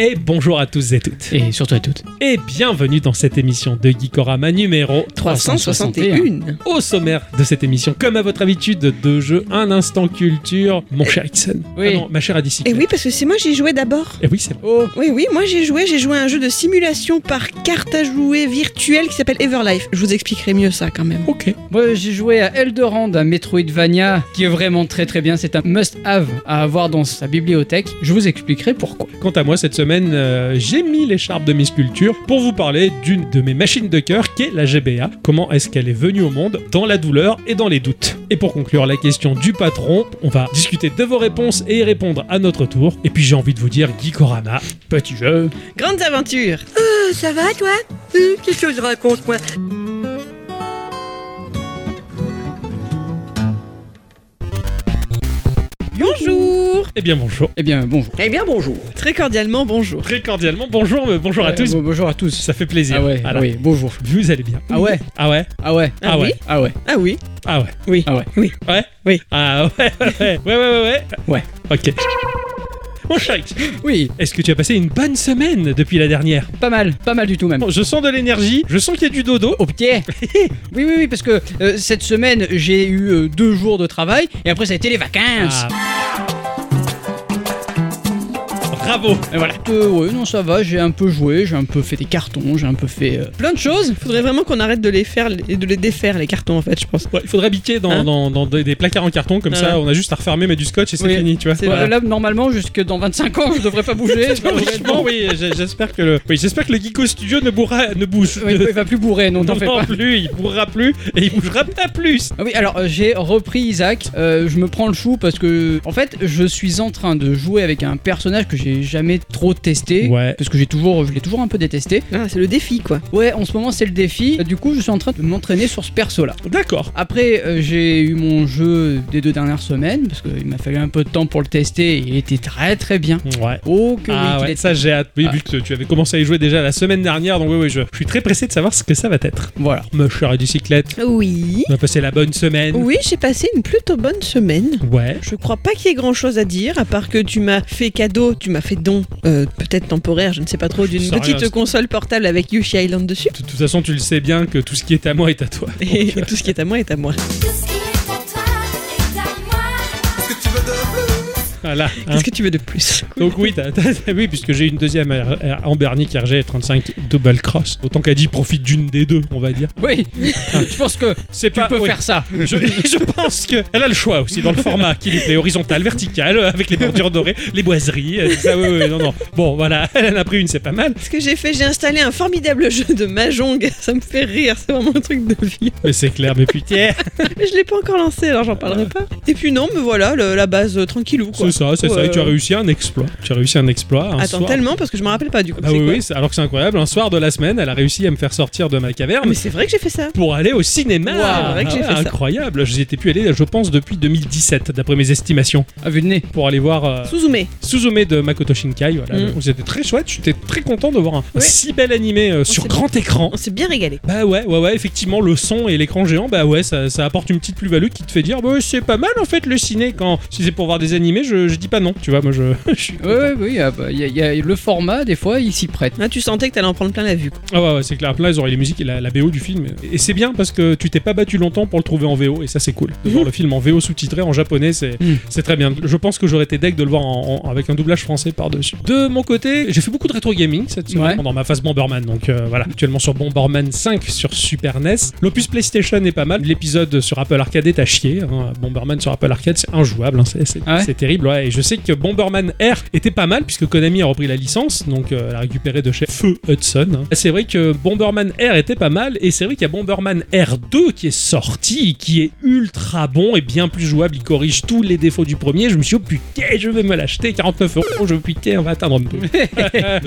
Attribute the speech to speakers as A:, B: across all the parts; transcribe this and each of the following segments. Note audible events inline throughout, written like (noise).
A: Et bonjour à tous et toutes.
B: Et surtout à toutes.
A: Et bienvenue dans cette émission de Geekorama numéro
C: 361.
A: Au sommaire de cette émission, comme à votre habitude, de jeu Un instant culture, mon cher Ixon.
B: Oui.
A: Ah non, ma chère Adicy.
C: Et oui, parce que c'est moi, j'y jouais d'abord.
A: Et oui, c'est
B: Oh
C: Oui, oui, moi j'ai joué, j'ai joué à un jeu de simulation par carte à jouer virtuelle qui s'appelle Everlife. Je vous expliquerai mieux ça quand même.
A: Ok.
B: Moi j'ai joué à Eldorand, un Metroidvania qui est vraiment très très bien, c'est un must-have à avoir dans sa bibliothèque. Je vous expliquerai pourquoi.
A: Quant à moi, cette semaine, euh, j'ai mis l'écharpe de Miss Culture pour vous parler d'une de mes machines de cœur qui est la GBA. Comment est-ce qu'elle est venue au monde dans la douleur et dans les doutes Et pour conclure la question du patron, on va discuter de vos réponses et y répondre à notre tour. Et puis j'ai envie de vous dire, Geekorama, petit jeu.
C: Grandes aventures
D: Oh, ça va toi Hum, Qu'est-ce que je raconte moi
C: Bonjour
A: Eh bien bonjour.
B: Eh bien bonjour.
D: Eh bien bonjour.
C: Très cordialement, bonjour.
A: Très cordialement, bonjour, mais bonjour à
B: Euh,
A: tous.
B: bon- bonjour à tous.
A: Ça fait plaisir.
B: Ah ouais,
A: Voilà.
B: oui, bonjour.
A: Vous allez bien.
B: Ah ouais,
A: Ah ouais
B: ah ouais,
C: Ah,
A: Ah
C: oui
A: ouais.
B: ah ouais.
C: Ah oui
A: Ah ouais
C: Oui.
B: Ah ouais.
C: Oui.
A: Ouais
C: Oui.
A: Ah ouais Ouais, ouais, ouais, ouais.
B: Ouais.
A: Ok. Mon chéri,
B: Oui,
A: est-ce que tu as passé une bonne semaine depuis la dernière
B: pas mal, pas mal du tout même.
A: Bon, Je sens de l'énergie, je sens qu'il y a du dodo.
B: Au (laughs) pied Oui, oui, oui, parce que euh, cette semaine, j'ai eu euh, deux jours de travail, et après, ça a été les vacances
A: Ah. Bravo
B: Et voilà. Euh, ouais, non, ça va, j'ai un peu joué, j'ai un peu fait des cartons, j'ai un peu fait euh, plein de choses.
C: Faudrait vraiment qu'on arrête de les faire et de les défaire, les cartons en fait, je pense.
A: Ouais, Il faudrait biquer dans,
C: Hein
A: dans- dans des, des placards en carton, comme
C: Ouais.
A: ça on a juste à refermer, mettre du scotch et c'est
B: Ah Oui,
A: fini, tu vois. (laughs)
B: C'est
A: Voilà.
B: Là, normalement, jusque dans 25 ans, je devrais pas
A: (laughs)
B: bouger.
A: Honnêtement, oui, j'ai- j'espère que le, oui, j'espère que le Geeko Studio ne, bourra, ne bouge,
B: (laughs) Oui,
A: (laughs)
B: il va plus bourrer, non,
A: Non,
B: t'en fais pas.
A: plus, il bourra plus et il bougera pas plus.
B: Ah oui, alors euh, j'ai repris Isaac. Euh, je me prends le chou parce que, en fait, je suis en train de jouer avec un personnage que j'ai jamais trop testé.
A: Ouais.
B: Parce que j'ai toujours, je l'ai toujours un peu détesté.
C: Ah, c'est le défi quoi.
B: Ouais, en ce moment c'est le défi. Euh, Du coup, je suis en train de m'entraîner sur ce perso-là.
A: D'accord.
B: Après, euh, j'ai eu mon jeu des deux dernières semaines parce qu'il m'a fallu un peu de temps pour le tester. et il était très très bien.
A: Ouais.
B: Oh que oui,
A: Ah
B: qu'il
A: ouais,
B: est-
A: ça j'ai hâte. Oui,
B: Ah.
A: vu que tu avais commencé à y jouer déjà la semaine dernière, donc oui, oui, je, je suis très pressé de savoir ce que ça va être.
B: Voilà.
A: Ma chère bicyclette,
C: Oui.
A: on a passé la bonne semaine.
C: Oui, j'ai passé une plutôt bonne semaine.
A: Ouais.
C: Je crois pas qu'il y ait grand chose à dire, à part que tu m'as fait cadeau, tu m'as fait don, euh, peut-être temporaire, je ne sais pas trop, d'une
A: Ça a rien,
C: petite
A: c'est-
C: console portable avec Yoshi
A: (laughs)
C: Island dessus.
A: De toute façon, tu le sais bien que tout ce qui est à moi est à toi. (laughs)
C: Et tout ce qui est à moi est à moi.
A: hein.
E: Tout ce qui est à toi est à moi.
A: Voilà. hein.
C: Qu'est-ce que tu veux de plus
A: Donc oui, t'as- t'as- oui, puisque j'ai une deuxième euh, R- R- Ambernic RG35 Double Cross. Autant qu'à dit, profite d'une des deux, on va dire. (laughs)
B: Oui. je pense que
A: C'est
B: tu
A: pas.
B: peux
A: oui.
B: faire ça.
A: Je, je pense que elle a le choix aussi dans le format qui lui plaît, horizontal, vertical, euh, avec les bordures dorées, les boiseries, euh, tout ça, oui, oui, non, non. Bon, voilà, (laughs) elle en a pris une, c'est pas mal.
C: Ce que j'ai fait, j'ai installé un formidable jeu de Mahjong. (laughs) Ça me fait rire, c'est vraiment un truc de vie.
A: Mais c'est clair, mais putain,
C: Mais je l'ai pas encore lancé, alors j'en parlerai pas. Et puis non, mais voilà, le- la base euh, tranquillou quoi.
A: c'est ça, c'est ça. Et tu as réussi un exploit. Tu as réussi un exploit. Un
C: Attends
A: soir.
C: tellement parce que je me rappelle pas du coup.
A: Ah
C: c'est
A: oui,
C: quoi
A: oui, c'est- alors que c'est incroyable. Un soir de la semaine, elle a réussi à me faire sortir de ma
C: Ah,
A: caverne.
C: mais c'est vrai que j'ai fait ça.
A: Pour aller au cinéma,
C: Waouh, c'est vrai que j'ai
A: Ah ouais,
C: fait ça.
A: incroyable. J'y étais plus allé, je pense, depuis 2017, d'après mes estimations,
B: À vue Ah, de nez.
A: pour aller voir euh,
C: Suzume.
A: Suzume de Makoto Shinkai. Voilà,
C: Mm.
A: Donc, c'était très chouette. J'étais très content de voir un, un
C: Ouais.
A: si bel animé euh, sur
C: s'est-
A: grand écran.
C: On s'est bien régalé.
A: Bah ouais, ouais, ouais, effectivement, le son et l'écran géant, bah ouais, ça, ça apporte une petite plus-value qui te fait dire, bah c'est pas mal en fait le ciné quand si c'est pour voir des animés, je, je dis pas non, tu vois, moi je, (laughs) je suis.
B: Oui, oui, oui. ah bah, Il y, a- il y a le format, des fois, il s'y prête.
C: Là, tu sentais que t'allais en prendre plein la vue. quoi.
A: Ah ouais, ouais, c'est clair, là ils auraient les musiques et la, la BO du film. Et c'est bien parce que tu t'es pas battu longtemps pour le trouver en VO et ça c'est cool. De voir le film en VO sous-titré en japonais, c'est
B: Mm.
A: c'est très bien. Je pense que j'aurais été deg de le voir en- en- avec un doublage français par-dessus. De mon côté, j'ai fait beaucoup de rétro gaming cette semaine
B: Ouais.
A: pendant ma phase Bomberman, donc euh, voilà, actuellement sur Bomberman 5 sur Super NES. L'opus PlayStation est pas mal, l'épisode sur Apple Arcade est à chier. hein. Bomberman sur Apple Arcade, c'est injouable, hein. c'est c'est-
B: Ah ouais
A: c'est terrible. ouais. Et je sais que Bomberman R était pas mal puisque Konami a repris la licence, donc euh, elle a récupéré de chez Feu Hudson. hein. C'est vrai que Bomberman R était pas mal, et c'est vrai qu'il y a Bomberman R2 qui est sorti, qui est ultra bon et bien plus jouable. Il corrige tous les défauts du premier. Je me suis dit, oh putain, je vais me l'acheter, 49 euros, je putain, on va attendre un peu.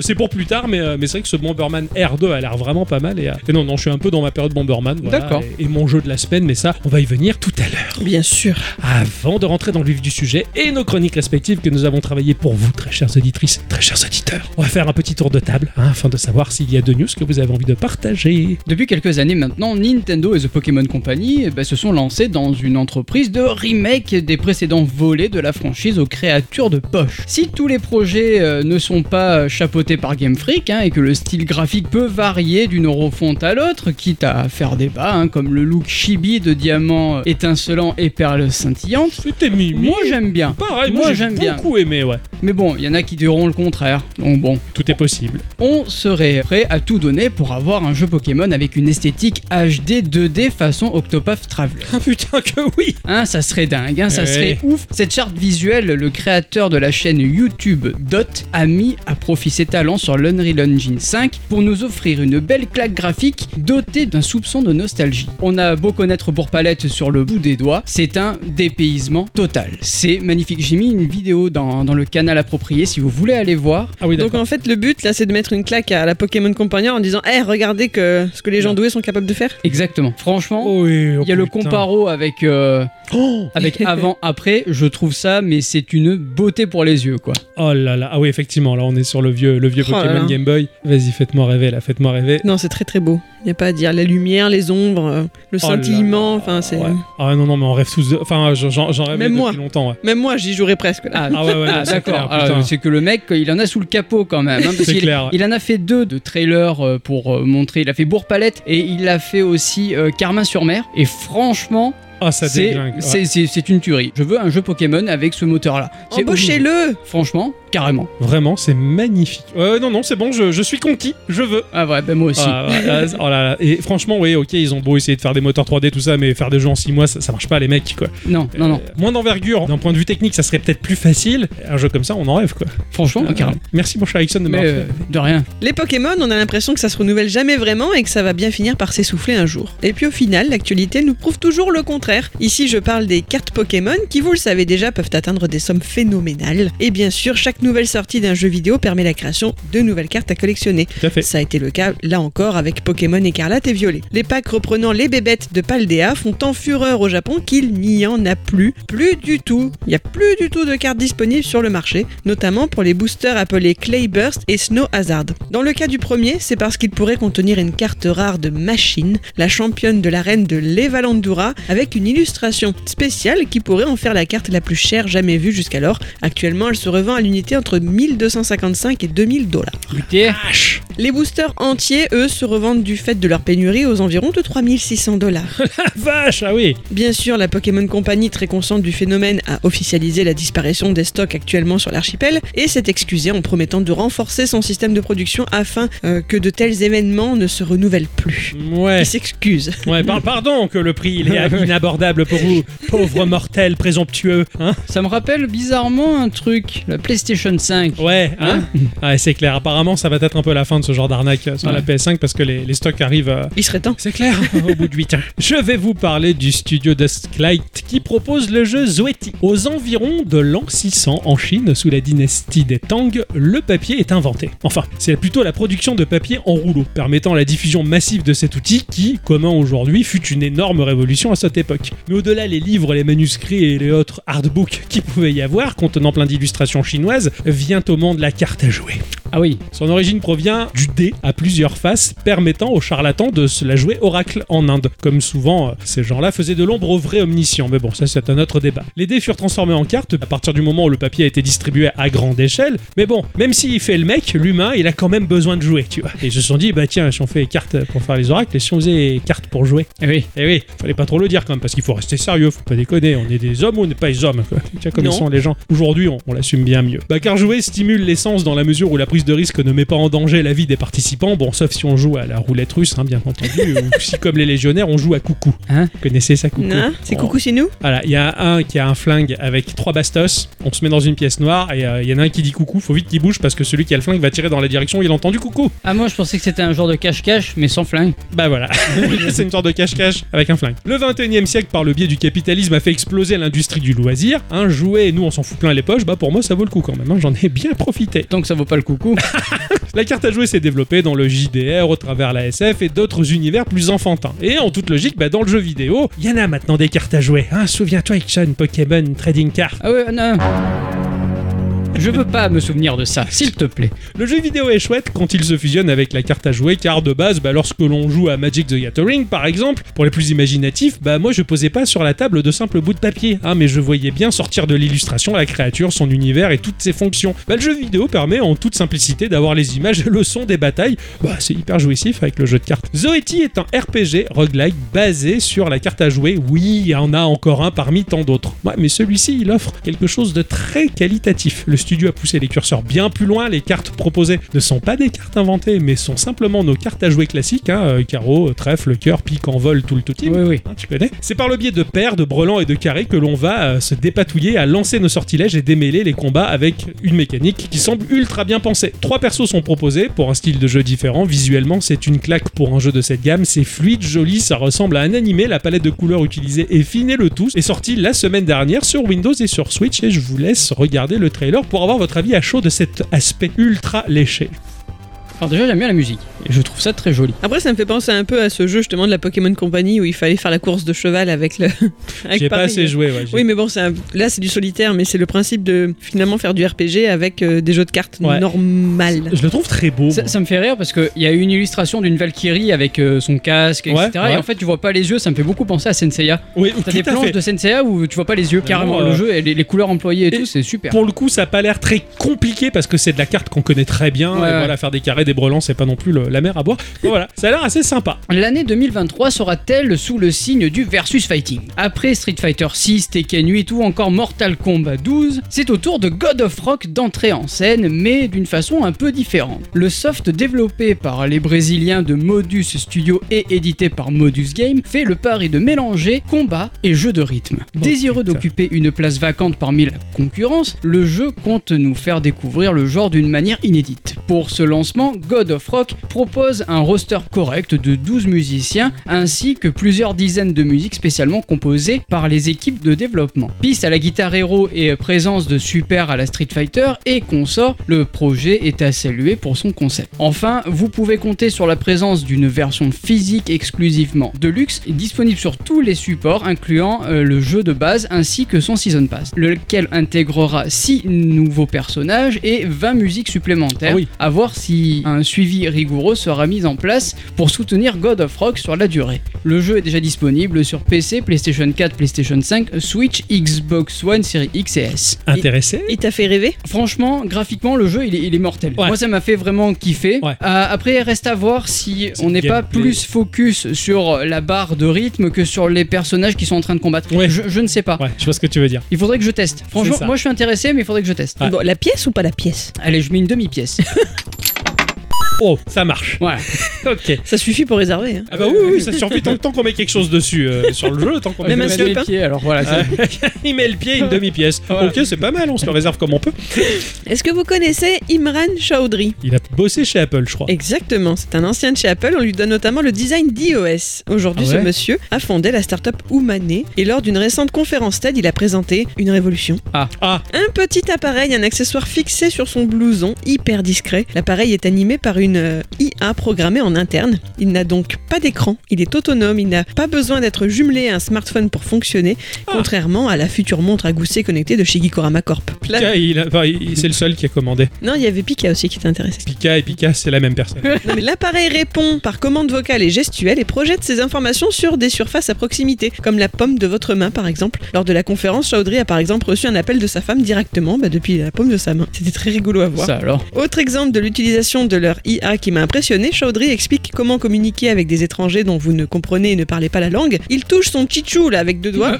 A: (laughs) c'est pour plus tard, mais, euh, mais c'est vrai que ce Bomberman R2 a l'air vraiment pas mal. Et, euh, et non, non, je suis un peu dans ma période Bomberman. voilà,
B: D'accord.
A: Et, et mon jeu de la semaine, mais ça, on va y venir tout à l'heure.
C: Bien sûr.
A: Avant de rentrer dans le vif du sujet et nos chroniques rubriques respectives que nous avons travaillées pour vous, très chères auditrices, très chers auditeurs. On va faire un petit tour de table hein, afin de savoir s'il y a deux news que vous avez envie de partager.
B: Depuis quelques années maintenant, Nintendo et The Pokémon Company eh ben, se sont lancés dans une entreprise de remake des précédents volets de la franchise aux créatures de poche. Si tous les projets euh, ne sont pas euh, chapeautés par Game Freak hein, et que le style graphique peut varier d'une refonte à l'autre, quitte à faire débat, hein, comme le look chibi de diamants euh, étincelants et perles scintillantes,
A: C'était mimi.
B: moi j'aime bien.
A: Pareil,
B: moi,
A: moi j'ai
B: j'aime bien.
A: beaucoup aimé, ouais.
B: Mais bon, il y en a qui diront le contraire. Donc bon.
A: Tout est possible.
B: on serait prêt à tout donner pour avoir un jeu Pokémon avec une esthétique HD 2D façon Octopath Traveler.
A: Ah putain que oui
B: Hein, ça serait dingue, hein, ça
A: Ouais.
B: serait ouf. Cette charte visuelle, le créateur de la chaîne YouTube Dot a mis à profit ses talents sur l'Unreal Engine 5 pour nous offrir une belle claque graphique dotée d'un soupçon de nostalgie. On a beau connaître Bourpalette sur le bout des doigts, c'est un dépaysement total. C'est magnifique. J'ai mis une vidéo dans, dans le canal approprié si vous voulez aller voir.
A: Ah oui,
C: Donc
A: d'accord.
C: en fait, le but là, c'est de mettre une claque à la Pokémon Compagnie en disant Eh, regardez que, ce que les gens doués sont capables de faire.
B: Exactement. Franchement,
A: Oh oui, oh
B: Il y a le
A: putain.
B: comparo avec, euh,
A: Oh,
B: avec
A: (laughs)
B: avant-après, je trouve ça, mais c'est une beauté pour les yeux, quoi.
A: Oh là là, ah oui, effectivement, là on est sur le vieux, le vieux
C: Oh là
A: Pokémon
C: là.
A: Game Boy. Vas-y, faites-moi rêver, là, faites-moi rêver.
C: Non, c'est très très beau. Il n'y a pas à dire. La lumière, les ombres, euh, le
A: Oh là là.
C: scintillement, enfin, c'est.
A: Ouais. Ah non, non, mais on rêve tous. de- Enfin, j'en- j'en j'en rêve
C: Même
A: depuis
C: moi.
A: longtemps,
C: (laughs)
A: ouais.
C: Même moi, j'y jouerais presque là.
B: Ah,
A: Ah ouais, ouais,
B: ah,
A: non, c'est clair,
B: d'accord.
A: putain.
B: Alors, C'est que le mec, il en a sous le capot quand même. hein, parce
A: C'est
B: qu'il-
A: clair.
B: Il en a fait deux de trailers euh, pour euh, montrer. Il a fait Bourg-Palette et il a fait aussi euh, Carmin-sur-Mer. Et franchement,
A: Ah, ça
B: c'est
A: déglingue. ouais.
B: c'est- c'est- c'est une tuerie. Je veux un jeu Pokémon avec ce moteur-là.
A: Oh,
B: C'est horrible.
C: Ah, Embauchez-le
B: Franchement, carrément.
A: Vraiment, c'est magnifique. Euh, non, non, c'est bon, je, je suis conquis, je veux.
B: Ah ouais, ben moi aussi.
A: Ah, ouais, ah, oh là là. Et franchement, oui, ok, ils ont beau essayer de faire des moteurs 3D, tout ça, mais faire des jeux en 6 mois, ça, ça marche pas, les mecs, quoi.
B: Non, non, non.
A: Euh, moins d'envergure, d'un point de vue technique, ça serait peut-être plus facile. Un jeu comme ça, on en rêve, quoi.
B: Franchement,
A: euh,
B: carrément.
A: Merci, mon cher Ericsson, de
B: Mais
A: m'avoir
B: euh, de rien.
C: Les Pokémon, on a l'impression que ça se renouvelle jamais vraiment et que ça va bien finir par s'essouffler un jour. Et puis au final, l'actualité nous prouve toujours le contraire. Ici, je parle des cartes Pokémon qui, vous le savez déjà, peuvent atteindre des sommes phénoménales. Et bien sûr, chaque nouvelle sortie d'un jeu vidéo permet la création de nouvelles cartes à collectionner.
A: fait. Tout à fait.
C: Ça a été le cas là encore avec Pokémon écarlate et violet. Les packs reprenant les bébêtes de Paldea font tant fureur au Japon qu'il n'y en a plus. Plus du tout. Il n'y a plus du tout de cartes disponibles sur le marché, notamment pour les boosters appelés Clayburst et Snow Hazard. Dans le cas du premier, c'est parce qu'il pourrait contenir une carte rare de Machine, la championne de l'arène de l'Evalandura, avec une illustration spéciale qui pourrait en faire la carte la plus chère jamais vue jusqu'alors. Actuellement, elle se revend à l'unité entre 1255 et 2000 dollars.
B: Putain.
C: Les boosters entiers, eux, se revendent du fait de leur pénurie aux environs de
A: (laughs)
C: 3600 dollars.
A: Ah, vache, ah oui.
C: Bien sûr, la Pokémon Company, très consciente du phénomène, a officialisé la disparition des stocks actuellement sur l'archipel et s'est excusée en promettant de renforcer son système de production afin euh, que de tels événements ne se renouvellent plus.
A: Ouais,
C: Il s'excuse.
A: ouais par- pardon que le prix il est inabordable pour vous, pauvres mortels présomptueux. Hein
B: Ça me rappelle bizarrement un truc, la PlayStation 5.
A: ouais, hein Ouais, c'est clair. Apparemment, ça va être un peu la fin de ce genre d'arnaque euh, sur la
B: Ouais.
A: PS5 parce que les, les stocks arrivent euh,
C: Il serait temps.
A: C'est clair, (laughs) au bout de 8 ans. Je vais vous parler du studio Dusklight qui propose le jeu Zoetti. Aux environs de l'an 600 en Chine, sous la dynastie des Tang, le papier est inventé. Enfin, c'est plutôt la production de papier en rouleau, permettant la diffusion massive de cet outil qui, commun aujourd'hui, fut une énorme révolution à cette époque. Mais au-delà, les livres, les manuscrits et les autres hardbooks qui pouvaient y avoir, contenant plein d'illustrations chinoises, vient au monde la carte à jouer.
B: Ah oui,
A: Son origine provient du dé à plusieurs faces permettant aux charlatans de se la jouer oracle en Inde. Comme souvent, euh, ces gens-là faisaient de l'ombre aux vrais omniscients, mais bon, ça c'est un autre débat. Les dés furent transformés en cartes à partir du moment où le papier a été distribué à grande échelle, mais bon, même s'il fait le mec, l'humain, il a quand même besoin de jouer, tu vois. Et ils se sont dit, bah tiens, si on fait les cartes pour faire les oracles, et si on faisait les cartes pour jouer
B: eh oui.
A: Eh oui, fallait pas trop le dire quand même, parce qu'il faut rester sérieux, faut pas déconner, on est des hommes ou on n'est pas des hommes, quoi. Tiens, comme
C: Non.
A: ils sont les gens. Aujourd'hui, on, on l'assume bien mieux. Bah, car jouer stimule l'essence dans la mesure où la prise de risque ne met pas en danger la vie des participants, bon, sauf si on joue à la roulette russe, hein, bien entendu, (laughs) ou si, comme les légionnaires, on joue à coucou.
B: Hein
A: Vous connaissez ça, coucou
C: Non, c'est
A: Oh.
C: coucou, c'est nous
A: Voilà, il y a un qui a un flingue avec trois bastos, on se met dans une pièce noire, et euh, il y en a un qui dit coucou, faut vite qu'il bouge, parce que celui qui a le flingue va tirer dans la direction où il a entendu coucou.
B: Ah moi je pensais
A: (laughs)
B: que c'était un genre de cache-cache mais sans flingue.
A: Bah voilà, c'est une sorte de cache-cache avec un flingue. Le 21e siècle, par le biais du capitalisme, a fait exploser l'industrie du loisir, un jouet, nous on s'en fout plein les poches, bah pour moi ça vaut le coup quand même, hein, j'en ai bien profité.
B: Tant que ça vaut pas
A: (laughs)
B: le coucou.
A: La carte à jouer s'est développée dans le JDR, au travers la SF et d'autres univers plus enfantins. Et en toute logique, bah, dans le jeu vidéo, il y en a maintenant des cartes à jouer. Hein, Souviens-toi, Action, Pokémon, Trading Card.
B: Ah ouais, non. Je veux pas me souvenir de ça, s'il te plaît.
A: Le jeu vidéo est chouette quand il se fusionne avec la carte à jouer, car de base, bah, lorsque l'on joue à Magic the Gathering, par exemple, pour les plus imaginatifs, bah moi je posais pas sur la table de simples bouts de papier, hein, mais je voyais bien sortir de l'illustration la créature, son univers et toutes ses fonctions. Bah, le jeu vidéo permet en toute simplicité d'avoir les images et le son des batailles, bah c'est hyper jouissif avec le jeu de cartes. Zoetti est un RPG roguelike basé sur la carte à jouer, oui, il y en a encore un parmi tant d'autres. Ouais, mais celui-ci, il offre quelque chose de très qualitatif. Le studio a poussé les curseurs bien plus loin, les cartes proposées ne sont pas des cartes inventées, mais sont simplement nos cartes à jouer classiques, hein, euh, carreau, trèfle, cœur, pique, en vol, tout le tout
B: Oui, oui.
A: Hein, tu connais. C'est par le biais de paires, de brelans et de carrés que l'on va euh, se dépatouiller à lancer nos sortilèges et démêler les combats avec une mécanique qui semble ultra bien pensée. Trois persos sont proposés pour un style de jeu différent. Visuellement, c'est une claque pour un jeu de cette gamme. C'est fluide, joli, ça ressemble à un animé. La palette de couleurs utilisée est fine et le tout est sorti la semaine dernière sur Windows et sur Switch. Et je vous laisse regarder le trailer pour avoir votre avis à chaud de cet aspect ultra léché.
B: Alors déjà, j'aime bien la musique. Et je trouve ça très joli.
C: Après, ça me fait penser un peu à ce jeu justement de la Pokémon Company où il fallait faire la course de cheval avec le. (laughs) avec
A: J'ai pas
C: pareil, hein.
A: assez joué. Ouais, j'ai-
C: Oui, mais bon, c'est un- là c'est du solitaire, mais c'est le principe de finalement faire du RPG avec euh, des jeux de cartes
A: Ouais.
C: normales.
A: Je le trouve très beau.
B: Ça,
A: moi.
B: ça me fait rire parce qu'il y a une illustration d'une Valkyrie avec euh, son casque, etc.
A: Ouais, ouais.
B: Et en fait, tu vois pas les yeux, ça me fait beaucoup penser à Senseiya.
A: Oui,
B: T'as
A: tout
B: des
A: à
B: planches
A: fait.
B: de Senseiya où tu vois pas les yeux carrément.
A: bon, euh,
B: Le jeu et les, les couleurs employées et,
A: et
B: tout, c'est super.
A: Pour le coup, ça a pas l'air très compliqué parce que c'est de la carte qu'on connaît très bien.
B: Ouais,
A: et
B: ouais.
A: voilà, faire des carrés, des brelans, c'est pas non plus le- la mer à boire. Bon, voilà, ça a l'air assez sympa.
B: L'année 2023 sera-t-elle sous le signe du versus fighting Après Street Fighter 6, Tekken 8 ou encore Mortal Kombat 12, c'est au tour de God of Rock d'entrer en scène, mais d'une façon un peu différente. Le soft développé par les Brésiliens de Modus Studio et édité par Modus Game fait le pari de mélanger combat et jeu de rythme. Désireux
A: putain.
B: d'occuper une place vacante parmi la concurrence, le jeu compte nous faire découvrir le genre d'une manière inédite. Pour ce lancement, God of Rock propose un roster correct de 12 musiciens ainsi que plusieurs dizaines de musiques spécialement composées par les équipes de développement. Piste à la guitare héros et présence de Super à la Street Fighter et consort, le projet est à saluer pour son concept. Enfin, vous pouvez compter sur la présence d'une version physique exclusivement de luxe, disponible sur tous les supports, incluant euh, le jeu de base ainsi que son Season Pass, lequel intégrera 6 nouveaux personnages et 20 musiques supplémentaires.
A: Ah oui.
B: À voir si un suivi rigoureux sera mis en place pour soutenir God of Rock sur la durée. Le jeu est déjà disponible sur PC, PlayStation 4, PlayStation 5, Switch, Xbox One, Série X et S. Et-
A: Intéressé
C: Il t'a fait rêver
B: Franchement, graphiquement, le jeu, il est, il est mortel.
A: Ouais.
B: Moi, ça m'a fait vraiment kiffer.
A: Ouais.
B: Euh, après, reste à voir si
A: C'est
B: on
A: du
B: n'est pas
A: gameplay.
B: plus focus sur la barre de rythme que sur les personnages qui sont en train de combattre.
A: Ouais.
B: Je, je ne sais pas.
A: Ouais, je vois ce que tu veux dire.
B: Il faudrait que je teste.
A: ça.
B: Franchement, moi, je suis intéressé, mais il faudrait que je teste.
A: Ouais.
C: Bon, La pièce ou pas la pièce
B: Allez, je mets
A: (laughs)
B: une demi-pièce.
A: Oh, ça marche.
B: voilà.
A: Ok.
C: Ça suffit pour réserver. hein.
A: Ah bah oui, oui, ça suffit tant, tant qu'on met quelque chose dessus euh, sur le jeu, tant qu'on
B: Je
A: met
C: Même
B: mets
C: un
A: quelque
C: slip,
B: les
C: hein.
B: pieds, alors voilà. ça-
A: chose. Il met le pied, une demi-pièce.
B: (laughs) Ouais.
A: Ok, c'est pas mal, on se le réserve comme on peut.
C: Est-ce que vous connaissez Imran Chaudhry
A: Il a bossé chez Apple, je crois.
C: Exactement, c'est un ancien de chez Apple, on lui donne notamment le design d'iOS. Aujourd'hui,
B: Ah ouais
C: ce monsieur a fondé la startup Humane et lors d'une récente conférence TED, il a présenté une révolution.
A: Ah,
C: Un petit appareil, un accessoire fixé sur son blouson, hyper discret. L'appareil est animé par une euh, IA programmée en interne. Il n'a donc pas d'écran, il est autonome, il n'a pas besoin d'être jumelé à un smartphone pour fonctionner,
A: Ah.
C: contrairement à la future montre à gousset connectée de chez Gikorama Corp. Là-
A: Pika, il a- enfin, il- c'est le seul qui a commandé.
C: non, il y avait Pika aussi qui était intéressé.
A: Pika et Pika, c'est la même personne.
C: Non, mais L'appareil répond par commande vocale et gestuelle et projette ses informations sur des surfaces à proximité, comme la pomme de votre main par exemple. Lors de la conférence, Chaudry a par exemple reçu un appel de sa femme directement bah, depuis la paume de sa main. C'était très rigolo à voir.
B: Ça alors.
C: Autre exemple de l'utilisation de leur IA qui m'a impressionné, Chaudry explique comment communiquer avec des étrangers dont vous ne comprenez et ne parlez pas la langue. Il touche son chichou là avec deux doigts,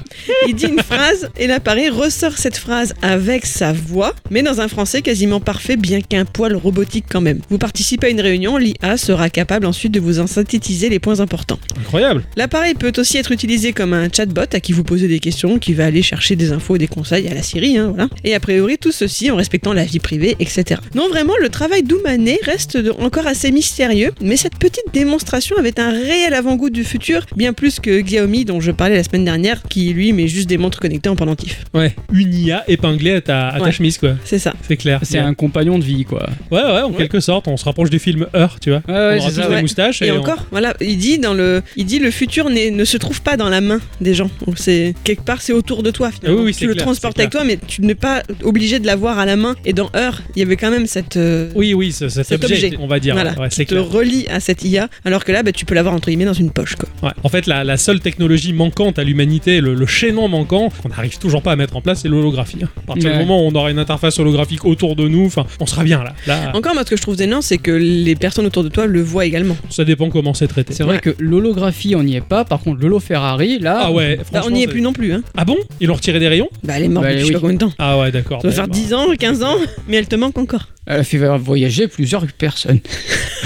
C: il dit une phrase et l'appareil ressort cette phrase avec sa voix, mais dans un français quasiment parfait, bien qu'un poil robotique quand même. Vous participez à une réunion, l'IA sera capable ensuite de vous en synthétiser les points importants.
A: Incroyable.
C: L'appareil peut aussi être utilisé comme un chatbot à qui vous posez des questions, qui va aller chercher des infos et des conseils à la Siri, hein, voilà. Et a priori, tout ceci en respectant la vie privée, etc. Non, vraiment, le travail d'Oumané reste de- encore assez mystérieux sérieux, mais cette petite démonstration avait un réel avant-goût du futur, bien plus que Xiaomi dont je parlais la semaine dernière, qui lui met juste des montres connectées en pendentif.
A: Ouais, une IA épinglée à ta, à ta
C: Ouais.
A: chemise, quoi.
C: C'est ça.
A: C'est clair.
B: C'est
A: Ouais.
B: un compagnon de vie, quoi.
A: Ouais, ouais, en quelque sorte, on se rapproche du film Heur, tu vois.
B: Ouais, ouais,
A: on aura
B: c'est
A: tous
B: ça.
A: des
C: ouais.
A: moustaches
C: Et,
A: on-
C: encore, voilà, il dit dans le, il dit le futur n'est- ne se trouve pas dans la main des gens. Donc, C'est quelque part, c'est autour de toi. Finalement.
A: Ah oui, oui, c'est
C: tu le
A: clair,
C: transportes
A: c'est
C: avec toi, mais tu n'es pas obligé de l'avoir à la main. Et dans Heure, il y avait quand même cette, euh,
A: Oui, oui, ce- cet,
C: Cet
A: objet,
C: objet.
A: on va dire.
C: voilà,
A: Ouais, c'est
C: qui te
A: clair.
C: relie à cette IA, alors que là, bah, tu peux l'avoir entre guillemets dans une poche, quoi.
A: Ouais. En fait, la, la seule technologie manquante à l'humanité, le, le chaînon manquant, qu'on n'arrive toujours pas à mettre en place, c'est l'holographie. hein. À partir du
B: Ouais.
A: moment où on aura une interface holographique autour de nous, enfin, on sera bien là. Là,
C: Encore, moi, ce que je trouve gênant, c'est que les personnes autour de toi le voient également.
A: ça dépend comment c'est traité.
B: C'est vrai que l'holographie, on n'y est pas. Par contre, l'holo Ferrari, là.
A: Ah ouais,
C: Bah,
A: franchement.
C: on n'y est
A: c'est-
C: plus non plus, hein.
A: Ah bon Ils l'ont retiré des rayons
C: Bah, elle est morte
B: Bah,
C: depuis je
B: oui.
C: sais pas combien de temps.
A: Ah ouais, d'accord.
C: Ça doit
A: Bah,
C: faire
A: bah,
C: 10 ans,
A: (laughs)
C: 15 ans, mais elle te manque encore.
B: Elle a fait voyager plusieurs
A: (laughs)
B: personnes.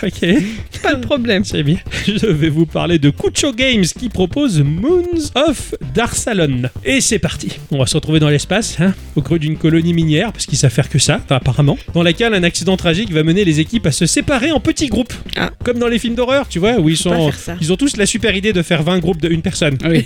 A: Ok,
C: (laughs) Pas le problème.
A: c'est bien. Je vais vous parler de Kucho Games qui propose Moons of Darsalon. Et c'est parti. On va se retrouver dans l'espace, hein, au creux d'une colonie minière, parce qu'ils savent faire que ça, enfin, apparemment, dans laquelle un accident tragique va mener les équipes à se séparer en petits groupes.
C: Ah.
A: Comme dans les films d'horreur, tu vois, où ils
C: Faut pas
A: sont.
C: faire ça. (laughs)
A: Ils ont tous la super idée de faire 20 groupes de une personne.
B: Ah oui.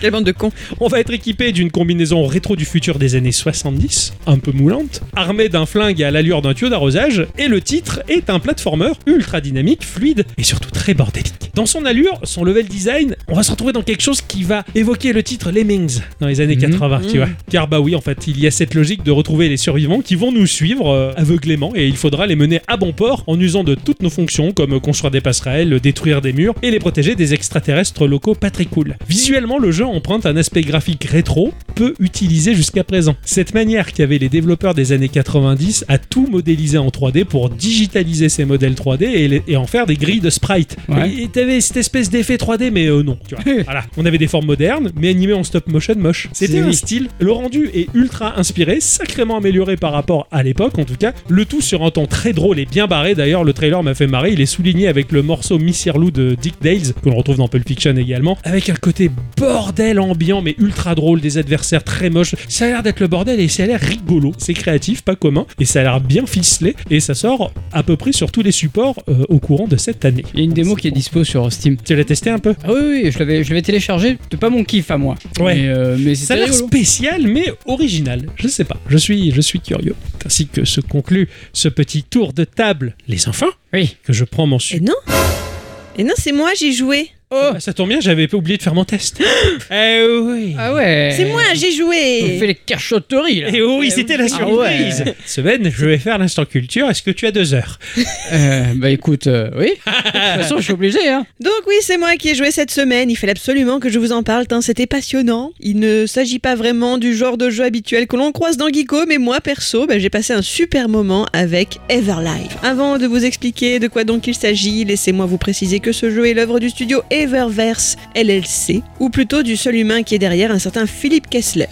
C: Quelle bande de cons.
A: On va être équipé d'une combinaison rétro du futur des années 70, un peu moulante, armé d'un flingue à l'allure d'un tuyau d'arrosage, et le titre est un platformer ultra dynamique, fluide et surtout très bordélique. Dans son allure, son level design, on va se retrouver dans quelque chose qui va évoquer le titre Lemmings dans les années
B: Mhm.
A: 80, tu
C: Mhm.
A: vois. Car bah oui, en fait, il y a cette logique de retrouver les survivants qui vont nous suivre euh, aveuglément et il faudra les mener à bon port en usant de toutes nos fonctions comme euh, construire des passerelles, détruire des murs et les protéger des extraterrestres locaux pas très cool. Visuellement, le jeu emprunte un aspect graphique rétro peu utilisé jusqu'à présent. Cette manière qu'avaient les développeurs des années 90 à tout modéliser en 3D pour digitaliser ces modèles 3D et, les- et en faire des grilles de sprites.
B: Ouais.
A: Et t'avais cette espèce d'effet 3D, mais euh, non, tu vois. Voilà, on avait des formes modernes, mais animées en stop motion moche. C'était
B: C'est
A: un
B: oui.
A: style. Le rendu est ultra inspiré, sacrément amélioré par rapport à l'époque, en tout cas. Le tout sur un ton très drôle et bien barré. D'ailleurs, le trailer m'a fait marrer. Il est souligné avec le morceau Miss Irlou de Dick Dales, que l'on retrouve dans Pulp Fiction également, avec un côté bordel ambiant, mais ultra drôle, des adversaires très moches. Ça a l'air d'être le bordel et ça a l'air rigolo. C'est créatif, pas commun, et ça a l'air bien ficelé. Et ça sort à peu près sur tous les supports euh, au courant de cette année.
B: Il y a une démo qui est dispo sur Steam.
A: Tu l'as testé un peu
B: Ah oui, oui, oui, je l'avais, je l'avais téléchargé. C'était pas mon kiff à moi.
A: Ouais.
B: Mais, euh, mais
A: Ça a
B: c'était
A: l'air
B: rigolo.
A: spécial mais original. Je sais pas. Je suis, je suis curieux. Ainsi que se conclut ce petit tour de table, les enfants,
B: Oui.
A: que je prends mon
C: Et
A: sucre.
C: non Et non, c'est moi, j'ai joué.
A: Oh, ça tombe bien, j'avais oublié de faire mon
B: (gasps)
A: test. eh oui.
B: Ah ouais.
C: C'est moi, j'ai
B: On fait
C: joué
B: les cachotteries, là.
A: Eh oui, c'était la
B: Ah
A: surprise.
B: ouais.
A: Semaine, je vais faire l'instant culture. Est-ce que tu as deux heures
B: Euh, bah écoute, euh, oui. De toute façon, je suis obligé, hein.
C: Donc oui, c'est moi qui ai joué cette semaine. Il fallait absolument que je vous en parle, tant c'était passionnant. Il ne s'agit pas vraiment du genre de jeu habituel que l'on croise dans Geeko, mais moi perso, ben, j'ai passé un super moment avec Everlive. Avant de vous expliquer de quoi donc il s'agit, laissez-moi vous préciser que ce jeu est l'œuvre du studio Eververse LLC, ou plutôt du seul humain qui est derrière un certain Philippe Kessler.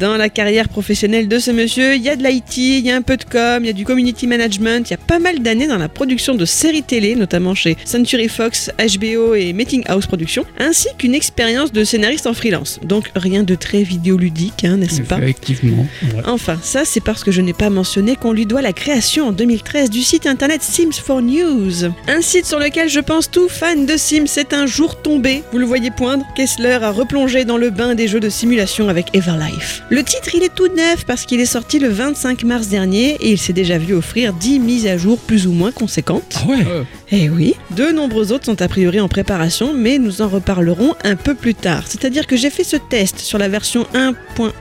C: Dans la carrière professionnelle de ce monsieur, il y a de l'IT, il y a un peu de com, il y a du community management, il y a pas mal d'années dans la production de séries télé, notamment chez Century Fox, HBO et Meeting House Productions, ainsi qu'une expérience de scénariste en freelance. Donc rien de très vidéoludique, hein, n'est-ce pas
B: Effectivement.
C: Enfin, ça c'est parce que je n'ai pas mentionné qu'on lui doit la création en 2013 du site internet Sims 4 News. Un site sur lequel je pense tout fan de Sims est un jour tombé. Vous le voyez poindre, Kessler a replongé dans le bain des jeux de simulation avec Everlife. Le titre il est tout neuf parce qu'il est sorti le 25 mars dernier et il s'est déjà vu offrir 10 mises à jour plus ou moins conséquentes.
A: Ah ouais.
B: Euh,
C: Eh oui, de nombreux autres sont a priori en préparation, mais nous en reparlerons un peu plus tard. C'est-à-dire que j'ai fait ce test sur la version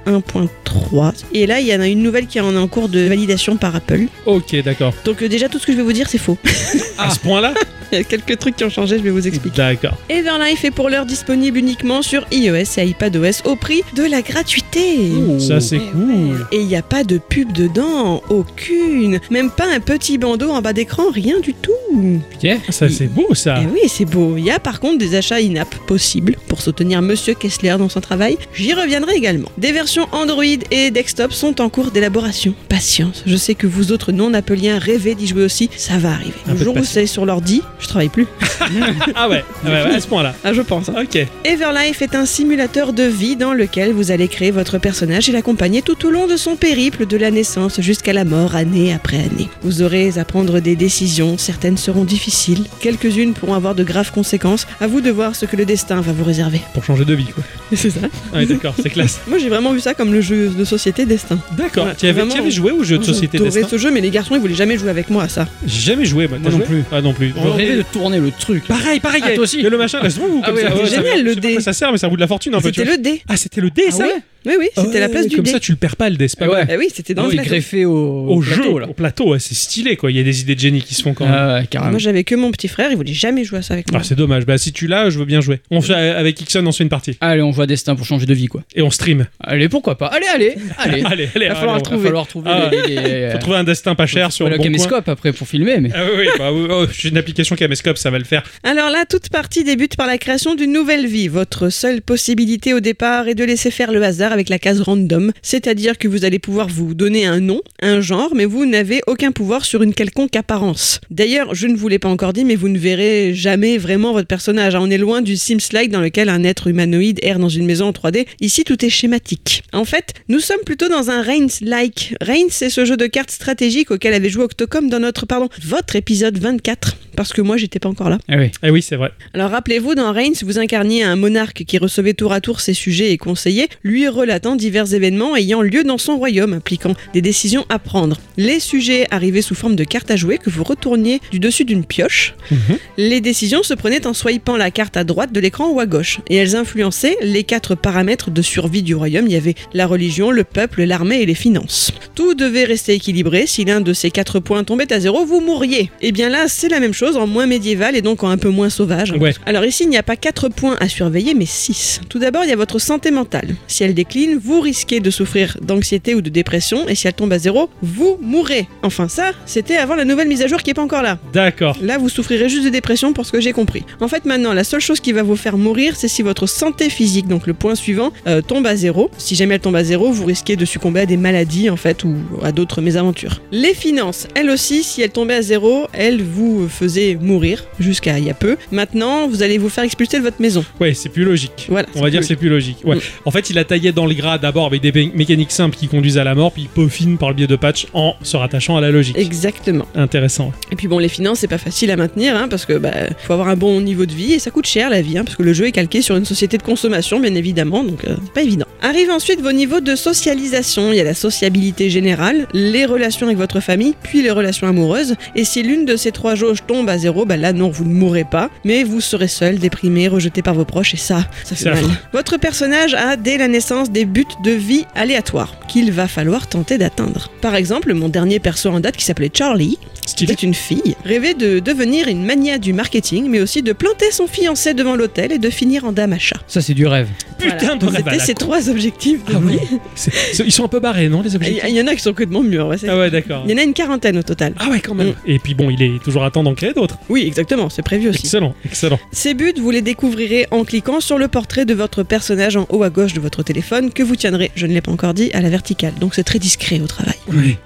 C: 1.1.3, et là il y en a une nouvelle qui en est en cours de validation par Apple.
A: Ok, d'accord.
C: Donc euh, déjà tout ce que je vais vous dire c'est faux. (laughs)
B: Ah.
A: À ce point-là
C: il y a quelques trucs qui ont changé, je vais vous expliquer.
A: D'accord.
C: Everlife est pour l'heure disponible uniquement sur iOS et iPadOS au prix de la gratuité.
B: Oh.
A: Ça, c'est
C: Eh
A: cool.
C: Et il n'y a pas de pub dedans, aucune. Même pas un petit bandeau en bas d'écran, rien du tout.
B: putain.
A: Ça, c'est beau, ça.
C: Eh oui, c'est beau. Il y a par contre des achats in-app possibles pour soutenir Monsieur Kessler dans son travail. J'y reviendrai également. Des versions Android et desktop sont en cours d'élaboration. Patience. Je sais que vous autres non-appeliens rêvez d'y jouer aussi. Ça va arriver.
A: Un peu
C: Le
A: de
C: jour où
A: patience.
C: c'est sur l'ordi, je travaille plus.
A: Ah ouais. Ah ouais, ouais, à ce point-là.
C: Ah, je pense. hein.
A: Ok.
C: Everlife est un simulateur de vie dans lequel vous allez créer votre personnage et l'accompagner tout au long de son périple de la naissance jusqu'à la mort année après année. Vous aurez à prendre des décisions, certaines seront difficiles, quelques-unes pourront avoir de graves conséquences. À vous de voir ce que le destin va vous réserver. (laughs)
A: Pour changer de vie, quoi.
C: C'est ça.
A: Ah, ouais, d'accord, c'est classe.
C: Moi j'ai vraiment vu ça comme le jeu de société destin.
A: D'accord.
C: Ouais,
A: tu avais, tu
C: vraiment,
A: avais joué au jeu de société
C: J'adorais
A: Destin
C: ce jeu, mais les garçons ils voulaient jamais jouer avec moi à ça.
A: J'ai jamais joué, moi.
B: Moi
A: T'as
B: non
A: joué
B: plus.
A: Ah, non plus.
B: Je rêvais de tourner le truc.
A: Pareil, pareil.
B: Ah,
A: il y a-
B: toi aussi.
A: il y a le machin, Bah, là, zoom,
B: Ah
A: comme
B: ouais,
A: ça.
B: ouais,
A: ça-
C: génial,
A: je
C: le
A: sais pas à
C: dé.
A: quoi ça sert, mais ça roule de la fortune un peu, tu
C: C'était
A: vois.
C: le dé.
A: Ah, c'était le dé,
B: Ah
A: ça
B: ouais
C: Oui, oui, c'était la place
A: Ouais,
C: du
A: Comme
C: dé.
A: ça, tu le perds pas, le dé. C'est pas
B: Ah ouais.
A: mal.
C: Ah oui, c'était dans
B: Non,
C: le
B: il
C: plateau.
B: greffé au,
A: Au
B: plateau,
A: jeu,
B: là.
A: au plateau, ouais, c'est stylé, quoi. Il y a des idées de génie qui se font quand même.
B: Ah ouais,
C: Moi
B: carrément.
C: j'avais que mon petit frère, il voulait jamais jouer à ça avec moi.
A: Ah, c'est dommage. Bah, si tu l'as, je veux bien jouer. On fait, avec Ixon, on se fait une partie.
B: Allez, on voit Destin pour changer de vie, quoi.
A: Et on stream.
B: Allez, pourquoi pas Allez, allez, allez.
A: (laughs) Allez, allez,
B: Il va falloir
A: allez,
B: le
A: on-
B: trouver. Il va falloir trouver
A: Ah,
B: (laughs) les- les- les-
A: Faut trouver un destin pas cher sur
B: Ouais,
A: le
B: le
A: bon coin.
B: caméscope après pour filmer, mais.
A: Ah oui, bah, oui, oh, j'ai une application caméscope, ça va le faire.
C: Alors là, toute partie débute par la création d'une nouvelle vie. Votre seule possibilité au départ est de laisser faire le hasard avec la case random, c'est-à-dire que vous allez pouvoir vous donner un nom, un genre, mais vous n'avez aucun pouvoir sur une quelconque apparence. D'ailleurs, je ne vous l'ai pas encore dit, mais vous ne verrez jamais vraiment votre personnage. hein. On est loin du Sims-like dans lequel un être humanoïde erre dans une maison en 3D. Ici, tout est schématique. En fait, nous sommes plutôt dans un Reigns-like. Reigns, c'est ce jeu de cartes stratégiques auquel avait joué Octocom dans notre, pardon, votre épisode 24, parce que moi, j'étais pas encore là.
B: Ah oui.
A: Ah oui, c'est vrai.
C: Alors rappelez-vous, dans Reigns, vous incarniez un monarque qui recevait tour à tour ses sujets et conseillers, lui relatant divers événements ayant lieu dans son royaume, impliquant des décisions à prendre. Les sujets arrivaient sous forme de cartes à jouer que vous retourniez du dessus d'une pioche.
A: Mhm.
C: Les décisions se prenaient en swipant la carte à droite de l'écran ou à gauche, et elles influençaient les quatre paramètres de survie du royaume. Il y avait la religion, le peuple, l'armée et les finances. Tout devait rester équilibré. Si l'un de ces quatre points tombait à zéro, vous mourriez. Et bien là, c'est la même chose en moins médiéval et donc en un peu moins sauvage.
A: Ouais.
C: Alors ici, il n'y a pas 4 points à surveiller, mais 6. Tout d'abord, il y a votre santé mentale. Si elle décline, vous risquez de souffrir d'anxiété ou de dépression, et si elle tombe à zéro, vous mourrez. Enfin ça, c'était avant la nouvelle mise à jour qui est pas encore là.
A: D'accord.
C: Là, vous souffrirez juste de dépression pour ce que j'ai compris. En fait, maintenant, la seule chose qui va vous faire mourir, c'est si votre santé physique, donc le point suivant, euh, tombe à zéro. Si jamais elle tombe à zéro, vous risquez de succomber à des maladies, en fait, ou à d'autres mésaventures. Les finances, elles aussi, si elles tombaient à zéro, elles vous faisaient mourir, jusqu'à il y a peu. Maintenant, vous allez vous faire expulser de votre maison.
A: Ouais, c'est plus logique.
C: Voilà.
A: On va dire que c'est plus logique. Ouais.
C: Mm.
A: En fait, il a taillé dans le gras d'abord avec des mé- mécaniques simples qui conduisent à la mort, puis il peaufine par le biais de patch en se rattachant à la logique.
C: Exactement.
A: Intéressant.
C: Et puis bon, les finances, c'est pas facile à maintenir, hein, parce que bah, faut avoir un bon niveau de vie et ça coûte cher la vie, hein, parce que le jeu est calqué sur une société de consommation, bien évidemment, donc euh, c'est pas évident. Arrivent ensuite vos niveaux de socialisation. Il y a la sociabilité générale, les relations avec votre famille, puis les relations amoureuses. Et si l'une de ces trois jauges tombe à zéro, bah là non, vous ne mourrez pas, mais vous serez seul, déprimé, rejeté par vos proches, et ça, ça fait
A: C'est
C: mal.
A: affreux.
C: Votre personnage a dès la naissance des buts de vie aléatoires qu'il va falloir tenter d'atteindre. Par exemple, mon dernier perso en date qui s'appelait Charlie,
A: Stylé.
C: c'était une fille, rêvait de devenir une mania du marketing, mais aussi de planter son fiancé devant l'hôtel et de finir en dame à chat.
B: Ça, c'est du rêve.
A: Putain de rêve à
C: C'était
A: la
C: ces
A: con.
C: trois objectifs de
A: Ah oui.
C: vie.
A: C'est- c'est- Ils sont un peu barrés, non, les objectifs
C: Il y en a qui sont que de mon mur. ouais, c'est-
A: Ah ouais, d'accord.
C: Il y en a une quarantaine au total.
A: Ah ouais, quand même.
C: Mm.
A: Et puis bon, il est toujours à temps d'en créer d'autres.
C: Oui, exactement, c'est prévu aussi.
A: Ah. Excellent, excellent.
C: Ces buts, vous les découvrirez en cliquant sur le portrait de votre personnage en haut à gauche de votre téléphone que vous tiendrez, je ne l'ai pas encore dit, à la verticale. Donc c'est très discret au travail.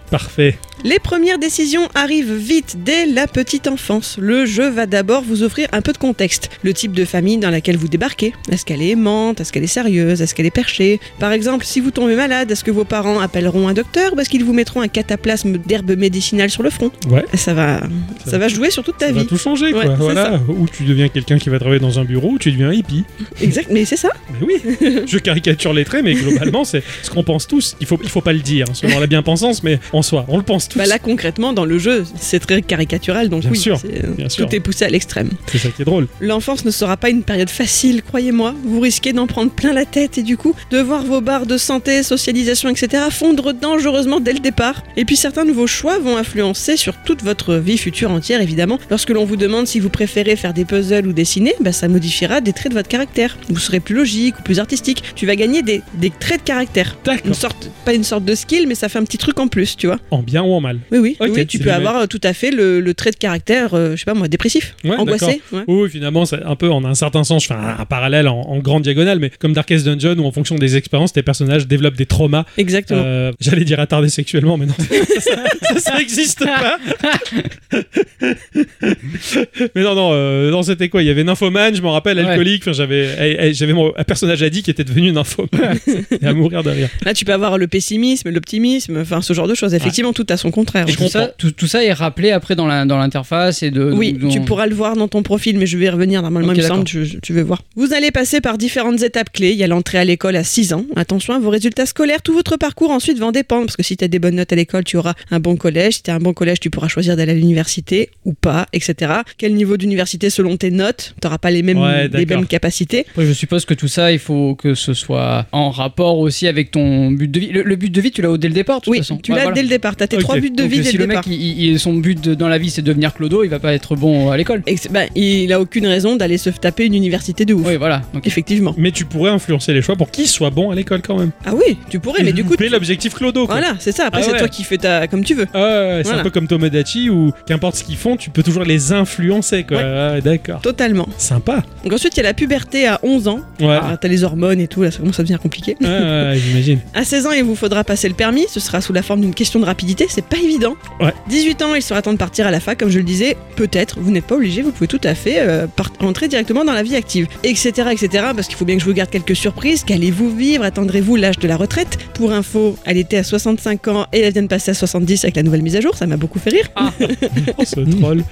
A: Parfait.
C: Les premières décisions arrivent vite dès la petite enfance. Le jeu va d'abord vous offrir un peu de contexte. Le type de famille dans laquelle vous débarquez. Est-ce qu'elle est aimante Est-ce qu'elle est sérieuse Est-ce qu'elle est perchée Par exemple, si vous tombez malade, est-ce que vos parents appelleront un docteur ou est-ce qu'ils vous mettront un cataplasme d'herbe médicinale sur le front
A: Ouais.
C: Ça va,
A: Ça-
C: ça va jouer sur toute ta
A: Ça va
C: vie.
A: tout changer, quoi.
C: Ouais, c'est
A: voilà. Ou tu deviens quelqu'un qui va travailler dans un bureau, ou tu deviens un hippie.
C: Exact, mais c'est ça.
A: Mais
C: (laughs)
A: oui, je caricature les traits, mais globalement, c'est ce qu'on pense tous. Il faut, il faut pas le dire, hein, selon la bien-pensance, mais en soi, on le pense tous.
C: Bah là concrètement dans le jeu, c'est très caricatural donc
A: Bien
C: oui,
A: sûr,
C: c'est- euh,
A: bien
C: tout
A: sûr.
C: est poussé à l'extrême.
A: C'est ça qui est drôle.
C: L'enfance ne sera pas une période facile, croyez-moi. Vous risquez d'en prendre plein la tête et du coup de voir vos barres de santé, socialisation, etc. fondre dangereusement dès le départ. Et puis certains de vos choix vont influencer sur toute votre vie future entière, évidemment. Lorsque l'on vous demande si vous préférez faire des puzzles ou dessiner, bah, ça modifiera des traits de votre caractère. Vous serez plus logique ou plus artistique. Tu vas gagner des, des traits de caractère. Une
A: D'accord.
C: sorte, pas une sorte de skill, mais ça fait un petit truc en plus, tu vois.
A: En bien ou en mal.
C: Oui, oui.
A: Ok,
C: oui tu
A: c'est
C: peux
A: du-
C: avoir euh, tout à fait le, le trait de caractère, euh, je sais pas moi, dépressif,
A: Ouais,
C: angoissé. ouais.
A: Oui, oui, finalement, c'est un peu en un certain sens, je fais un, un parallèle en, en grande diagonale, mais comme Darkest Dungeon, où en fonction des expériences, tes personnages développent des traumas.
C: Exactement.
A: Euh, J'allais dire attardés sexuellement, mais non, (laughs) ça, ça, ça n'existe pas. (laughs) mais non, non, euh, non, c'était quoi Il y avait Nymphomane, je m'en rappelle,
B: Ouais.
A: alcoolique. Enfin, j'avais, eh, eh, j'avais mon un personnage addict qui était devenu (laughs) Nymphomane. C'était à mourir de rire.
C: Là, tu peux avoir le pessimisme, l'optimisme, enfin ce genre de choses. Effectivement, tout a son son contraire.
A: Et
B: tout, ça, tout, tout ça est rappelé après dans la- dans l'interface et de.
C: Oui,
B: dans-
C: tu pourras le voir dans ton profil, mais je vais y revenir normalement,
B: Ok,
C: il me semble,
B: d'accord.
C: tu, tu veux voir. Vous allez passer par différentes étapes clés. Il y a l'entrée à l'école à 6 ans. Attention à vos résultats scolaires, tout votre parcours ensuite va en dépendre, parce que si tu as des bonnes notes à l'école, tu auras un bon collège. Si tu as un bon collège, tu pourras choisir d'aller à l'université ou pas, etc. Quel niveau d'université selon tes notes Tu n'auras pas les mêmes,
A: Ouais,
C: les
A: d'accord.
C: mêmes capacités.
B: Après, je suppose que tout ça, il faut que ce soit en rapport aussi avec ton but de vie. Le, le but de vie, tu l'as au- dès le départ, de toute
C: Oui,
B: façon.
C: tu
B: Ouais,
C: l'as
B: voilà.
C: dès le départ. Tu as tes
A: Ok.
C: trois buts de
B: Donc, euh,
C: vie dès
B: si
C: le
B: le
C: départ.
B: mec, il- il- son but de- dans la vie, c'est de devenir clodo, il va pas être bon à l'école.
C: Et c'est- ben, il a aucune raison d'aller se taper une université de ouf.
B: Oui, voilà. Donc,
C: Effectivement.
A: Mais tu pourrais influencer les choix pour qu'il soit bon à l'école quand même.
C: Ah oui, tu pourrais, mais du coup,
A: (laughs) Mais l'objectif Clodo, quoi.
C: voilà, c'est ça. Après,
A: Ah
C: c'est
A: ouais.
C: toi qui fais ta comme tu veux.
A: Ah ouais, c'est
C: Voilà.
A: un peu comme Tomodachi où qu'importe ce qu'ils font, tu peux toujours les influencer quoi.
C: Ouais.
A: Ah, D'accord.
C: Totalement.
A: Sympa.
C: Donc ensuite, il y a la puberté à 11 ans.
A: Ouais.
C: Alors, T'as les hormones et tout, là, ça commence à devenir compliqué.
A: Ah, ouais,
C: (laughs)
A: j'imagine.
C: À 16 ans, il vous faudra passer le permis. Ce sera sous la forme d'une question de rapidité. C'est pas évident.
A: Ouais.
C: 18 ans, il sera temps de partir à la fac, comme je le disais. Peut-être. Vous n'êtes pas obligé. Vous pouvez tout à fait euh, part- entrer directement dans la vie active, etc., etc. Parce qu'il faut bien que je vous garde quelques surprises. Qu'allez-vous vivre Attendrez-vous l'âge de la retraite Pour info, elle était à 65 ans et elle vient de passer à 70 avec la nouvelle mise à jour. Ça m'a beaucoup fait rire.
A: Oh ce troll.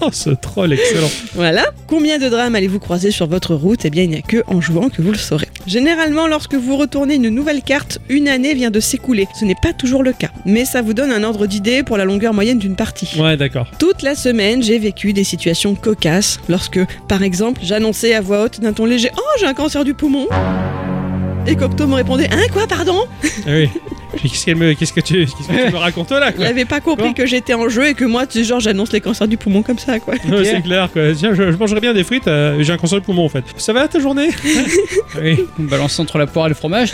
A: Oh ce troll excellent.
C: Voilà. Combien de drames allez-vous croiser sur votre route Eh bien, il n'y a que en jouant que vous le saurez. Généralement, lorsque vous retournez une nouvelle carte, une année vient de s'écouler. Ce n'est pas toujours le cas, mais ça vous donne un ordre d'idée pour la longueur moyenne d'une partie.
A: Ouais d'accord.
C: Toute la semaine, j'ai vécu des situations cocasses lorsque, par exemple, j'annonçais à voix haute d'un ton léger Oh, j'ai un cancer du poumon Et Cocteau me répondait Hein, quoi, pardon
A: Ah oui. J'ai dit, Qu'est-ce qu'elle me- qu'est-ce que tu qu'est-ce que tu me racontes là
C: Il
A: quoi.
C: n'avait pas compris
A: Bon.
C: que j'étais en jeu et que moi, tu sais, genre, j'annonce les cancers du poumon comme ça, quoi.
A: Ouais, c'est clair quoi. Tiens, je, je mangerais bien des frites, euh, j'ai un cancer de poumon en fait. Ça va ta
C: (laughs)
A: journée
C: Ah
A: Oui,
B: on balance entre la poire et le fromage.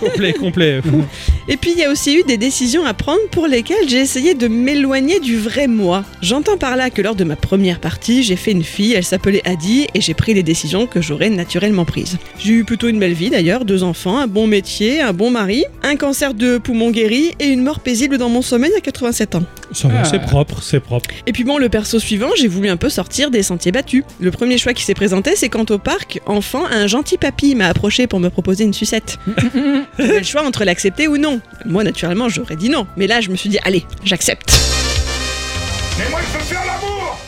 A: complet, complet.
C: (laughs) Mm.
A: Fou.
C: Et puis il y a aussi eu des décisions à prendre pour lesquelles j'ai essayé de m'éloigner du vrai moi. J'entends par là que lors de ma première partie, j'ai fait une fille, elle s'appelait Adi, et j'ai pris des décisions que j'aurais naturellement prises. J'ai eu plutôt une belle vie d'ailleurs, deux enfants, un bon métier, un bon mari, un cancer de poumon guéri et une mort paisible dans mon sommeil à 87 ans.
A: Ça va,
B: Ah.
A: c'est propre, c'est propre.
C: Et puis bon, le perso suivant, j'ai voulu un peu sortir des sentiers battus. Le premier choix qui s'est présenté, c'est quand au parc, enfant, un gentil papy m'a approché pour me proposer une sucette. J'avais le choix entre l'accepter ou non. Moi, naturellement, j'aurais dit non. Mais là, je me suis dit, allez, j'accepte.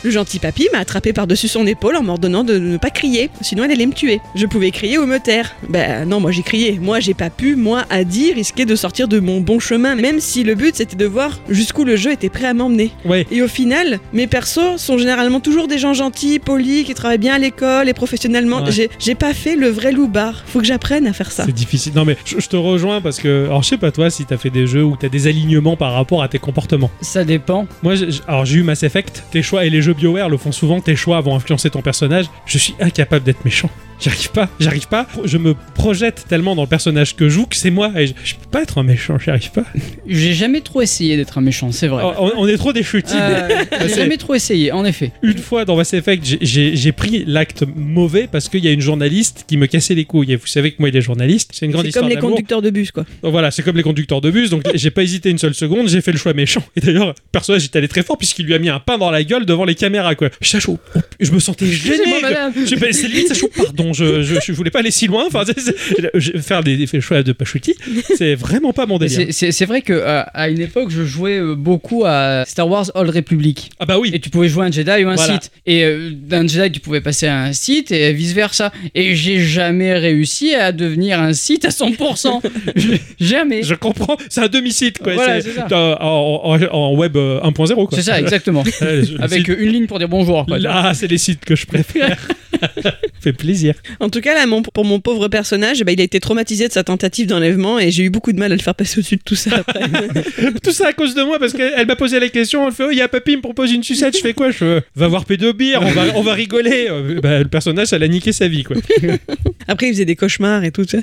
C: Le gentil papy m'a attrapé par-dessus son épaule en m'ordonnant de ne pas crier, sinon elle allait me tuer. Je pouvais crier ou me taire. Ben non, moi j'ai crié. Moi j'ai pas pu, moi, à dire, risquer de sortir de mon bon chemin, même si le but c'était de voir jusqu'où le jeu était prêt à m'emmener.
A: Ouais.
C: Et au final, mes persos sont généralement toujours des gens gentils, polis, qui travaillent bien à l'école et professionnellement.
A: Ouais.
C: J'ai- J'ai pas fait le vrai loupard. Faut que j'apprenne à faire ça.
A: C'est difficile. Non mais je, je te rejoins parce que alors je sais pas toi si t'as fait des jeux où t'as des alignements par rapport à tes comportements.
B: Ça dépend.
A: Moi, j'ai- j'ai- alors j'ai eu Mass Effect. Tes choix et les jeux Bioware le font souvent. Tes choix vont influencer ton personnage. Je suis incapable d'être méchant. J'arrive pas, j'arrive pas. Je me projette tellement dans le personnage que je joue que c'est moi. Et je, je peux pas être un méchant. J'arrive pas.
B: J'ai jamais trop essayé d'être un méchant, c'est vrai.
A: Oh, on, on est trop des chutibles.
B: Euh, j'ai
A: c'est-
B: jamais trop essayé, en effet.
A: Une fois dans Mass Effect, j'ai- j'ai j'ai pris l'acte mauvais parce qu'il y a une journaliste qui me cassait les couilles. Et vous savez que moi, il est journaliste. C'est une grande
C: C'est
A: histoire
C: comme les
A: d'amour.
C: conducteurs de bus, quoi.
A: Donc voilà, c'est comme les conducteurs de bus, donc
B: (laughs)
A: j'ai pas hésité une seule seconde, j'ai fait le choix méchant. Et d'ailleurs, le personnage est allé très fort puisqu'il lui a mis un pain dans la gueule devant les caméras, quoi. Je, je, je me
B: (laughs)
A: sentais gêné.
B: Excusez-moi,
A: quoi.
B: madame.
A: Je- ben, c'est limite, ça chauffe, pardon, je, je, je voulais pas aller si loin. Enfin, c'est- c'est- je- faire des, des choix de
B: (laughs)
A: Pachuti, c'est vraiment pas mon délire.
B: C'est- C'est c'est vrai que euh, à une époque, je jouais euh, beaucoup à Star Wars Old Republic.
A: Ah bah oui,
B: Et tu pouvais jouer un Jedi ou un
A: Voilà.
B: Sith. Et euh, d'un Jedi, tu pouvais passer à un Sith et vice versa. Et j'ai jamais réussi à devenir un Sith
A: (laughs)
B: à 100%. J- jamais.
A: je comprends, c'est un demi-site, quoi.
B: Voilà,
A: c'est
B: c'est ça.
A: euh, en, en- en web euh, 1.0, quoi. (laughs)
B: C'est ça, exactement.
A: Ouais, je- le
B: Avec
A: site-
B: euh, une ligne pour dire bonjour.
A: (laughs)
B: Quoi.
A: Là, c'est les sites que je
B: (laughs)
A: préfère. fait plaisir.
C: En tout cas, là, mon- pour mon pauvre personnage, eh ben, il a été traumatisé de sa tentative d'enlèvement et j'ai eu beaucoup de mal à le faire passer au-dessus de tout ça après.
A: (laughs) Tout ça à cause de moi parce qu'elle elle m'a posé la question. Elle fait, oh, il y a papy, il me propose une sucette. Je fais quoi Je euh, va voir Pédo Beer, on va, on va rigoler. Euh, bah, le personnage, elle a niqué sa vie quoi.
C: après, il faisait des cauchemars et tout ça.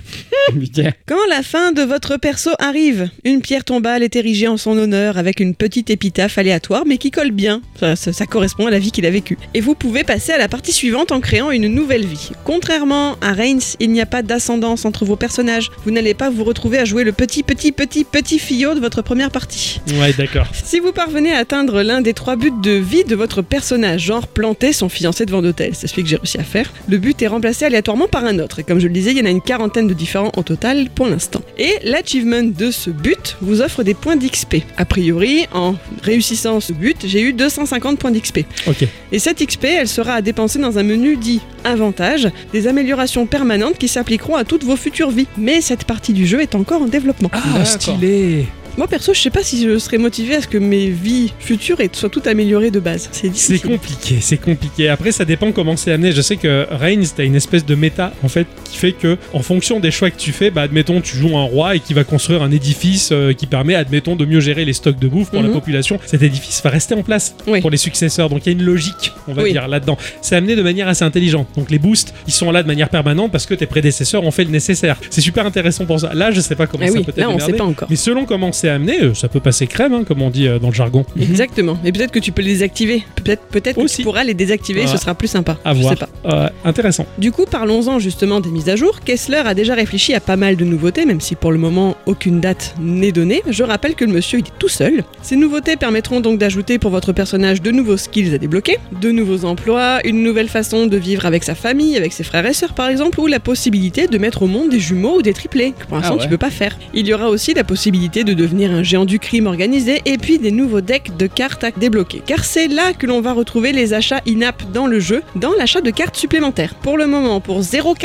B: Putain.
C: Quand la fin de votre perso arrive, une pierre tombale est érigée en son honneur avec une petite épitaphe aléatoire mais qui colle bien. Ça, ça- ça correspond à la vie qu'il a vécue. Et vous pouvez passer à la partie suivante en créant une nouvelle vie. Compte Contrairement à Reigns, il n'y a pas d'ascendance entre vos personnages. Vous n'allez pas vous retrouver à jouer le petit, petit, petit, petit fillot de votre première partie.
A: Ouais, d'accord.
C: Si vous parvenez à atteindre l'un des trois buts de vie de votre personnage, genre planter son fiancé devant l'hôtel, c'est celui que j'ai réussi à faire, le but est remplacé aléatoirement par un autre. Et comme je le disais, il y en a une quarantaine de différents au total pour l'instant. Et l'achievement de ce but vous offre des points d'XP. A priori, en réussissant ce but, j'ai eu 250 points d'XP.
A: Ok.
C: Et cette XP, elle sera à dépenser dans un menu dit avantage, des améliorations permanentes qui s'appliqueront à toutes vos futures vies. Mais cette partie du jeu est encore en développement.
A: Ah, stylé
C: Moi perso, je sais pas si je serais motivée à ce que mes vies futures aient- soient toutes améliorées de base. C'est
A: C'est
C: difficile.
A: compliqué, c'est compliqué. Après, ça dépend comment c'est amené. Je sais que Reigns, t'as une espèce de méta, en fait, qui fait que, en fonction des choix que tu fais, bah, admettons, tu joues un roi et qui va construire un édifice euh, qui permet, admettons, de mieux gérer les stocks de bouffe pour la
C: Mhm.
A: population. Cet édifice va rester en place
C: Oui.
A: pour les successeurs. Donc, il y a une logique, on va
C: Oui.
A: dire, là-dedans. C'est amené de manière assez intelligente. Donc, les boosts, ils sont là de manière permanente parce que tes prédécesseurs ont fait le nécessaire. C'est super intéressant pour ça. Là, je sais pas comment
C: Ah
A: ça
C: oui,
A: peut être
C: là on sait
A: emmerdé.
C: pas encore.
A: Mais selon comment c'est amené, euh, ça peut passer crème, hein, comme on dit euh, dans le jargon.
C: Exactement. Et peut-être que tu peux les désactiver. Peut-être peut-être que
A: Aussi.
C: tu pourras les désactiver,
A: Voilà.
C: ce sera plus sympa.
A: À
C: je
A: voir.
C: sais pas.
A: Euh, intéressant.
C: Du coup, parlons-en justement des mises à jour. Kessler a déjà réfléchi à pas mal de nouveautés, même si pour le moment aucune date n'est donnée. Je rappelle que le monsieur il est tout seul. Ces nouveautés permettront donc d'ajouter pour votre personnage de nouveaux skills à débloquer, de nouveaux emplois, une nouvelle façon de vivre avec sa famille, avec ses frères et sœurs par exemple, ou la possibilité de mettre au monde des jumeaux ou des triplés, que pour l'instant
B: ouais.
C: tu peux pas faire. Il y aura aussi la possibilité de devenir un géant du crime organisé et puis des nouveaux decks de cartes à débloquer. Car c'est là que l'on va retrouver les achats in-app dans le jeu, dans l'achat de cartes supplémentaires. Pour le moment, pour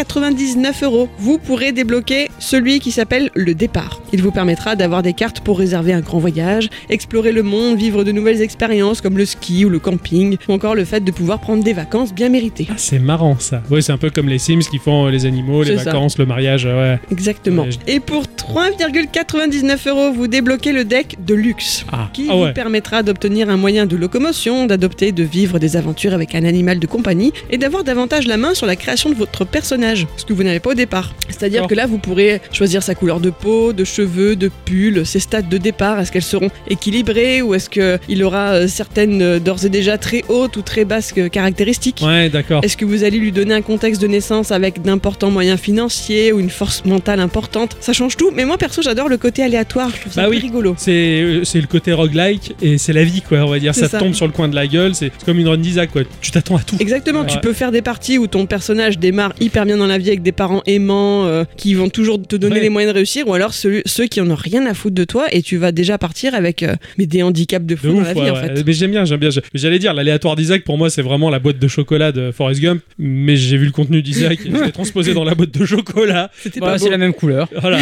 C: 0,99 euros, vous pourrez débloquer celui qui s'appelle le départ. Il vous permettra d'avoir des cartes pour réserver un grand voyage, explorer le monde, vivre de nouvelles expériences comme le ski ou le camping, ou encore le fait de pouvoir prendre des vacances bien méritées.
A: Ah, c'est marrant ça. Oui, c'est un peu comme les Sims qui font euh, les animaux, les
C: C'est ça. Ah.
A: vacances, le mariage. euh, Ouais.
C: Exactement.
A: Ouais,
C: Et pour 3,99 euros, vous débloquez le deck de luxe.
A: Ah,
C: qui
A: ah
C: vous
A: ouais.
C: permettra d'obtenir un moyen de locomotion, d'adopter, de vivre des aventures avec un animal de compagnie et d'avoir davantage la main sur la création de votre personnage, ce que vous n'avez pas au départ. C'est-à-dire
A: D'accord.
C: que là, vous pourrez choisir sa couleur de peau, de cheveux, de pull, ses stats de départ, est-ce qu'elles seront équilibrées ou est-ce qu'il aura euh, certaines euh, d'ores et déjà très hautes ou très basses euh, caractéristiques
A: Ouais, d'accord.
C: est-ce que vous allez lui donner un contexte de naissance avec d'importants moyens financiers ou une force mentale importante Ça change tout, mais moi perso j'adore le côté aléatoire, je trouve ça
A: Bah
C: plus
A: oui.
C: rigolo.
A: C'est euh, c'est le côté roguelike et c'est la vie, quoi, on va dire.
C: C'est
A: Ça, te
C: ça.
A: tombe sur le coin de la gueule, c'est c'est comme une run d'Isaac, quoi. Tu t'attends à tout.
C: Exactement, tu
A: Ouais.
C: peux faire des parties où ton personnage démarre hyper bien dans la vie avec des parents aimants euh, qui vont toujours te donner
A: Ouais.
C: les moyens de réussir, ou alors celui- ceux qui en ont rien à foutre de toi et tu vas déjà partir avec euh, mais des handicaps de fou
A: De
C: dans
A: ouf,
C: la vie
A: ouais,
C: en
A: ouais.
C: fait.
A: Mais j'aime bien, j'aime bien. Je- J'allais dire, l'aléatoire d'Isaac, pour moi, c'est vraiment la boîte de chocolat de Forrest Gump, mais j'ai vu le contenu d'Isaac et je l'ai transposé dans la boîte de chocolat.
C: C'était
B: Bah,
C: pas
B: c'est
C: beau.
B: la
A: (laughs)
B: même couleur.
C: (laughs)
A: Voilà.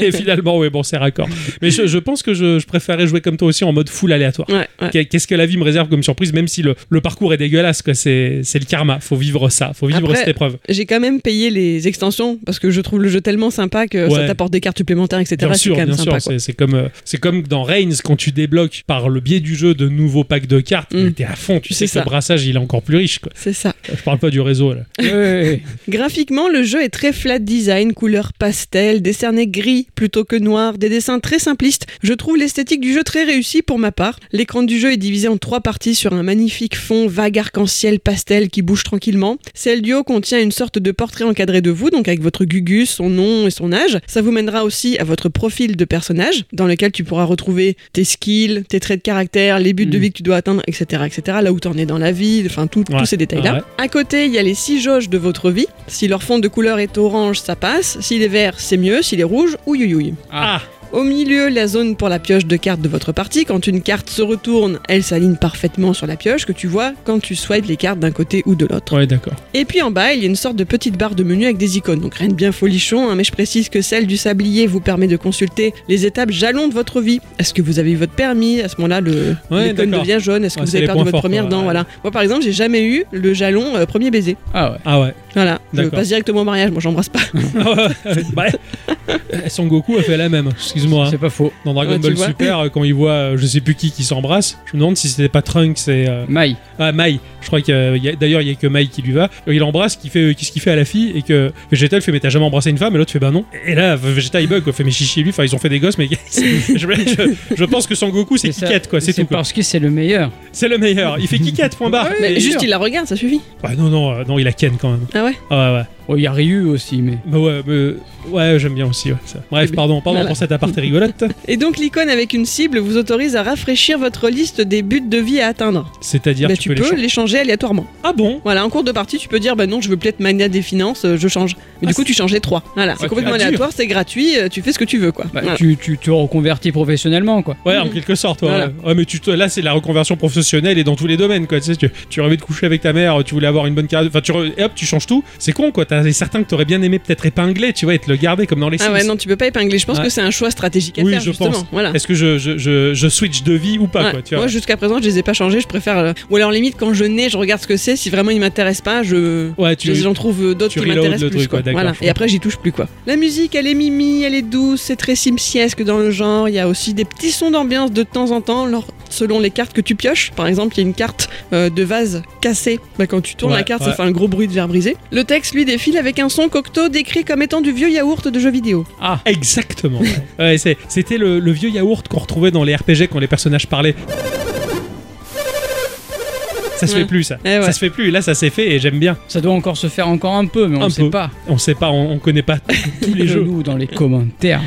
A: Et finalement, ouais, bon, c'est raccord. Mais je, je pense que je, je préférais jouer comme toi aussi en mode full aléatoire.
C: Ouais, ouais.
A: Qu'est- Qu'est-ce que la vie me réserve comme surprise, même si le, le parcours est dégueulasse, quoi. C'est c'est le karma. Faut vivre ça. Faut vivre
C: Après,
A: cette épreuve.
C: J'ai quand même payé les extensions parce que je trouve le jeu tellement sympa que
A: Ouais.
C: ça t'apporte des cartes supplémentaires, etc.
A: Bien
C: C'est
A: sûr,
C: quand même
A: bien
C: sympa.
A: sûr.
C: quoi.
A: C'est c'est comme, euh, c'est comme dans Reigns, quand tu débloques par le biais du jeu de nouveaux packs de cartes,
C: Mm.
A: mais t'es à fond. Tu
C: C'est
A: sais que
C: ça.
A: le brassage, il est encore plus riche, quoi.
C: C'est ça.
A: Je parle pas du réseau, là.
B: Ouais.
C: Graphiquement, le jeu est très flat design, couleur pastel, décerné gris plutôt que noir, des dessins très simplistes. Je trouve l'esthétique du jeu très réussie pour ma part. L'écran du jeu est divisé en trois parties sur un magnifique fond vague arc-en-ciel pastel qui bouge tranquillement. Celle du haut contient une sorte de portrait encadré de vous, donc avec votre gugus, son nom et son âge. Ça vous mènera aussi à votre profil de personnage, dans lequel tu pourras retrouver tes skills, tes traits de caractère, les buts de
B: Mm.
C: vie que tu dois atteindre, etc., etc., là où t'en es dans la vie, enfin tout-
A: Ouais,
C: tous ces détails-là.
A: ouais.
C: À côté, il y a les six jauges de votre vie. Si leur fond de couleur est orange, ça passe. S'il est vert, c'est mieux. S'il est rouge, ouïouïouï.
A: Ah,
C: Au milieu, la zone pour la pioche de cartes de votre partie. Quand une carte se retourne, elle s'aligne parfaitement sur la pioche que tu vois quand tu swipes les cartes d'un côté ou de l'autre.
A: Ah, ouais, d'accord.
C: Et puis en bas, il y a une sorte de petite barre de menu avec des icônes. Donc rien de bien folichon, hein, mais je précise que celle du sablier vous permet de consulter les étapes jalons de votre vie. Est-ce que vous avez eu votre permis À ce moment-là, le
A: Ouais,
C: l'icône
A: d'accord.
C: devient jaune. Est-ce que
A: Ouais,
C: vous
A: c'est les
C: avez perdu
A: points
C: votre
A: forts,
C: première
A: quoi,
C: dent
A: ouais.
C: Voilà. Moi, par exemple, j'ai jamais eu le jalon euh, premier baiser.
B: Ah ouais.
A: Ah ouais. (laughs)
C: Voilà, je
A: D'accord.
C: passe directement au mariage, moi j'embrasse pas.
A: bah, euh, Son Goku a fait la même. Excuse-moi. hein.
B: C'est pas faux.
A: Dans Dragon
C: Ouais, tu
A: Ball
C: vois.
A: Super, euh, quand il voit euh, je sais plus qui qui s'embrasse, je me demande si c'était pas Trunks et. euh,
B: Maï.
A: Ah, Mai. Je crois que. euh, y a- D'ailleurs, il y a que Mai qui lui va. Euh, Il embrasse, qui fait, euh, qu'est-ce qu'il fait à la fille Et que Vegeta, il fait, mais t'as jamais embrassé une femme Et l'autre fait, bah non. Et là, V- Vegeta, il bug, quoi. Fait, mais chichi, lui. Enfin, ils ont fait des gosses, mais. (laughs) je, je- je pense que Son Goku, c'est
B: ça.
A: Kiket, quoi. C'est tout, quoi.
B: parce que c'est le meilleur.
A: C'est le meilleur. Il fait Kiket, point barre.
B: Ouais,
A: Et- Ah,
C: Mais juste
B: sûr.
C: il la regarde, ça suffit.
A: Bah non, non, euh, non, il a Ken quand même.
C: Ah ouais
A: Ah ouais, ouais.
B: Bon, Oh, il y a Ryu aussi, mais.
A: Bah ouais, mais- ouais, j'aime bien aussi. ouais, ça. Bref, pardon, pardon
C: Voilà.
A: pour cette aparté rigolote.
C: Et donc l'icône avec une cible vous autorise à rafraîchir votre liste des buts de vie à atteindre.
A: C'est-à-dire,
C: Bah,
A: tu, peux, les changer.
C: les changer aléatoirement.
A: Ah bon
C: Voilà, en cours de partie, tu peux dire bah non, je veux peut-être mania des finances, euh, je change. Mais
A: Ah,
C: du coup, tu changes les trois. Voilà, c'est
A: Ouais,
C: complètement
A: gratuit.
C: aléatoire, c'est gratuit, euh, tu fais ce que tu veux quoi.
B: Bah,
C: Voilà.
B: tu, tu te reconvertis professionnellement, quoi.
A: Ouais, en quelque sorte. Ouais,
C: Voilà.
A: ouais. Ouais, mais tu te- là, c'est la reconversion professionnelle et dans tous les domaines, quoi. Tu sais, tu, tu rêvais de coucher avec ta mère, tu voulais avoir une bonne carrière. Enfin, tu re- et hop, tu changes tout. C'est con, quoi. T'as certains que t'aurais bien aimé peut-être épingler, tu vois, et te le garder comme dans les
C: Ah
A: Sims.
C: ouais, non, tu peux pas épingler. Je pense
A: Ouais.
C: que c'est un choix stratégique à
A: Oui,
C: faire
A: je
C: justement.
A: pense.
C: Voilà.
A: Est-ce que je, je, je, je switch de vie ou pas,
C: Ouais.
A: quoi tu vois.
C: Moi, jusqu'à présent, je les ai pas changés. Je préfère. euh, Ou alors, limite, quand je nais, je regarde ce que c'est. Si vraiment ils m'intéressent pas, je.
A: Ouais, tu-
C: J'en trouve euh, d'autres
A: tu
C: qui
A: reload
C: m'intéressent
A: le
C: plus.
A: truc, ouais, d'accord,
C: Voilà.
A: je
C: Et
A: comprends.
C: après, j'y touche plus quoi. La musique, elle est mimi, elle est douce, c'est très simsiesque dans le genre. Il y a aussi des petits sons d'ambiance de temps en temps, lors- selon les cartes que tu pioches. Par exemple, il y a une carte euh, de vase cassé. Bah, quand tu tournes
A: Ouais,
C: la carte,
A: ouais.
C: ça fait un gros bruit de verre brisé. Le texte, lui, défile avec un son cocteau décrit comme étant du vieux yaourt de jeux vidéo.
A: Ah, exactement. (laughs) ouais. Ouais, c'est- c'était le, le vieux yaourt qu'on retrouvait dans les RPG quand les personnages parlaient. Ça se
C: Ouais.
A: fait plus, ça.
C: Eh ouais.
A: Ça se fait plus. Là, ça s'est fait et j'aime bien.
B: Ça doit encore se faire encore un peu, mais on
A: Un
B: ne sait
A: peu.
B: pas.
A: On sait pas, on, on connaît
C: (laughs)
A: pas tous les jeux.
B: Nous, dans les commentaires.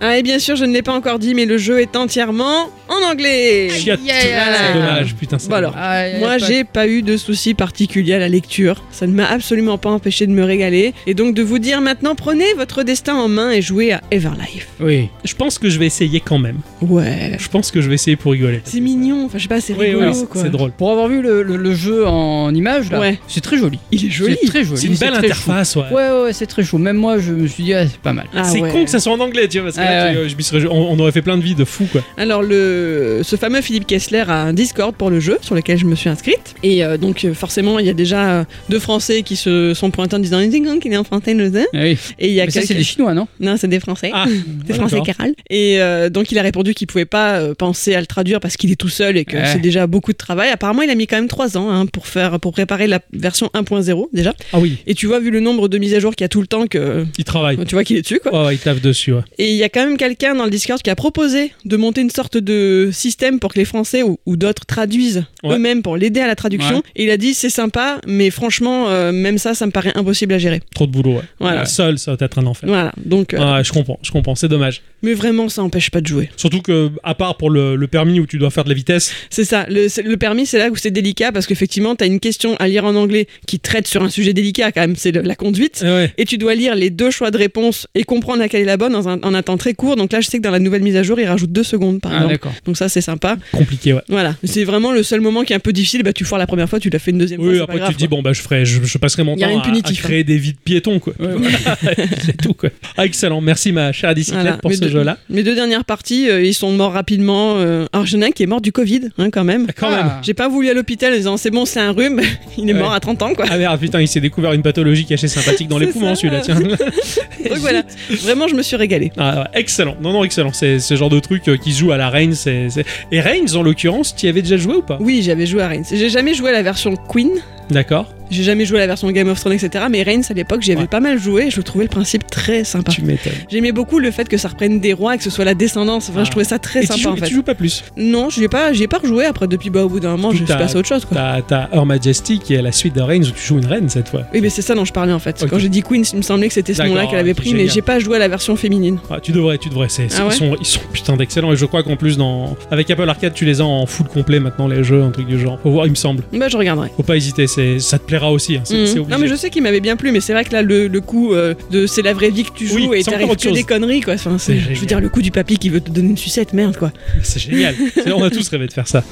C: Ah, et bien sûr, je ne l'ai pas encore dit, mais le jeu est entièrement en anglais.
A: Chiotte.
E: Aïe, aïe, aïe.
A: C'est dommage, putain. c'est
C: Bon, Bah, alors,
B: Ah,
A: Euh,
C: Moi, j'ai pas eu de soucis particuliers à la lecture. Ça ne m'a absolument pas empêché de me régaler. Et donc de vous dire maintenant, prenez votre destin en main et jouez à Everlife.
B: Oui.
A: Je pense que je vais essayer quand même.
C: Ouais.
A: Je pense que je vais essayer pour rigoler.
C: C'est mignon. Enfin, je sais pas, c'est
A: Oui,
C: rigolo,
A: oui, c'est-
C: quoi.
A: c'est drôle.
B: Pour avoir vu le, le- le jeu en image, là,
C: Ouais.
B: c'est très joli.
C: Il est joli.
B: C'est très joli.
A: C'est une belle
B: très
A: interface, ouais.
B: chou. Ouais, ouais, ouais, c'est très chaud. Même moi, je me suis dit, ah, c'est pas mal.
C: Ah
A: c'est
C: ouais.
A: con que ça soit en anglais, tu vois, parce que là,
B: Ouais,
A: tu- je m'y serais- on, on aurait fait plein de vies de fou, quoi.
C: Alors le, ce fameux Philippe Kessler a un Discord pour le jeu sur lequel je me suis inscrite et euh, donc euh, forcément il y a déjà euh, deux Français qui se sont pointés en disant il est con qu'il est en français le jeu
B: Ah oui.
C: et il y a
B: Mais ça,
C: quelques-
B: c'est des Chinois, non
C: non c'est des Français (laughs)
A: Ah,
C: C'est
A: d'accord.
C: français Caral. Et euh, donc il a répondu qu'il pouvait pas euh, penser à le traduire parce qu'il est tout seul et que
B: Ouais.
C: c'est déjà beaucoup de travail. Apparemment, il a mis quand même 3 ans hein, pour faire pour préparer la version 1.0 déjà.
A: Ah oui,
C: Et tu vois vu le nombre de mises à jour qu'il y a tout le temps
A: (laughs)
C: que euh,
A: il travaille.
C: tu vois qu'il est dessus quoi.
A: Ouais, ouais, il taffe dessus, ouais.
C: Et il y a quand même quelqu'un dans le Discord qui a proposé de monter une sorte de système pour que les Français ou, ou d'autres traduisent
A: Ouais.
C: eux-mêmes pour l'aider à la traduction.
B: Ouais.
C: Et il a dit c'est sympa, mais franchement euh, même ça ça me paraît impossible à gérer.
A: Trop de boulot, ouais.
C: Voilà.
A: Seul, ça va être un enfer. Ah
C: Voilà. Donc euh,
A: Ouais, je comprends, je comprends, c'est dommage.
C: mais vraiment ça empêche pas de jouer.
A: Surtout que, à part pour le, le permis où tu dois faire de la vitesse,
C: C'est ça, le, c'est- le permis c'est là où c'est délicat parce qu'effectivement t'as une question à lire en anglais qui traite sur un sujet délicat quand même, c'est le- la conduite.
A: ouais.
C: Et tu dois lire les deux choix de réponse et comprendre laquelle est la bonne dans un- en un temps très court. Donc là je sais que dans la nouvelle mise à jour ils rajoutent deux secondes par
B: Ah,
C: exemple.
B: d'accord.
C: Donc ça c'est sympa.
A: compliqué, ouais.
C: Voilà, c'est vraiment le seul moment qui est un peu difficile, bah tu foires la première fois, tu l'as fait une deuxième fois.
A: Oui,
C: c'est
A: après
C: pas
A: tu
C: grave,
A: te dis,
C: quoi.
A: bon, bah je ferai, je, je passerai mon
C: Y a
A: temps
C: rien
A: à,
C: de punitif, hein.
A: à créer des vies de piétons, quoi.
B: Ouais, ouais.
A: (laughs) c'est tout, quoi. Ah, excellent, merci ma chère bicyclette
C: Voilà.
A: pour
C: Mes
A: ce
C: deux-
A: jeu-là.
C: Mes deux dernières parties, euh, ils sont morts rapidement. euh, Alors j'en ai un qui est mort du Covid hein, quand même.
A: Ah, Quand
B: Ah.
A: même.
C: J'ai pas voulu à l'hôpital en disant c'est bon, c'est un rhume, (laughs) il est
A: Ouais.
C: mort à 30
A: (laughs)
C: ans quoi.
A: Ah merde, putain, il s'est découvert une pathologie cachée sympathique
C: (laughs)
A: dans les
C: C'est
A: poumons,
C: ça.
A: celui-là, tiens.
C: Donc voilà, vraiment je me suis régalée.
A: Ah, ouais, excellent, non, non, excellent. C'est ce genre de truc euh, qui se joue à la Reigns. c'est- c'est- Et Reigns, en l'occurrence, tu y avais déjà joué ou pas
C: Oui, j'avais joué à Reigns. J'ai jamais joué à la version Queen,
A: D'accord.
C: j'ai jamais joué à la version Game of Thrones, etc. Mais Reigns, à l'époque, j'y avais
A: Ouais.
C: pas mal joué et je trouvais le principe très sympa.
A: Tu m'étonnes.
C: J'aimais beaucoup le fait que ça reprenne des rois, que ce soit la descendance. Enfin,
A: Ah.
C: je trouvais ça très
A: Et tu
C: sympa
A: joues,
C: en
A: et
C: fait.
A: tu joues pas plus.
C: Non, je ai pas, j'y ai pas rejoué après. Depuis bah, au bout d'un moment,
A: Tout
C: je suis
A: à-
C: passée à autre chose. Quoi.
A: T'as t'as Her Majesty qui est la suite de Reigns où tu joues une reine cette fois.
C: Oui, mais c'est ça dont je parlais en fait.
A: Ok.
C: Quand j'ai dit Queen, il me semblait que c'était ce nom-là
A: D'accord,
C: qu'elle avait
A: ouais,
C: pris,
A: génial.
C: mais j'ai pas joué à la version féminine.
A: Ah, tu devrais, tu devrais. c'est- c'est-
C: Ah ouais
A: ils, sont, ils sont putain d'excellents. Et je crois qu'en plus, dans... avec Apple Arcade, tu les as en full complet maintenant, les jeux, un truc du genre. Faut voir, il me semble.
C: Bah, je regarderai.
A: Faut pas hésiter, c'est- ça te plaira aussi. hein, C'est
C: Mhm.
A: c'est
C: Non,
A: obligé.
C: mais je sais qu'il m'avait bien plu, mais c'est vrai que là, le, le coup euh, de c'est la vraie vie que tu
A: Oui,
C: joues et
A: c'est
C: t'arrives
A: encore
C: que
A: autre chose.
C: des conneries quoi. Enfin,
A: C'est
C: c'est- je
A: génial.
C: veux dire, le coup du papy qui veut te donner une sucette, merde quoi.
A: (laughs) C'est génial. C'est- On a tous rêvé de faire ça.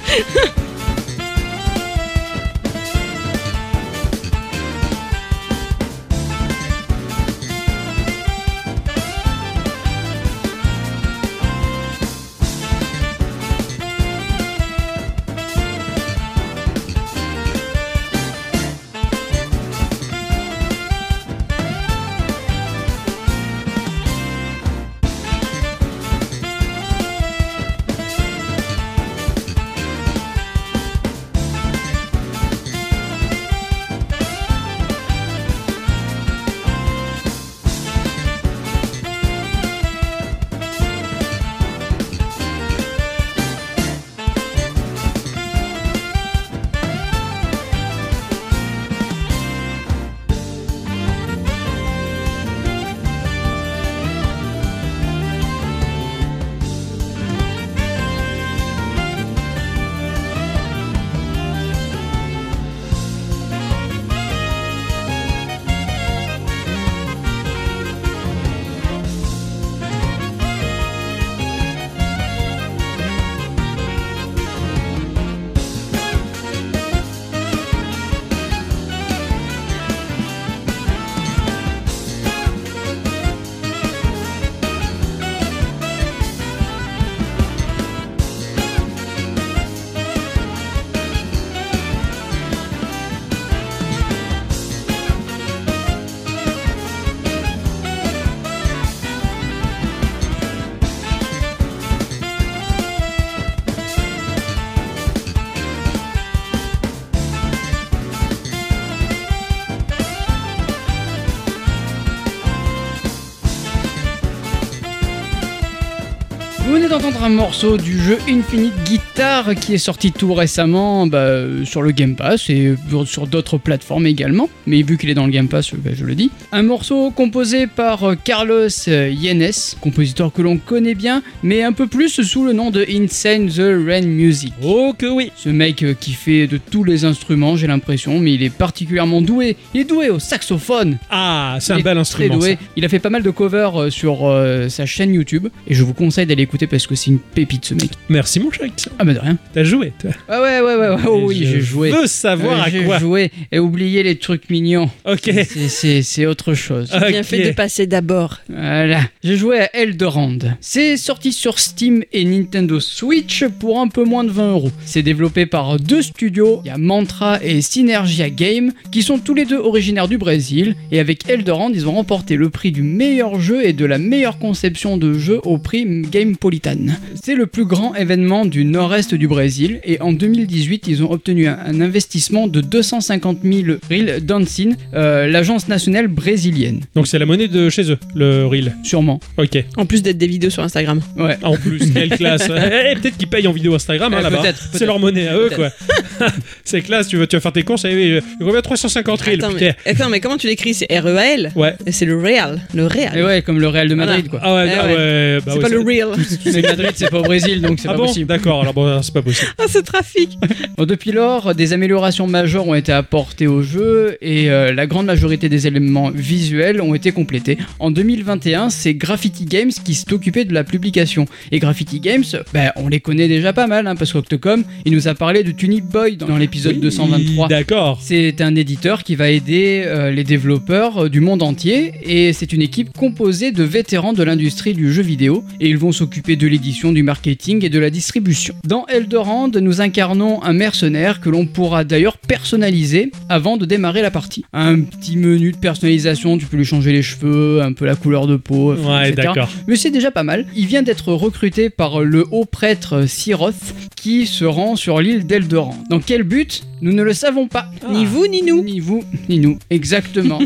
B: venez d'entendre un morceau du jeu Infinite Guitar qui est sorti tout récemment bah, euh, sur le Game Pass et sur d'autres plateformes également. Mais vu qu'il est dans le Game Pass, euh, bah, je le dis. Un morceau composé par euh, Carlos euh, Yenes, compositeur que l'on connaît bien, mais un peu plus sous le nom de Insane the Rain Music.
A: Oh que oui
B: Ce mec euh, qui fait de tous les instruments, j'ai l'impression, mais il est particulièrement doué. Il est doué au saxophone,
A: Ah, c'est
B: il
A: un
B: est
A: bel
B: très
A: instrument.
B: doué. Il a fait pas mal de covers euh, sur euh, sa chaîne YouTube et je vous conseille d'aller écouter parce que c'est une pépite ce mec.
A: ça. Merci mon cher Ixon.
B: Ah bah de rien.
A: T'as joué. toi.
B: Ah ouais ouais ouais, ouais. Oh oui
A: Je
B: j'ai joué.
A: veux savoir
B: Euh, j'ai
A: à quoi.
B: joué et oubliez les trucs mignons.
A: Ok.
B: C'est- C'est c'est autre (laughs) chose.
A: Ok.
C: Bien fait de passer d'abord.
B: Voilà. J'ai joué à Eldorand. C'est sorti sur Steam et Nintendo Switch pour un peu moins de 20 euros. C'est développé par deux studios, il y a Mantra et Synergia Game, qui sont tous les deux originaires du Brésil. Et avec Eldorand, ils ont remporté le prix du meilleur jeu et de la meilleure conception de jeu au prix Gamepolitan. C'est le plus grand événement du nord-est du Brésil et en 2018, ils ont obtenu un, un investissement de 250 000 real d'Ansin, euh, l'agence nationale brésilienne.
A: Donc c'est la monnaie de chez eux, le reel.
B: Sûrement.
A: Ok.
C: En plus d'être des vidéos sur Instagram.
B: Ouais.
A: Ah, en plus, quelle classe. Eh, eh, peut-être qu'ils payent en vidéo Instagram hein,
B: Euh,
C: Eh,
A: là-bas.
B: peut-être,
A: C'est
B: peut-être.
A: leur monnaie à eux quoi. (laughs)
B: Peut-être.
A: c'est classe. Tu veux, tu vas faire tes courses. Eh, oui, combien 350 reels.
C: Attends,
A: Putain.
C: mais, attends, mais comment tu l'écris C'est R-E-A-L
A: Ouais.
C: Et C'est le Real. Le Real.
B: Et ouais, comme le Real de Madrid, quoi.
A: Ah ouais.
C: Eh
A: ah
C: ouais.
A: ouais, bah
C: c'est
A: ouais,
C: pas
A: ça-
C: le Real. (laughs)
B: Mais Madrid, c'est pas au Brésil, donc c'est
A: Ah
B: pas
A: bon
B: possible.
A: D'accord. Alors bon, c'est pas possible.
C: Ah, ce trafic
B: Bon, depuis lors, des améliorations majeures ont été apportées au jeu et euh, la grande majorité des éléments visuels ont été complétés. En 2021, c'est Graffiti Games qui s'est occupé de la publication. Et Graffiti Games, ben, on les connaît déjà pas mal, hein, parce qu'Octocom, il nous a parlé de Tunic Boy dans, dans l'épisode
A: Oui,
B: 223.
A: D'accord.
B: C'est un éditeur qui va aider euh, les développeurs euh, du monde entier et c'est une équipe composée de vétérans de l'industrie du jeu vidéo et ils vont s'occuper de l'édition, du marketing et de la distribution. Dans Eldorand, nous incarnons un mercenaire que l'on pourra d'ailleurs personnaliser avant de démarrer la partie. Un petit menu de personnalisation, tu peux lui changer les cheveux, un peu la couleur de peau,
A: Ouais,
B: etc.
A: d'accord.
B: Mais c'est déjà pas mal. Il vient d'être recruté par le haut prêtre Siroth qui se rend sur l'île d'Eldoran. Dans quel but Nous ne le savons pas.
A: Ah.
C: Ni vous, ni nous.
B: Ni vous, ni nous.
A: (laughs)
B: Exactement.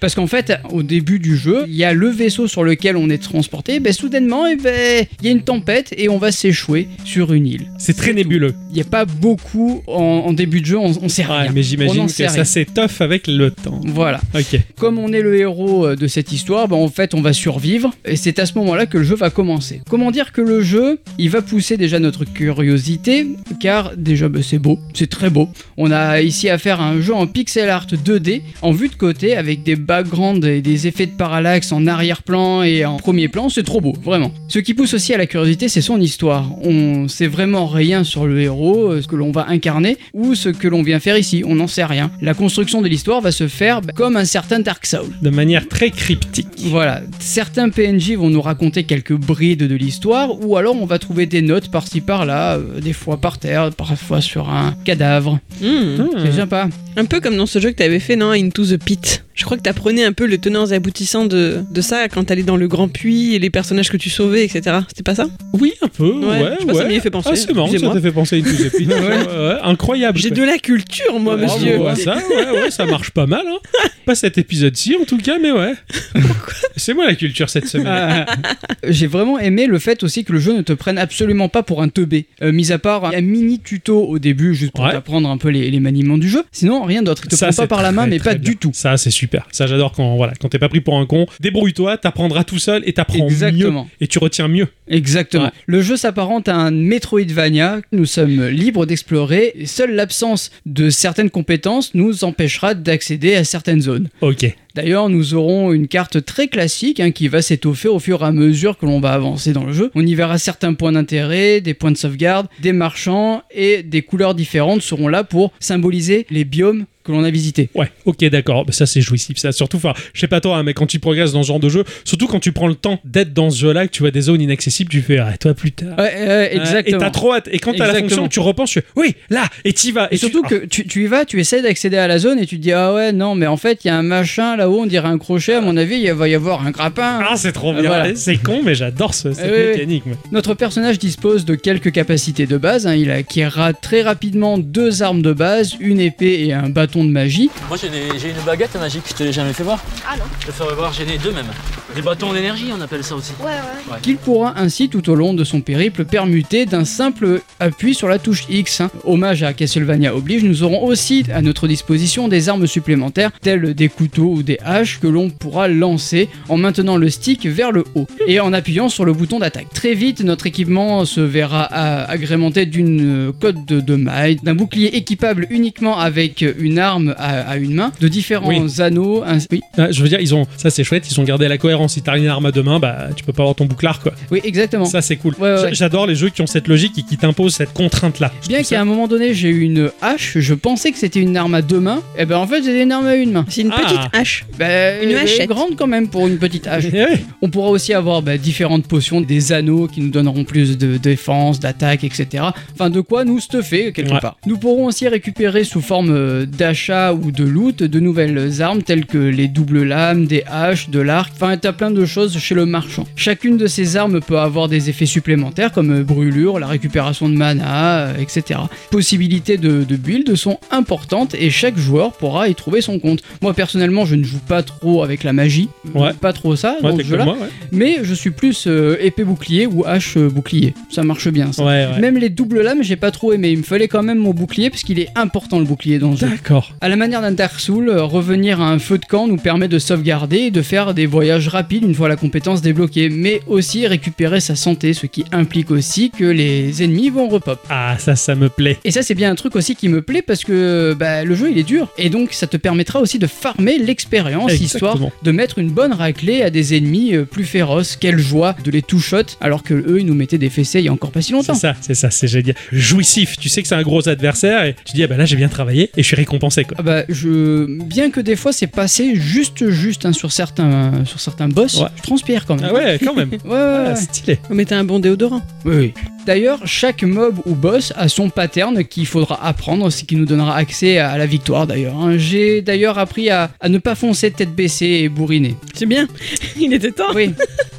B: Parce qu'en fait, au début du jeu, il y a le vaisseau sur lequel on est transporté. Ben, soudainement, eh ben, il y a une tempête et on va s'échouer sur une île.
A: C'est très nébuleux.
B: Il n'y a pas beaucoup en, en début de jeu, on, on sait
A: Ouais,
B: rien.
A: mais j'imagine
B: On en
A: que
B: sait
A: ça
B: rien.
A: s'étoffe avec le temps.
B: Voilà.
A: Ok.
B: Comme on est le héros euh, de cette histoire, bah, en fait on va survivre et c'est à ce moment-là que le jeu va commencer. Comment dire que le jeu, il va pousser déjà notre curiosité car déjà bah, c'est beau, c'est très beau. On a ici affaire à un jeu en pixel art 2D en vue de côté avec des backgrounds et des effets de parallaxe en arrière-plan et en premier plan, c'est trop beau, vraiment. Ce qui pousse aussi à la curiosité, c'est son histoire. On sait vraiment rien sur le héros, euh, ce que l'on va incarner ou ce que l'on vient faire ici, on n'en sait rien. La construction de l'histoire va se faire bah, comme un certain Dark Souls.
A: De manière très cryptique.
B: Voilà, certains PNJ vont nous raconter quelques brides de l'histoire, ou alors on va trouver des notes par-ci par-là, euh, des fois par terre, parfois sur un cadavre.
C: Hmm.
B: C'est
A: Ah.
B: sympa.
C: Un peu comme dans ce jeu que t'avais fait, non Into the Pit. Je crois que t'apprenais un peu le tenants et aboutissants de, de ça quand t'allais dans le grand puits et les personnages que tu sauvais, etc. C'était pas ça
A: Oui, un peu.
C: Ouais,
A: Ouais,
C: je sais pas, ça m'y a fait penser,
A: Ah, c'est marrant, ça
C: excusez-moi.
A: t'a fait penser à
C: (laughs)
A: une touche épine.
B: Ouais.
A: incroyable.
C: J'ai
A: quoi.
C: de la culture, moi,
A: Bravo,
C: monsieur.
A: ouais, ça, ouais, ouais, ça marche pas mal. hein. Pas cet épisode-ci, en tout cas, mais ouais. C'est moi la culture cette semaine.
B: (laughs) J'ai vraiment aimé le fait aussi que le jeu ne te prenne absolument pas pour un teubé. Euh, mis à part un mini tuto au début, juste pour
A: Ouais.
B: t'apprendre un peu les, les maniements du jeu. Sinon, rien d'autre. Il te
A: Ça,
B: prend
A: c'est
B: pas par la main,
A: très,
B: mais
A: très
B: pas
A: bien.
B: du tout.
A: Ça, c'est super. Ça, j'adore quand voilà, quand t'es pas pris pour un con. Débrouille-toi, t'apprendras tout seul et t'apprends mieux.
B: Exactement.
A: Et tu retiens mieux.
B: Exactement.
A: Ouais.
B: Le jeu s'apparente à un Metroidvania. Nous sommes libres d'explorer. et Seule l'absence de certaines compétences nous empêchera d'accéder à certaines zones.
A: Ok.
B: D'ailleurs, nous aurons une carte très classique hein, qui va s'étoffer au fur et à mesure que l'on va avancer dans le jeu. On y verra certains points d'intérêt, des points de sauvegarde, des marchands et des couleurs différentes seront là pour symboliser les biomes que l'on a visités.
A: Ouais, ok, d'accord. Bah, ça, c'est jouissif. Ça, surtout, enfin, je sais pas toi, hein, mais quand tu progresses dans ce genre de jeu, surtout quand tu prends le temps d'être dans ce jeu-là, que tu vois des zones inaccessibles, tu fais, ah, toi, plus tard.
B: Ouais, ouais,
A: Euh, Et
B: exactement.
A: t'as trop hâte. Et quand t'as la
B: Exactement.
A: fonction, tu repenses, tu fais, oui, là, et t'y vas.
B: Et, surtout
A: tu- ah.
B: que tu, tu y vas, tu essaies d'accéder à la zone et tu te dis ah ouais non mais en fait il y a un machin là-haut on dirait un crochet à mon avis il va y avoir un grappin.
A: Ah, c'est trop bien.
B: Voilà.
A: C'est con, mais j'adore ce- cette
B: Eh oui, oui.
A: mécanique. moi.
B: Notre personnage dispose de quelques capacités de base, hein. il acquérera très rapidement deux armes de base, une épée et un bâton de magie.
F: Moi j'ai des- j'ai une baguette magique, je te l'ai jamais fait voir. Ah non Je te ferai voir, j'en ai deux même. Des bâtons d'énergie, on appelle ça aussi.
E: Ouais, ouais.
B: qu'il pourra ainsi tout au long de son périple permuter d'un simple appui sur la touche X. hein. Hommage à Castlevania oblige, nous aurons aussi à notre disposition des armes supplémentaires telles des couteaux ou des haches que l'on pourra lancer en maintenant le stick vers le haut et en appuyant sur le bouton d'attaque. Très vite, notre équipement se verra a- agrémenté d'une euh, cotte de, de maille, d'un bouclier équipable uniquement avec une arme à, à une main, de différents
A: Oui.
B: anneaux. ainsi- Oui.
A: Ah, je veux dire, ils ont ça c'est chouette, ils ont gardé la cohérence. Si t'as une arme à deux mains, bah tu peux pas avoir ton bouclard quoi.
B: oui, exactement.
A: Ça c'est cool.
B: Ouais, ouais,
A: J-
B: ouais.
A: J'adore les jeux qui ont cette logique et qui t'imposent cette contrainte là.
B: Bien qu'à un moment donné j'ai eu une hache, je pensais que c'était une arme à deux mains, et ben en fait c'était une arme à une main.
C: C'est une
A: Ah.
C: petite hache.
B: Ben,
C: Une
B: elle est
C: hachette.
B: grande quand même pour une petite hache.
A: (laughs) Ouais.
B: On pourra aussi avoir ben, différentes potions, des anneaux qui nous donneront plus de défense, d'attaque, etc. Enfin de quoi nous stuffer quelque
A: Ouais.
B: part. Nous pourrons aussi récupérer sous forme euh, d'achat ou de loot de nouvelles armes telles que les doubles lames, des haches, de l'arc, enfin t'as plein de choses chez le marchand. Chacune de ces armes peut avoir des effets supplémentaires comme euh, brûlure, la récupération de mana, euh, etc. Possibilités de, de build sont importantes et chaque joueur pourra y trouver son compte. Moi personnellement je ne joue pas trop avec la magie,
A: Ouais.
B: pas trop ça
A: Ouais,
B: dans
A: t'es
B: ce
A: comme
B: jeu-là,
A: moi, ouais.
B: mais je suis plus euh, épée bouclier ou hache euh, bouclier. Ça marche bien ça.
A: Ouais, ouais.
B: Même les doubles lames, j'ai pas trop aimé. Il me fallait quand même mon bouclier parce qu'il est important le bouclier dans ce jeu.
A: D'accord.
B: À la manière d'un Dark Soul, euh, revenir à un feu de camp nous permet de sauvegarder et de faire des voyages rapides une fois la compétence débloquée, mais aussi récupérer sa santé, ce qui implique aussi que les ennemis vont repop.
A: Ah ça ça me plaît.
B: Et ça, c'est bien un truc aussi qui me plaît parce que bah, le jeu il est dur et donc ça te permettra aussi de farmer l'expérience histoire
A: Exactement.
B: de mettre une bonne raclée à des ennemis euh, plus féroces. Quelle joie de les two-shot alors que eux ils nous mettaient des fessées il y a encore pas si longtemps.
A: C'est ça, c'est ça, c'est génial. Jouissif. Tu sais que c'est un gros adversaire et tu dis ah bah là j'ai bien travaillé et je suis récompensé quoi.
B: Ah bah, je... Bien que des fois c'est passé juste juste hein, sur, certains, sur certains boss,
A: Ouais.
B: je transpire quand même.
A: Ah ouais quand même.
B: (laughs) Ouais, ouais,
A: Ah,
B: ouais.
A: stylé.
C: Mais t'as un bon
A: (laughs)
C: déodorant.
B: Oui, oui. D'ailleurs, chaque mob ou boss a son pattern qu'il faudra apprendre, ce qui nous donnera accès à la victoire d'ailleurs. hein. J'ai d'ailleurs appris à, à ne pas foncer tête baissée et bourriner.
C: C'est bien. Oh. Il était temps.
B: Oui,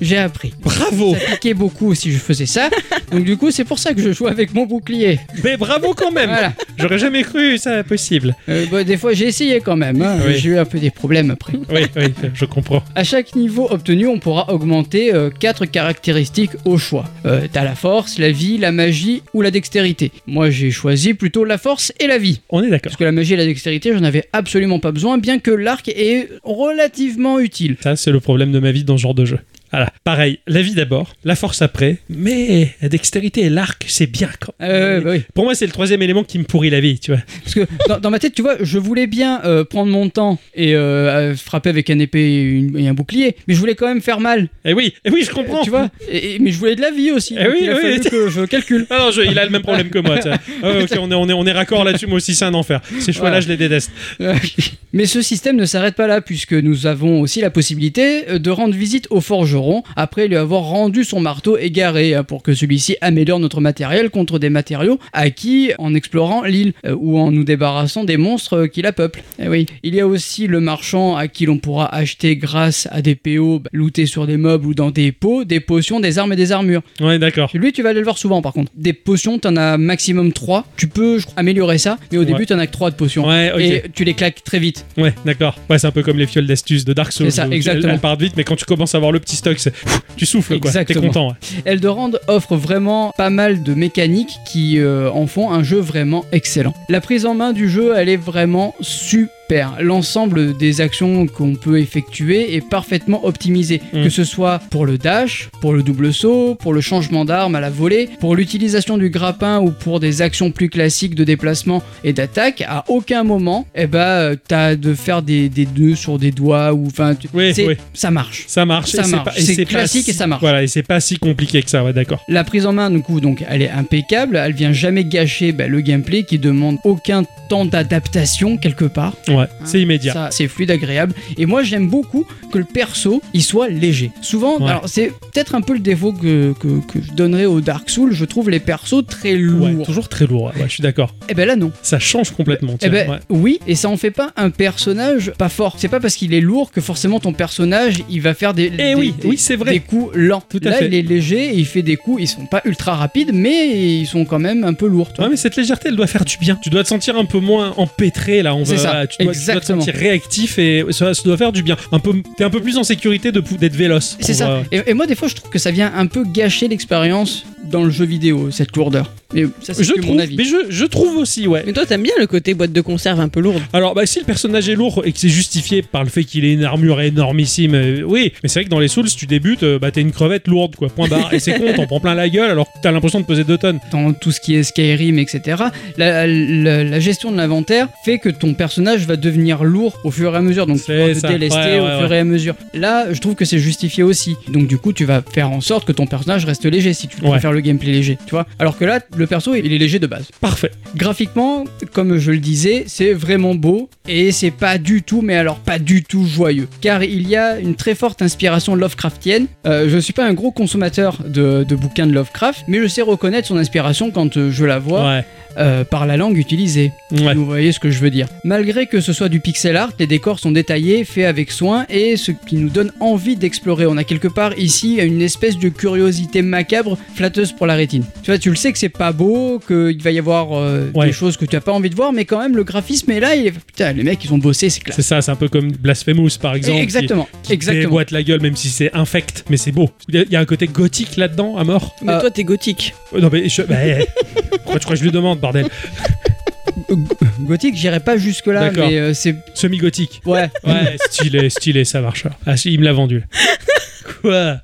B: j'ai appris.
A: Bravo.
B: Ça piquait beaucoup si je faisais ça. Donc du coup, c'est pour ça que je joue avec mon bouclier.
A: Mais bravo quand
C: Eh ben.
A: même.
B: Voilà.
A: J'aurais jamais cru ça possible.
B: Euh, bah, des fois, j'ai essayé quand même. hein.
A: Oui.
B: J'ai eu un peu des problèmes
C: (laughs)
B: après.
A: Oui, oui, je comprends.
B: À chaque niveau obtenu, on pourra augmenter 4 caractéristiques au choix. Euh, T'as la force, la vie, la magie ou la dextérité. Moi, j'ai choisi plutôt la force et la vie.
A: On est d'accord.
B: Parce que la magie et la dextérité, j'en avais absolument pas besoin, bien que l'arc est relativement utile.
A: Ça, c'est le problème de ma vie dans ce genre de jeu. Voilà. Pareil, la vie d'abord, la force après, mais la dextérité et l'arc, c'est bien quand
B: Euh, bah oui.
A: Pour moi, c'est le troisième élément qui me pourrit la vie, tu vois.
B: Parce que dans, dans ma tête, tu vois, je voulais bien euh, prendre mon temps et euh, euh, frapper avec un épée et, une- et un bouclier, mais je voulais quand même faire mal,
A: Et oui, eh oui, je
B: euh,
A: comprends.
B: tu vois. Et- et- mais je voulais de la vie aussi.
A: Eh
B: donc
A: oui,
B: il a
A: oui.
B: fallu que je calcule.
A: Ah non, je- il a le même problème que moi. tu
B: (laughs)
A: vois. Ah ouais, ok, on est, on est, on est raccord là-dessus. Moi aussi, c'est un enfer. Ces choix-là,
B: Voilà.
A: je les déteste.
B: mais ce système ne s'arrête pas là, puisque nous avons aussi la possibilité euh, de rendre visite au forgeron après lui avoir rendu son marteau égaré, hein, pour que celui-ci améliore notre matériel contre des matériaux acquis en explorant l'île, euh, ou en nous débarrassant des monstres euh, qui la peuplent. Eh oui. Il y a aussi le marchand à qui l'on pourra acheter grâce à des PO bah, lootés sur des meubles ou dans des pots, des potions, des armes et des armures.
A: Ouais, d'accord.
B: Lui, tu vas aller le voir souvent par contre. Des potions, t'en as maximum 3. Tu peux je crois, améliorer ça, mais au
A: Ouais.
B: début, t'en as que 3 de potions.
A: Ouais, ok.
B: Et tu les claques très vite.
A: Ouais, d'accord. Ouais, c'est un peu comme les fioles d'astuces de Dark Souls.
B: C'est ça,
A: où tu-
B: exactement.
A: Elles partent vite, mais quand tu commences à avoir le petit stock, c'est- tu souffles, quoi. T'es
B: Exactement.
A: content. ouais.
B: Eldorand offre vraiment pas mal de mécaniques qui euh, en font un jeu vraiment excellent. La prise en main du jeu, elle est vraiment super. L'ensemble des actions qu'on peut effectuer est parfaitement optimisé,
A: Mm.
B: que ce soit pour le dash, pour le double saut, pour le changement d'arme à la volée, pour l'utilisation du grappin ou pour des actions plus classiques de déplacement et d'attaque. À aucun moment, eh ben, euh, t'as de faire des, des nœuds sur des doigts ou enfin, tu-
A: Oui,
B: c'est-
A: oui.
B: ça marche.
A: Ça marche.
B: Ça
A: et c'est
B: marche.
A: pas- et
B: C'est
A: pas
B: classique
A: si-
B: et ça marche.
A: Voilà, et c'est pas si compliqué que ça. Ouais, d'accord.
B: La prise en main, du coup, donc, elle est impeccable. Elle vient jamais gâcher bah, le gameplay qui demande aucun temps d'adaptation quelque part.
A: Ouais, c'est immédiat.
B: Ça, c'est fluide, agréable. Et moi, j'aime beaucoup que le perso, il soit léger. Souvent,
A: Ouais.
B: alors c'est peut-être un peu le défaut que, que, que je donnerais au Dark Souls. Je trouve les persos très
A: Ouais,
B: lourds.
A: toujours très lourd. Ouais, je suis d'accord.
B: et ben là, non.
A: Ça change complètement.
B: Eh
A: tiens,
B: ben
A: ouais.
B: oui, et ça en fait pas un personnage pas fort. C'est pas parce qu'il est lourd que forcément ton personnage il va faire des, des-
A: Eh oui,
B: des-
A: oui, c'est vrai.
B: des coups lents.
A: Tout à
B: Là
A: fait.
B: il est léger et il fait des coups, ils sont pas ultra rapides mais
A: Ah
B: ils sont quand même un peu lourds. tu vois.
A: Ouais, mais cette légèreté, elle doit faire du bien. Tu dois te sentir un peu moins empêtré là. On va,
B: C'est ça,
A: tu te tu dois, tu dois te
B: Exactement.
A: sentir réactif et ça, ça doit faire du bien. Un peu, t'es un peu plus en sécurité de pou- d'être véloce. euh,
B: C'est
A: On
B: ça.
A: va-
B: Et, et moi, des fois, je trouve que ça vient un peu gâcher l'expérience dans le jeu vidéo, cette lourdeur. Mais ça, c'est
A: Je
B: que
A: trouve,
B: mon avis.
A: mais je, je trouve aussi, ouais.
C: Mais toi, t'aimes bien le côté boîte de conserve un peu lourde.
A: Alors, bah, si le personnage est lourd et que c'est justifié par le fait qu'il ait une armure énormissime, euh, oui, mais c'est vrai que dans les Souls, tu débutes, euh, bah, t'es une crevette lourde, quoi, point barre, et c'est con, t'en prends plein la gueule alors que t'as l'impression de peser 2 tonnes.
B: Dans tout ce qui est Skyrim, etc., la, la- la gestion de l'inventaire fait que ton personnage va devenir lourd au fur et à mesure. Donc, tu
A: C'est
B: vas te
A: ça.
B: délester
A: Ouais, ouais,
B: au fur et à mesure. Là, je trouve que c'est justifié aussi. Donc, du coup, tu vas faire en sorte que ton personnage reste léger si tu
A: Ouais.
B: préfères le gameplay léger, tu vois. Alors que là, le perso, il est léger de base.
A: Parfait.
B: Graphiquement, comme je le disais, c'est vraiment beau et c'est pas du tout, mais alors pas du tout joyeux, car il y a une très forte inspiration Lovecraftienne. Euh, je suis pas un gros consommateur de, de bouquins de Lovecraft, mais je sais reconnaître son inspiration quand euh, je la vois
A: Ouais.
B: euh, par la langue utilisée.
A: Ouais.
B: Vous voyez ce que je veux dire. Malgré que ce soit du pixel art, les décors sont détaillés, faits avec soin et ce qui nous donne envie d'explorer. On a quelque part ici une espèce de curiosité macabre flatteuse pour la rétine. Tu vois, tu le sais que c'est pas beau, qu'il va y avoir euh,
A: Ouais.
B: des choses que tu as pas envie de voir, mais quand même le graphisme est là. Il est... Putain, les mecs ils ont bossé, c'est classe.
A: C'est ça, c'est un peu comme Blasphemous par exemple. qui-
B: exactement,
A: Qui
B: exactement.
A: déboîte la gueule, même si c'est infect, mais c'est beau. Il y, a- il y a un côté gothique là-dedans, à mort.
C: Mais
B: Ah.
C: toi, t'es gothique.
A: Euh, Non, mais je. bah, eh. (laughs) Pourquoi tu crois que je lui demande, bordel
B: Gothique, j'irai pas jusque là,
A: D'accord.
B: mais euh, c'est
A: Semi-gothique. (laughs)
B: ouais.
A: Ouais, stylé, stylé, ça marche. Ah, si, il me l'a vendu. Quoi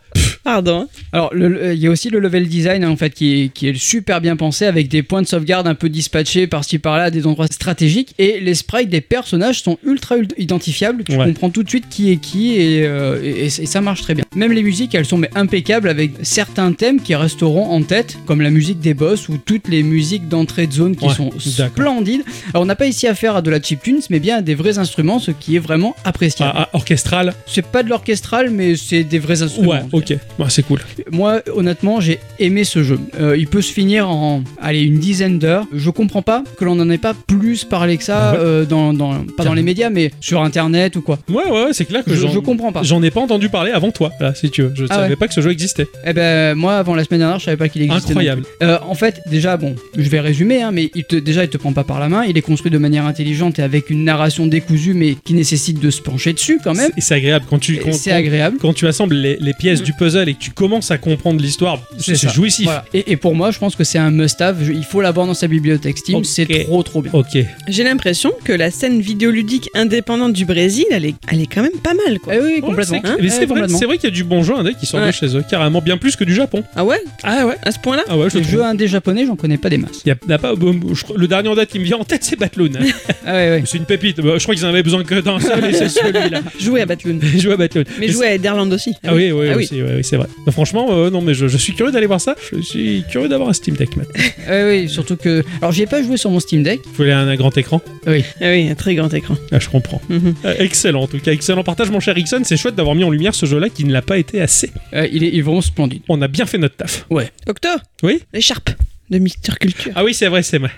C: Pardon. hein.
B: Alors, le- le- il y a aussi le level design hein, en fait qui est, qui est super bien pensé avec des points de sauvegarde un peu dispatchés par-ci par-là à des endroits stratégiques et les sprites des personnages sont ultra ult- identifiables. Tu
A: Ouais.
B: comprends tout de suite qui est qui et, euh, et- et ça marche très bien. Même les musiques, elles sont mais impeccables avec certains thèmes qui resteront en tête, comme la musique des boss ou toutes les musiques d'entrée de zone qui
A: Ouais,
B: sont
A: d'accord.
B: splendides. Alors, on n'a pas ici affaire à de la chiptune, mais bien à des vrais instruments, ce qui est vraiment appréciable.
A: Ah, ah, Orchestral
B: C'est pas de l'orchestral, mais c'est des vrais instruments.
A: Ouais,
B: en tout cas.
A: ok. Bah, c'est cool.
B: Moi, honnêtement, j'ai aimé ce jeu. Euh, il peut se finir en, allez, une dizaine d'heures. Je comprends pas que l'on n'en ait pas plus parlé que ça,
A: Ah ouais.
B: euh, dans, dans- pas dans les médias, mais sur Internet ou quoi.
A: Ouais, ouais, ouais, c'est clair que
B: Je,
A: j'en-
B: je comprends pas.
A: J'en ai pas entendu parler avant toi, là, si tu veux. Je
B: Ah
A: savais
B: ouais.
A: pas que ce jeu existait.
B: Eh ben, moi, avant la semaine dernière, je savais pas qu'il existait.
A: Incroyable.
B: Euh, en fait, déjà, bon, je vais résumer, hein, mais il te, déjà, il te prend pas par la main. Il est construit de manière intelligente et avec une narration décousue, mais qui nécessite de se pencher dessus quand même.
A: Et c'est agréable quand tu.
B: Et
A: Quand,
B: C'est
A: quand-
B: agréable.
A: quand tu assembles les, les pièces du puzzle et que tu commences à comprendre l'histoire, c'est
B: ça.
A: jouissif.
B: Voilà. Et, et pour moi, je pense que c'est un must-have. Je- Il faut l'avoir dans sa bibliothèque Steam.
A: Ok.
B: C'est trop, trop bien.
A: Ok.
C: J'ai l'impression que la scène vidéoludique indépendante du Brésil, elle est, elle est quand même pas mal, quoi.
B: Eh oui,
A: Ouais,
B: complètement.
A: c'est- mais
B: Eh,
A: c'est vrai,
B: complètement.
A: c'est vrai qu'il y a du bon jeu indé qui sort de
C: Ouais.
A: chez eux, carrément bien plus que du Japon.
C: Ah ouais
A: Ah ouais.
C: À ce point-là
A: Ah ouais, je
B: Les
A: trouve.
B: jeux indés japonais, j'en connais pas des masses.
A: Y a- y a pas, euh, je crois- le dernier en date qui me vient en tête, c'est Batloon.
B: Ah ouais, ouais.
A: c'est une pépite. Bah, Je crois qu'ils en avaient besoin que d'un seul et c'est celui-là.
B: (laughs)
C: Jouer à Batloon.
A: Jouer à Batloon.
C: Mais jouer à Ederland aussi.
A: Ah oui, oui,
C: Ah oui.
A: aussi, ouais, oui, c'est vrai. Bah, franchement, euh, non, mais je, je suis curieux d'aller voir ça. Je suis curieux d'avoir un Steam Deck maintenant.
B: Ah ouais, surtout que. Alors, j'y ai pas joué sur mon Steam Deck.
A: Vous voulez un, un grand écran
C: Ah oui, un très grand écran.
A: Ah, je comprends.
C: Mhm.
A: Euh, excellent, en tout cas, excellent partage, mon cher Ixon. C'est chouette d'avoir mis en lumière ce jeu-là qui ne l'a pas été assez.
B: Euh, il, est, il est vraiment splendide.
A: On a bien fait notre taf.
C: Octo
A: Oui
C: L'écharpe de Mister Culture.
A: Ah oui, c'est vrai, c'est vrai.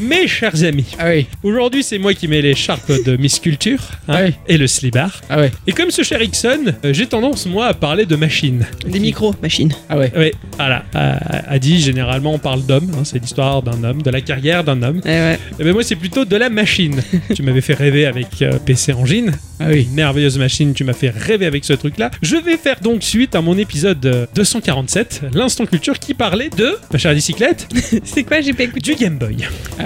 A: Mes chers amis,
B: Ah oui,
A: aujourd'hui c'est moi qui mets l'écharpe de Miss Culture hein,
B: Ouais.
A: et le slibard.
B: ah ouais,
A: Et comme ce cher Ixon, euh, j'ai tendance moi à parler de machines.
C: Des micros, machines.
B: ah ouais.
A: Oui, voilà. A dit, généralement on parle d'homme, hein, c'est l'histoire d'un homme, de la carrière d'un homme.
C: Eh ouais.
A: Eh ben moi, c'est plutôt de la machine. tu m'avais fait rêver avec euh, PC Engine.
B: Ah oui.
A: Une merveilleuse machine, tu m'as fait rêver avec ce truc-là. Je vais faire donc suite à mon épisode euh, 247, l'instant culture, qui parlait de, ma chère bicyclette,
C: C'est quoi, j'ai pas écouté
A: du Game Boy.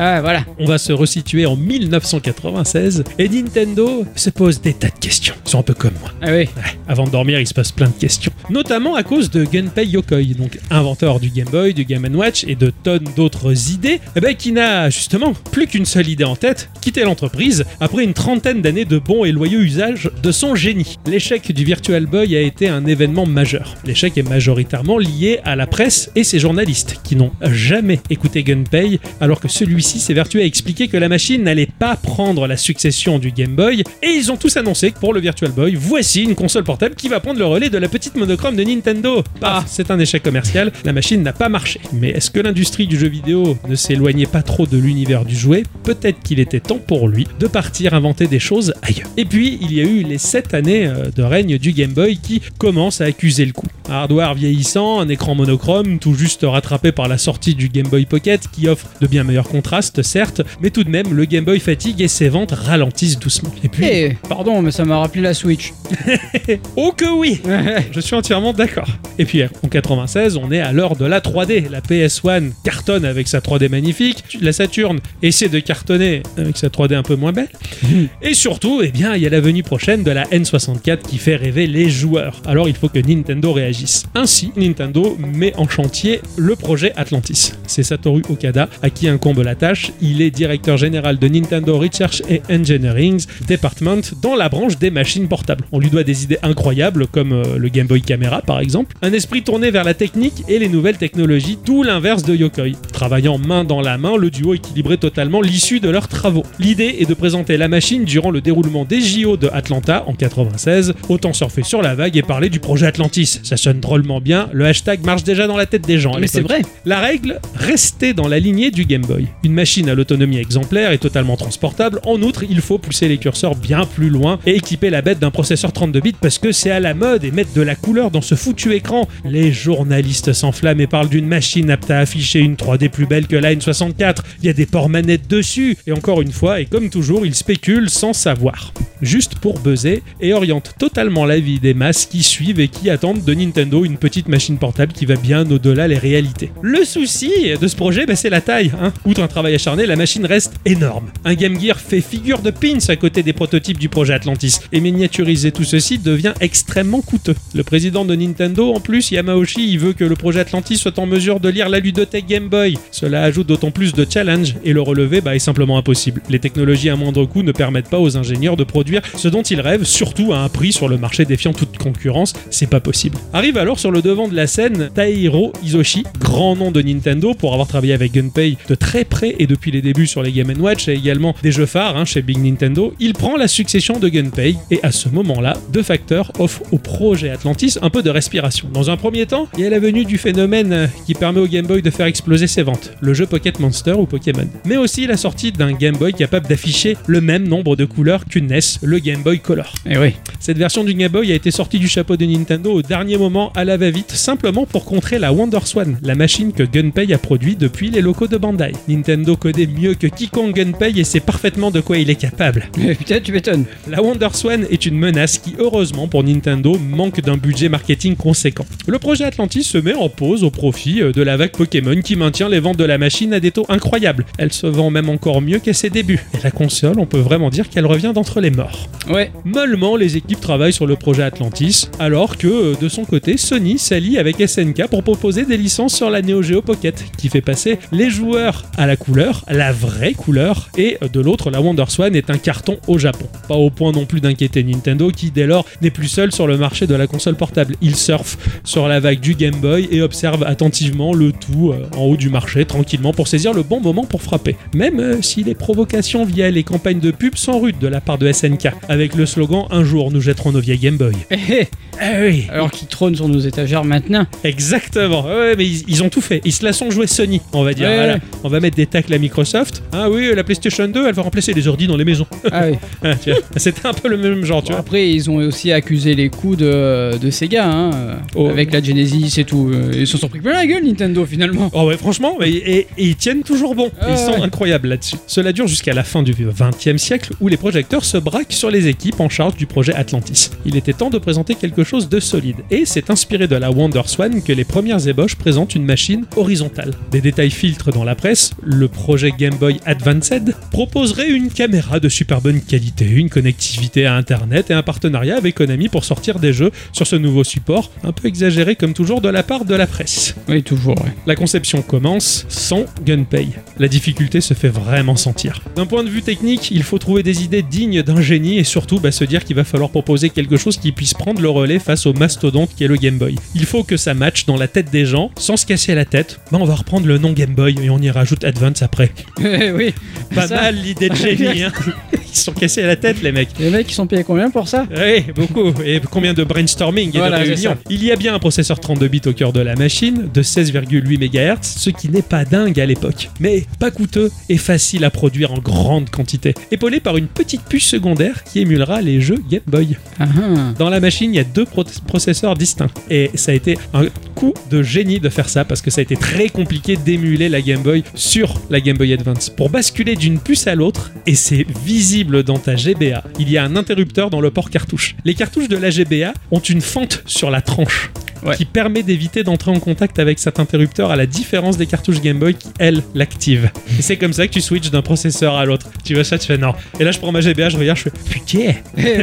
B: Ah voilà.
A: On va se resituer en 1996 et Nintendo se pose des tas de questions. Ils sont un peu comme moi.
B: Ah oui.
A: Ouais, avant de dormir, il se passe plein de questions. Notamment à cause de Gunpei Yokoi, donc inventeur du Game Boy, du Game Watch et de tonnes d'autres idées, eh ben, qui n'a justement plus qu'une seule idée en tête, quitter l'entreprise après une trentaine d'années de bons et loyaux usages de son génie. L'échec du Virtual Boy a été un événement majeur. L'échec est majoritairement lié à la presse et ses journalistes, qui n'ont jamais écouté Gunpei, alors que celui-ci s'évertue à expliquer que la machine n'allait pas prendre la succession du Game Boy, et ils ont tous annoncé que pour le Virtual Boy, voici une console portable qui va prendre le relais de la petite monochrome de Nintendo. Bah, c'est un échec commercial, la machine n'a pas marché. Mais est-ce que l'industrie du jeu vidéo ne s'éloignait pas trop de l'univers du jouet Peut-être qu'il était temps pour lui de partir inventer des choses ailleurs. Et puis, il y a eu les 7 années euh, de règne du Game Boy qui commencent à accuser le coup. Un hardware vieillissant, un écran monochrome, tout juste rattrapé par la sortie du Game Boy Pocket qui offre de bien meilleurs contrastes, certes, mais tout de même, le Game Boy fatigue et ses ventes ralentissent doucement. Et puis,
B: Eh, pardon, mais ça m'a rappelé
A: (laughs)
B: la Switch.
A: oh que oui je suis entièrement d'accord. Et puis en 96, on est à l'heure de la 3D. La PS1 cartonne avec sa 3D magnifique. La Saturn essaie de cartonner avec sa 3D un peu moins belle. Et surtout, eh bien, il y a la venue prochaine de la N64 qui fait rêver les joueurs. Alors il faut que Nintendo réagisse. Ainsi, Nintendo met en chantier le projet Atlantis. C'est Satoru Okada à qui incombe la tâche. Il est directeur général de Nintendo Research and Engineering Department dans la branche des machines portables. On lui doit des idées incroyables comme euh, le Game Boy Camera par exemple, un esprit tourné vers la technique et les nouvelles technologies, tout l'inverse de Yokoi. Travaillant main dans la main, le duo équilibrait totalement l'issue de leurs travaux. L'idée est de présenter la machine durant le déroulement des JO de Atlanta en 96, autant surfer sur la vague et parler du projet Atlantis. Ça sonne drôlement bien, le hashtag marche déjà dans la tête des gens. à
B: Mais c'est
A: l'époque.
B: vrai.
A: La règle, rester dans la lignée du Game Boy. Une machine à l'autonomie exemplaire et totalement transportable. En outre, il faut pousser les curseurs bien plus loin et équiper la bête d'un processeur 32 bits parce que c'est à la mode et mettre de la couleur dans ce foutu écran. Les journalistes s'enflamment et parlent d'une machine apte à afficher une 3D plus belle que la N64. Il y a des ports manettes dessus. Et encore une fois, et comme toujours, ils spéculent sans savoir. Juste pour buzzer et orientent totalement la vie des masses qui suivent et qui attendent de Nintendo une petite machine portable qui va bien au-delà les réalités. Le souci de ce projet, bah, c'est la taille. hein. Outre un travail acharné, la machine reste énorme. Un Game Gear fait figure de pins à côté des prototypes du projet Atlantis, et miniaturiser tout ceci devient extrêmement coûteux. Le président de Nintendo, en plus, Yamauchi, il veut que le projet Atlantis soit en mesure de lire la ludothèque Game Boy. Cela ajoute d'autant plus de challenge, et le relever bah, est simplement impossible. Les technologies à moindre coût ne permettent pas aux ingénieurs de produire ce dont ils rêvent, surtout à un prix sur le marché défiant toute concurrence, c'est pas possible. Arrive alors sur le devant de la scène Taihiro Isoshi, grand nom de Nintendo pour avoir travaillé avec Gunpei de très près et depuis les débuts sur les Game Watch et également des jeux phares hein, chez Big Nintendo. Il prend la succession de Gunpei et à ce moment-là, deux facteurs offrent au projet Atlantis un peu de respiration. Dans un premier temps, il y a la venue du phénomène euh, qui permet au Game Boy de faire exploser ses ventes, le jeu Pocket Monster ou Pokémon, mais aussi la sortie d'un Game Boy capable d'afficher le même nombre de couleurs qu'une NES, le Game Boy Color.
B: Eh oui.
A: Cette version du Game Boy a été sortie du chapeau de Nintendo au dernier moment à la va-vite, simplement pour contrer la Wonder Swan, la machine que Gunpei a produite depuis les locaux de Bandai. Nintendo connaît mieux que quiconque Gunpei et sait parfaitement de quoi il est capable.
B: Mais Putain, tu m'étonnes.
A: La Wonder Swan est une menace qui, heureusement pour Nintendo, manque d'un budget marketing conséquent. Le projet Atlantis se met en pause au profit euh, de la vague Pokémon qui maintient les ventes de la machine à des taux incroyables. Elle se vend même encore mieux qu'à ses débuts. Et la console, on peut vraiment dire qu'elle revient d'entre les morts.
B: Ouais. (laughs)
A: Mollement, les équipes travaillent sur le projet Atlantis, alors que, euh, de son côté, Sony s'allie avec SNK pour proposer des licences sur la Neo Geo Pocket, qui fait passer les joueurs à la couleur, à la vraie couleur, et euh, de l'autre, la Wonder Swan est un carton au Japon. Pas au point non plus d'inquiéter Nintendo, qui dès lors n'est plus seul sur le marché de la console portable. Il surfe sur la vague du Game Boy et observe attentivement le tout euh, en haut du marché, tranquillement, pour saisir le bon moment pour frapper. Même euh, si les provocations via les campagnes de pub sont rudes de la part de SNK, avec le slogan Un jour nous jetterons nos vieilles Game Boy.
B: Eh, eh.
A: Ah oui
B: Alors qu'ils trônent sur nos étagères maintenant.
A: Exactement. Ouais, mais ils, ils ont tout fait. Ils se la sont jouée Sony, on va dire.
B: Ouais.
A: Voilà. On va mettre des tacles à Microsoft. Ah oui, la PlayStation 2, elle va remplacer les ordi dans les maisons. (laughs)
B: Ah oui.
A: Ah, tu vois. C'était un peu le même genre, tu
B: Bon,
A: vois.
B: après, ils ont aussi accusé les coups de, de Sega, hein, euh,
A: Oh.
B: avec la Genesis et tout. Euh, Ils se sont pris plein la gueule, Nintendo, finalement.
A: Oh ouais, franchement, mais- et, et ils tiennent toujours bon.
B: Ah
A: ils sont
B: ouais.
A: incroyables là-dessus. Cela dure jusqu'à la fin du XXe siècle où les projecteurs se braquent sur les équipes en charge du projet Atlantis. Il était temps de présenter quelque chose de solide. Et c'est inspiré de la Wonder Swan que les premières ébauches présentent une machine horizontale. Des détails filtres dans la presse, le projet Game Boy Advanced proposerait une caméra de super bonne qualité, une connectivité à Internet et un partenariat avec Konami pour sortir des jeux sur ce nouveau support, un peu exagéré comme toujours de la part de la presse.
B: Oui, toujours. ouais. (laughs)
A: La conception commence sans Gunpei. La difficulté se fait vraiment sentir. D'un point de vue technique, il faut trouver des idées dignes d'un génie et surtout bah, se dire qu'il va falloir proposer quelque chose qui puisse prendre le relais face au mastodonte qu'est le le Game Boy. Il faut que ça matche dans la tête des gens, sans se casser la tête. Bah, on va reprendre le nom Game Boy et on y rajoute Advance après.
B: Eh oui.
A: Pas
B: Ça.
A: mal l'idée de génie, hein. Ils se sont cassés la tête, les mecs.
B: Les mecs, ils sont payés combien pour ça
A: Oui, beaucoup. Et combien de brainstorming et
B: Voilà,
A: de
B: c'est
A: réunions.
B: ça.
A: Il y a bien un processeur 32 bits au cœur de la machine, de 16,8 MHz, ce qui n'est pas dingue à l'époque, mais pas coûteux et facile à produire en grande quantité, épaulé par une petite puce secondaire qui émulera les jeux Game Boy.
B: Ah, ah.
A: Dans la machine, il y a deux pro- processeurs distincts. Et ça a été un coup de génie de faire ça parce que ça a été très compliqué d'émuler la Game Boy sur la Game Boy Advance. Pour basculer d'une puce à l'autre, et c'est visible dans ta GBA, il y a un interrupteur dans le port cartouche. Les cartouches de la GBA ont une fente sur la tranche
B: Ouais.
A: qui permet d'éviter d'entrer en contact avec cet interrupteur à la différence des cartouches Game Boy qui, elles, l'activent. Et c'est comme ça que tu switches d'un processeur à l'autre. Tu vois ça, tu fais non. Et là, je prends ma GBA, je regarde, je fais putain
B: Eh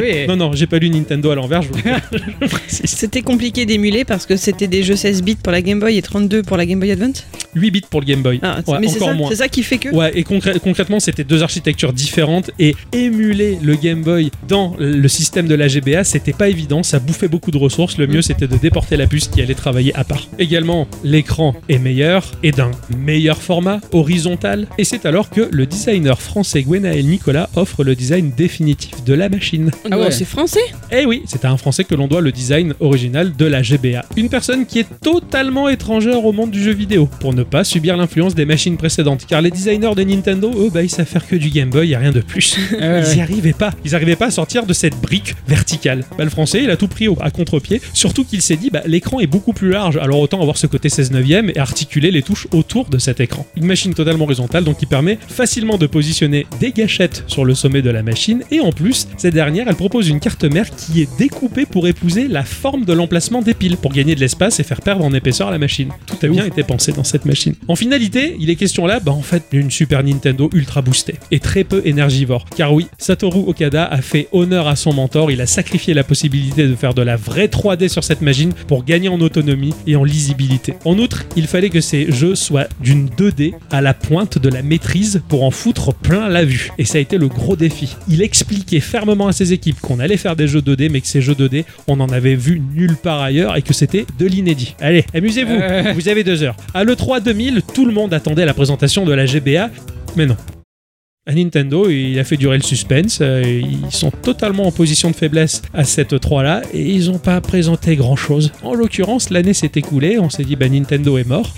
A: (laughs)
B: oui.
A: non, non, j'ai pas lu Nintendo à l'envers, je vous je précise.
C: C'était compliqué d'émuler parce que c'était des jeux 16 bits pour la Game Boy et 32 pour la Game Boy Advance.
A: 8 bits pour le Game Boy.
C: Ah,
A: Ouais,
C: mais c'est
A: encore
C: ça,
A: moins.
C: c'est ça qui fait que.
A: Ouais, et concrè- concrètement, c'était deux architectures différentes et émuler le Game Boy dans le système de la GBA, c'était pas évident, ça bouffait beaucoup de ressources. Le
C: Mm.
A: mieux, c'était de déporter la puce qui allait travailler à part. Également, l'écran est meilleur et d'un meilleur format horizontal. Et c'est alors que le designer français Gwenaël Nicolas offre le design définitif de la machine.
C: Non,
B: ouais.
C: Oh, C'est français
A: Eh oui, c'est à un Français que l'on doit le design original de la GBA. Une personne qui est totalement étrangère au monde du jeu vidéo, pour ne pas subir l'influence des machines précédentes. Car les designers de Nintendo, eux, bah, ils savent faire que du Game Boy, y a rien de plus.
B: Ouais,
A: Ils
B: ouais.
A: n'y arrivaient pas. Ils n'arrivaient pas à sortir de cette brique verticale. Bah, le français, il a tout pris au- à contre-pied. Surtout qu'il s'est dit, bah, l'écran est beaucoup plus large. Alors autant avoir ce côté 16 neuvième et articuler les touches autour de cet écran. Une machine totalement horizontale, donc qui permet facilement de positionner des gâchettes sur le sommet de la machine. Et en plus, cette dernière, elle propose une carte mère qui est découpée pour épouser la forme de l'emplacement des piles, pour gagner de l'espace et faire perdre en épaisseur à la machine. Tout a bien été pensé dans cette machine. En finalité, il est question là, bah en fait, d'une Super Nintendo ultra boostée et très peu énergivore. Car oui, Satoru Okada a fait honneur à son mentor, il a sacrifié la possibilité de faire de la vraie 3D sur cette machine pour gagner en autonomie et en lisibilité. En outre, il fallait que ces jeux soient d'une 2D à la pointe de la maîtrise pour en foutre plein la vue. Et ça a été le gros défi. Il expliquait fermement à ses équipes qu'on allait faire des jeux 2D, mais que ces jeux 2D, on en avait vu nulle part ailleurs et que c'était de l'inédit. Allez, amusez-vous,
B: Euh.
A: (laughs) vous avez deux heures. À l'E3 2000, tout le monde attendait la présentation de la GBA, mais non. À Nintendo, il a fait durer le suspense. euh, Ils sont totalement en position de faiblesse à cette 3-là et ils n'ont pas présenté grand-chose. En l'occurrence, l'année s'est écoulée. On s'est dit, bah, Nintendo est mort,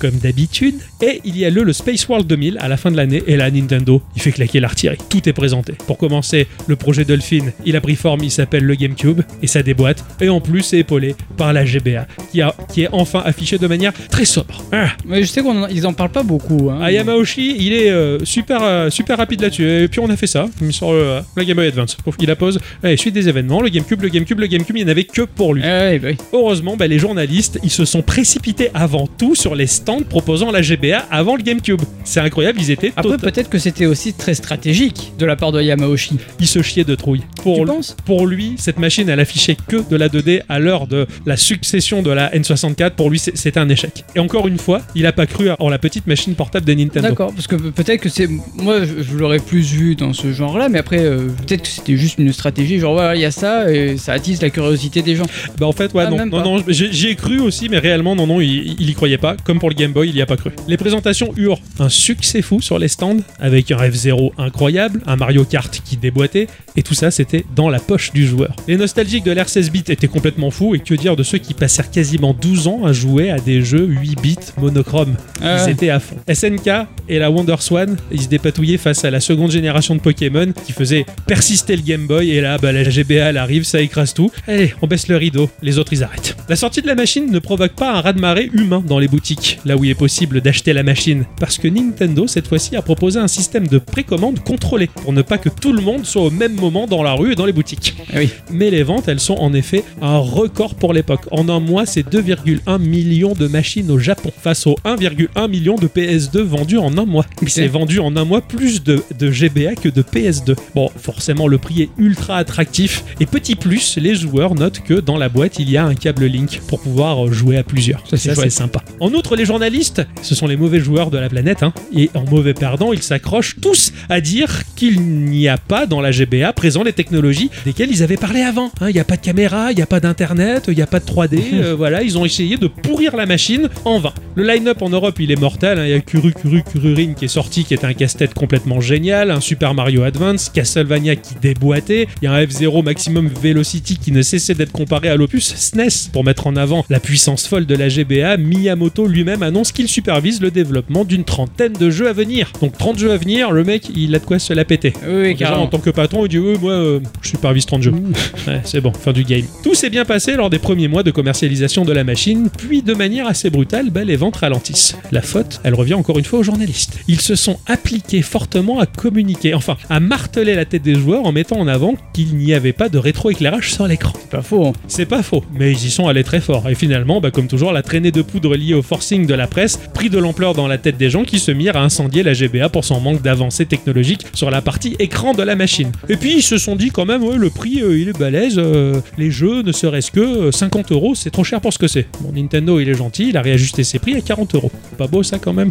A: comme d'habitude. Et il y a le, le Space World 2000 à la fin de l'année. Et là, Nintendo, il fait claquer l'artillerie. Tout est présenté. Pour commencer, le projet Dolphin, il a pris forme, il s'appelle le GameCube et ça déboîte. Et en plus, c'est épaulé par la GBA qui, a, qui est enfin affichée de manière très sobre. Ah.
B: Mais je sais qu'ils en, ils en parlent pas beaucoup. hein.
A: Ayamaoshi, il est euh, super, euh, super rapide là-dessus. Et puis on a fait ça. Il me sort le, euh, la Game Boy Advance. Pouf, Il la pose. Allez, suite des événements. Le GameCube, le GameCube, le GameCube, il n'y en avait que pour lui.
B: Eh ouais, bah oui.
A: Heureusement, bah, les journalistes, ils se sont précipités avant tout sur les stands proposant la GBA avant le GameCube. C'est incroyable, ils étaient
B: Après,
A: tota-
B: peut-être que c'était aussi très stratégique de la part de Yamaoshi.
A: Ils se chiaient de trouille.
B: tu
A: Pour, lui-
B: penses
A: pour lui, cette machine, elle affichait que de la 2D à l'heure de la succession de la N64. Pour lui, c'est- c'était un échec. Et encore une fois, il n'a pas cru en la petite machine portable de Nintendo.
B: D'accord, parce que peut-être que c'est. Moi, je, je l'aurais plus vu dans ce genre-là, mais après, euh, peut-être que c'était juste une stratégie. Genre, voilà, il y a ça, et ça attise la curiosité des gens.
A: Bah en fait ouais
B: Ah,
A: non
B: même
A: non,
B: pas.
A: non, j'ai- j'y ai cru aussi mais réellement non non il, il y croyait pas comme pour le Game Boy il y a pas cru. Les présentations eurent un succès fou sur les stands avec un F0 incroyable, un Mario Kart qui déboîtait et tout ça c'était dans la poche du joueur. Les nostalgiques de l'ère 16 bits étaient complètement fous et que dire de ceux qui passèrent quasiment 12 ans à jouer à des jeux 8 bits monochrome.
B: Ah
A: Ils
B: ouais.
A: étaient à fond. SNK et la Wonder Swan, ils se dépatouillaient face à la seconde génération de Pokémon qui faisait persister le Game Boy et là, bah, la GBA elle arrive, ça écrase tout. Allez, on baisse le rideau, les autres ils arrêtent. La sortie de la machine ne provoque pas un raz-de-marée humain dans les boutiques, là où il est possible d'acheter la machine, parce que Nintendo cette fois-ci a proposé un système de précommande contrôlé pour ne pas que tout le monde soit au même moment dans la rue et dans les boutiques
B: Ah oui.
A: mais les ventes, elles sont en effet un record pour l'époque. En un mois, c'est 2,1 millions de machines au Japon, face aux 1,1 million de PS2 vendus en un mois. C'est vendu en un mois plus plus de, de GBA que de PS2. Bon, forcément, le prix est ultra attractif. Et petit plus, les joueurs notent que dans la boîte, il y a un câble Link pour pouvoir jouer à plusieurs.
B: Ça, c'est
A: Ça,
B: chouette.
A: c'est sympa. En outre, les journalistes, ce sont les mauvais joueurs de la planète, hein, et en mauvais perdant, ils s'accrochent tous à dire qu'il n'y a pas dans la GBA présent les technologies desquelles ils avaient parlé avant. hein. Il n'y a pas de caméra, il n'y a pas d'internet, il n'y a pas de 3D. euh, voilà, ils ont essayé de pourrir la machine en vain. Le line-up en Europe, il est mortel. hein. Il y a Kuru Kuru Kururin qui est sorti, qui est un casse-tête complètement génial, un Super Mario Advance, Castlevania qui déboîtait, il y a un F0 Maximum Velocity qui ne cessait d'être comparé à l'opus SNES pour mettre en avant la puissance folle de la GBA. Miyamoto lui-même annonce qu'il supervise le développement d'une trentaine de jeux à venir. Donc 30 jeux à venir, le mec, il a de quoi se la péter. Déjà,
B: Oui,
A: en
B: carrément. Mm.
A: tant que patron, il dit oui, moi, euh, je supervise 30 jeux. (laughs) Ouais, c'est bon, fin du game. Tout s'est bien passé lors des premiers mois de commercialisation de la machine, puis de manière assez brutale, bah, les ventes ralentissent. La faute, elle revient encore une fois aux journalistes. Ils se sont appliqués fortement à communiquer, enfin, à marteler la tête des joueurs en mettant en avant qu'il n'y avait pas de rétroéclairage sur l'écran.
B: C'est pas faux. hein.
A: C'est pas faux, mais ils y sont allés très fort. Et finalement, bah, comme toujours, la traînée de poudre liée au forcing de la presse prit de l'ampleur dans la tête des gens qui se mirent à incendier la GBA pour son manque d'avancée technologique sur la partie écran de la machine. Et puis ils se sont dit quand même, ouais, le prix euh, il est balèze, euh, les jeux ne serait-ce que euh, 50 euros, c'est trop cher pour ce que c'est. Bon, Nintendo il est gentil, il a réajusté ses prix à 40 euros. Pas beau ça quand même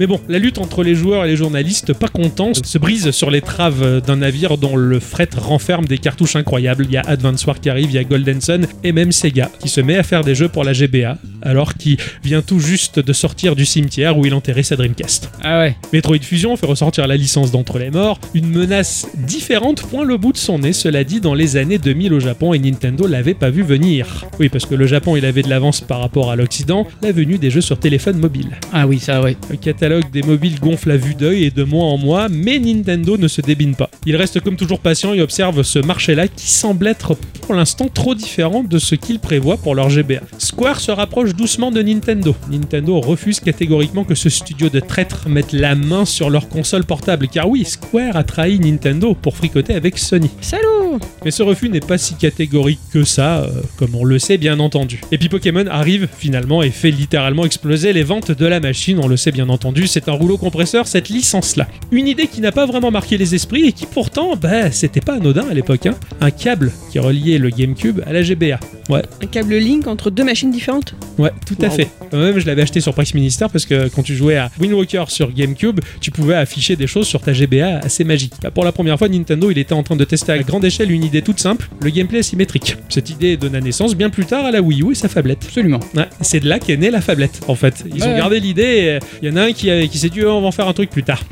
A: mais bon, la lutte entre les joueurs et les journalistes pas contents se brise sur les traves d'un navire dont le fret renferme des cartouches incroyables. Il y a Advance War qui arrive, il y a Golden Sun et même Sega qui se met à faire des jeux pour la GBA alors qu'il vient tout juste de sortir du cimetière où il enterrait sa Dreamcast.
B: Ah ouais.
A: Metroid Fusion fait ressortir la licence d'Entre les Morts, une menace différente point le bout de son nez, cela dit, dans les années 2000 au Japon et Nintendo l'avait pas vu venir. Oui, parce que le Japon il avait de l'avance par rapport à l'Occident, la venue des jeux sur téléphone mobile.
B: Ah oui, ça, ouais.
A: Le catalogue des mobiles gonfle à vue d'œil et de mois en mois, mais Nintendo ne se débine pas. Il reste comme toujours patient et observe ce marché-là qui semble être pour l'instant trop différent de ce qu'ils prévoient pour leur GBA. Square se rapproche doucement de Nintendo. Nintendo refuse catégoriquement que ce studio de traîtres mette la main sur leur console portable, car oui, Square a trahi Nintendo pour fricoter avec Sony.
C: Salaud
A: Mais ce refus n'est pas si catégorique que ça, euh, comme on le sait bien entendu. Et puis Pokémon arrive finalement et fait littéralement exploser les ventes de la machine, on le sait bien entendu, c'est un rouleau compresseur cette licence-là. Une idée qui n'a pas vraiment marqué les esprits et qui pourtant, bah, c'était pas anodin à l'époque, hein. Un câble qui reliait le GameCube à la GBA. Ouais,
C: Un câble Link entre deux machines différentes
A: Ouais, tout à
C: Wow.
A: fait. Moi-même, je l'avais acheté sur Price Minister parce que quand tu jouais à Wind Walker sur GameCube, tu pouvais afficher des choses sur ta GBA assez magiques. Bah, Pour la première fois, Nintendo, il était en train de tester à grande échelle une idée toute simple, le gameplay asymétrique. Cette idée donna naissance bien plus tard à la Wii U et sa fablette.
B: Absolument.
A: Ouais, c'est de là qu'est née la fablette, en fait. Ils
B: Ouais.
A: ont gardé l'idée et euh, il y en a un qui, avait- qui s'est dit, Oh, on va en faire un truc plus tard.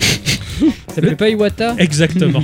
B: Ça s'appelle pas Iwata
A: Exactement.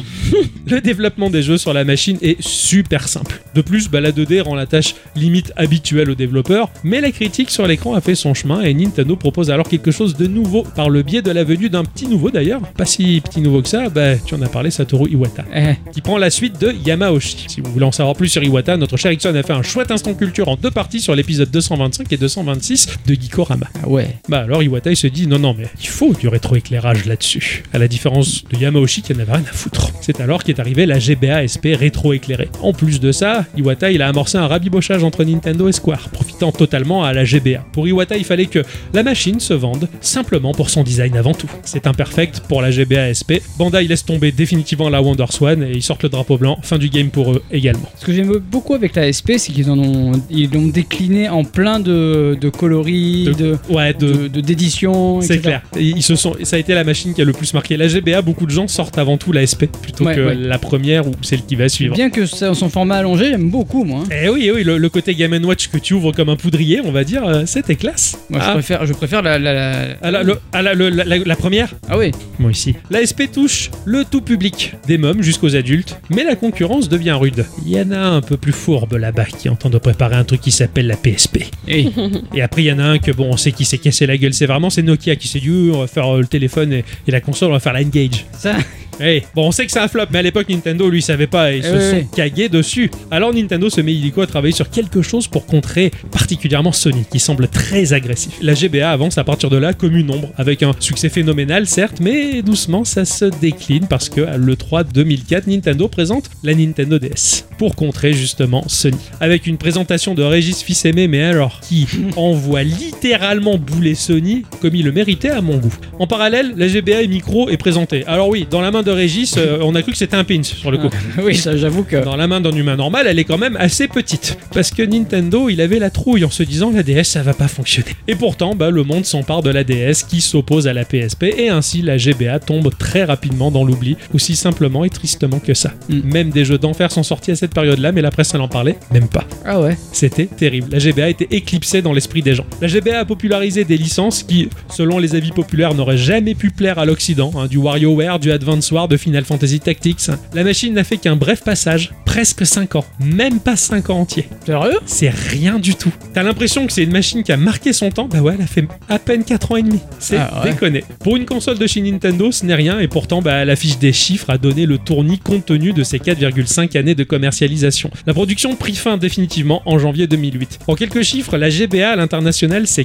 A: le développement des jeux sur la machine est super simple. De plus, bah, la 2D rend la tâche limite habituelle aux développeurs, mais la critique sur l'écran a fait son chemin et Nintendo propose alors quelque chose de nouveau par le biais de la venue d'un petit nouveau d'ailleurs, pas si petit nouveau que ça, bah, tu en as parlé Satoru Iwata,
B: Eh,
A: qui prend la suite de Yamaoshi. Si vous voulez en savoir plus sur Iwata, notre cher Ixon a fait un chouette instant culture en deux parties sur l'épisode 225 et 226 de Gikorama.
B: ah ouais.
A: Bah alors Iwata il se dit non non mais il faut du rétroéclairage là-dessus. À la différence de Yamauchi qui en avait rien à foutre. C'est alors qu'est arrivée la GBA SP rétroéclairée. En plus de ça, Iwata il a amorcé un rabibochage entre Nintendo et Square, profitant totalement à la GBA. Pour Iwata il fallait que la machine se vende simplement pour son design avant tout. C'est imperfect pour la GBA SP. Bandai laisse tomber définitivement la Wonder Swan et ils sortent le drapeau blanc. Fin du game pour eux également.
B: Ce que j'aime beaucoup avec la SP, c'est qu'ils en ont, ils l'ont décliné en plein de, de coloris,
A: De-
B: de,
A: Ouais de
B: de, de- d'éditions,
A: C'est
B: etc.
A: clair. Et Ils se sont, ça a été la machine qui a le plus marqué. La GBA, beaucoup de gens sortent avant tout la SP plutôt
B: Ouais,
A: que
B: ouais.
A: la première ou celle qui va suivre.
B: Bien que ça- son format allongé, j'aime beaucoup moi. hein.
A: Eh oui, eh oui, le, le côté Game Watch que tu ouvres comme un poudrier, on va dire, euh, c'était classe.
B: Moi, je
A: ah,
B: préfère, je préfère la, la, la-
A: ah, la, le- ah, la- le- la- la- la première
B: Ah oui.
A: Moi ici. La SP touche le tout public, des mômes jusqu'aux adultes, mais la concurrence devient rude. Il y en a un peu plus fourbe là-bas qui entend de préparer un truc qui s'appelle la PSP.
B: Eh,
A: (laughs) Et après, il y en a un que, bon, on sait qui s'est euh, cassé la gueule, c'est vraiment c'est Nokia qui s'est dit, Oui, on va faire euh, le téléphone et, et la console, on va faire la N-Gage.
B: ça,
A: Hey, bon, on sait que c'est un flop, mais à l'époque, Nintendo, lui, savait pas, et ils
B: Eh
A: se
B: oui,
A: sont
B: oui.
A: cagués dessus. Alors, Nintendo se met illico à travailler sur quelque chose pour contrer particulièrement Sony, qui semble très agressif. La GBA avance à partir de là comme une ombre, avec un succès phénoménal, certes, mais doucement, ça se décline parce que à l'E3 2004, Nintendo présente la Nintendo DS pour contrer justement Sony. Avec une présentation de Régis Fils-Aimé, mais alors, qui envoie littéralement bouler Sony comme il le méritait à mon goût. En parallèle, la GBA et Micro est présentée. Alors oui, dans la main de Régis, euh, on a cru que c'était un pin sur le coup.
B: (laughs) oui, ça j'avoue que.
A: Dans la main d'un humain normal, elle est quand même assez petite. Parce que Nintendo, il avait la trouille en se disant la DS, ça va pas fonctionner. Et pourtant, bah, le monde s'empare de la DS qui s'oppose à la PSP et ainsi la GBA tombe très rapidement dans l'oubli, aussi simplement et tristement que ça.
B: Mm.
A: Même des jeux d'enfer sont sortis à cette période-là, mais la presse, elle en parlait même pas.
B: Ah ouais.
A: C'était terrible. La GBA était éclipsée dans l'esprit des gens. La GBA a popularisé des licences qui, selon les avis populaires, n'auraient jamais pu plaire à l'Occident, hein, du WarioWare, du Advance War, de Final Fantasy Tactics. La machine n'a fait qu'un bref passage, presque 5 ans, même pas 5 ans entiers.
B: Sérieux
A: C'est rien du tout. T'as l'impression que c'est une machine qui a marqué son temps, bah ouais, elle a fait à peine 4 ans et demi. C'est
B: Ah ouais.
A: déconné. Pour une console de chez Nintendo, ce n'est rien, et pourtant, bah, l'affiche des chiffres a donné le tournis compte tenu de ses 4,5 années de commercialisation. La production prit fin définitivement en janvier 2008. En quelques chiffres, la GBA à l'international, c'est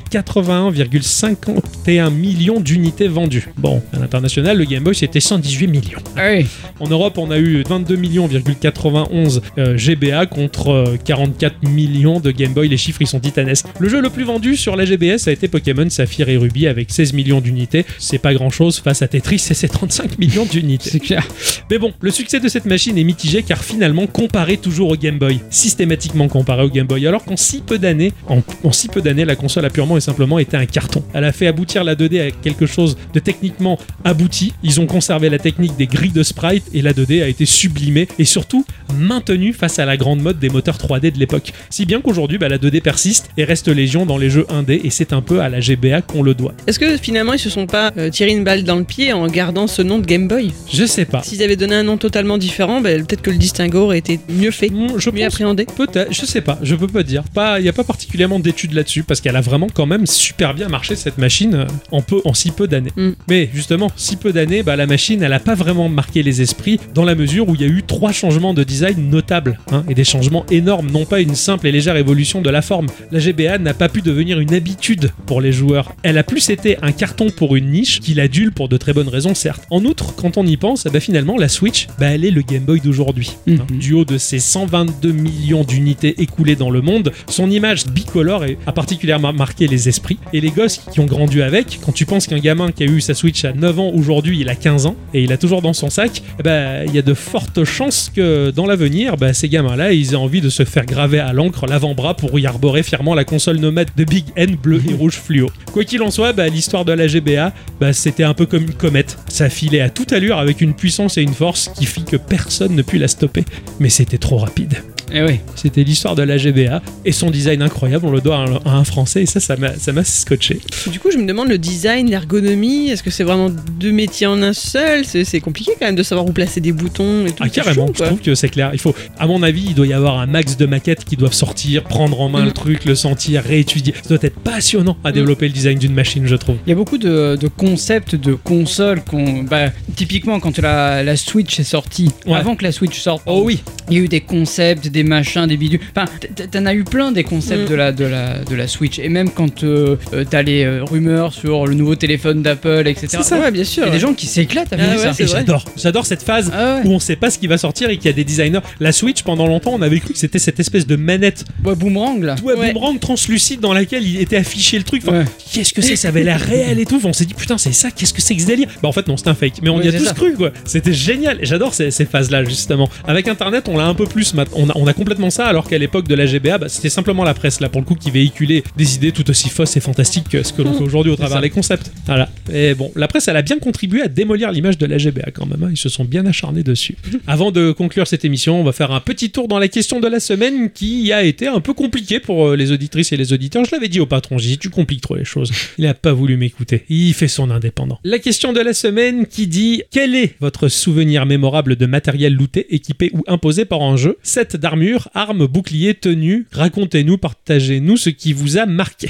A: 81,51 millions d'unités vendues. Bon, à l'international, le Game Boy, c'était 118 millions.
B: Ah oui.
A: En Europe, on a eu 22 millions,91 euh, GBA contre euh, 44 millions de Game Boy. Les chiffres, ils sont titanesques. Le jeu le plus vendu sur la GBS a été Pokémon Saphir et Ruby avec 16 millions d'unités. C'est pas grand chose face à Tetris et ses 35 millions d'unités.
B: C'est clair.
A: Mais bon, le succès de cette machine est mitigé car finalement comparé toujours au Game Boy, systématiquement comparé au Game Boy, alors qu'en si peu d'années, en, en si peu d'années, la console a purement et simplement été un carton. Elle a fait aboutir la 2D à quelque chose de techniquement abouti. Ils ont conservé la technique des grilles de sprite et la 2D a été sublimée et surtout maintenue face à la grande mode des moteurs 3D de l'époque. Si bien qu'aujourd'hui, bah, la 2D persiste et reste légion dans les jeux 1D et c'est un peu à la GBA qu'on le doit.
C: Est-ce que finalement ils se sont pas euh, tiré une balle dans le pied en gardant ce nom de Game Boy
A: Je sais pas.
C: S'ils avaient donné un nom totalement différent, bah, peut-être que le distinguo aurait été mieux fait,
A: Hmm, Je
C: mieux
A: pense
C: appréhendé.
A: Peut-être, je sais pas, je peux pas dire. Pas, il y a pas particulièrement d'études là-dessus parce qu'elle a vraiment quand même super bien marché cette machine euh, en peu, en si peu d'années.
C: Mm.
A: Mais justement, si peu d'années, bah, la machine, elle a pas vraiment marqué les esprits dans la mesure où il y a eu trois changements de design notables hein, et des changements énormes, non pas une simple et légère évolution de la forme. La GBA n'a pas pu devenir une habitude pour les joueurs. Elle a plus été un carton pour une niche qu'il adule pour de très bonnes raisons, certes. En outre, quand on y pense, eh ben, finalement, la Switch, bah, elle est le Game Boy d'aujourd'hui.
B: Mhm.
A: hein du haut de ses 122 millions d'unités écoulées dans le monde, son image bicolore est- a particulièrement marqué les esprits et les gosses qui ont grandi avec. Quand tu penses qu'un gamin qui a eu sa Switch à 9 ans aujourd'hui, il a 15 ans et il a toujours dans son sac, eh ben, il y a de fortes chances que dans l'avenir, bah, ces gamins-là, ils aient envie de se faire graver à l'encre l'avant-bras pour y arborer fièrement la console nomade de Big N bleu et rouge fluo. Quoi qu'il en soit, bah, l'histoire de la GBA, bah, c'était un peu comme une comète. Ça filait à toute allure avec une puissance et une force qui fit que personne ne put la stopper mais c'était trop rapide.
B: Eh oui.
A: C'était l'histoire de la GBA et son design incroyable, on le doit à un- à un français et ça, ça m'a ça m'a scotché.
C: Du coup, je me demande le design, l'ergonomie, est-ce que c'est vraiment deux métiers en un seul C'est c'est compliqué quand même de savoir où placer des boutons et tout.
A: Ah,
C: c'est
A: carrément,
C: chaud,
A: je
C: quoi.
A: trouve que c'est clair. Il faut, à mon avis, il doit y avoir un max de maquettes qui doivent sortir, prendre en main le truc, le sentir, réétudier. Ça doit être passionnant à développer le design d'une machine, je trouve.
B: Il y a beaucoup de, de concepts de consoles qu'on. Bah, typiquement, quand la, la Switch est sortie,
A: Ouais.
B: avant que la Switch sorte,
A: Oh oui,
B: il y a eu des concepts, des machins, des bidules. Enfin, t- t- t'en as eu plein des concepts
C: Mm.
B: de, la, de, la, de la Switch. Et même quand euh, euh, t'as les euh, rumeurs sur le nouveau téléphone d'Apple, etc.
C: C'est ça, ouais, bien
B: Il
C: sûr.
B: y a des gens qui s'éclatent avec
C: Ah ouais,
B: ça.
C: c'est
A: et
C: vrai.
A: j'adore, j'adore cette phase
B: Ah ouais.
A: où on sait pas ce qui va sortir et qu'il y a des designers. La Switch, pendant longtemps, on avait cru que c'était cette espèce de manette
B: Ouais, boomerang là.
A: tout à
C: Ouais.
A: boomerang translucide dans laquelle il était affiché le truc. Enfin,
B: Ouais.
A: qu'est-ce que c'est Ça avait l'air réel et tout. On s'est dit putain, c'est ça Qu'est-ce que c'est que ce délire Bah en fait non, c'était un fake. Mais on
B: Oui,
A: y a
B: c'est
A: tous
B: ça.
A: cru quoi. C'était génial. Et J'adore ces, ces phases-là justement. Avec Internet, on l'a un peu plus. maintenant. On a, on a complètement ça. Alors qu'à l'époque de la GBA, bah, c'était simplement la presse là pour le coup qui véhiculait des idées tout aussi fausses et fantastiques que ce que l'on fait aujourd'hui au travers
B: ça.
A: des concepts. Voilà. Et bon, la presse, elle a bien contribué à démolir l'image de la GBA quand même. hein. Ils se sont bien acharnés
B: (laughs)
A: dessus. Avant de conclure cette émission, on va faire un petit tour dans la question de la semaine qui a été un peu compliquée pour euh, les auditrices et les auditeurs. Je l'avais dit au patron, j'ai dit tu compliques trop les choses. Il n'a pas voulu m'écouter. Il fait son indépendant. La question de la semaine qui dit quel est votre souvenir mémorable de matériel looté, équipé ou imposé par un jeu Set d'armure, armes, bouclier, tenue. Racontez-nous, partagez-nous ce qui vous a marqué.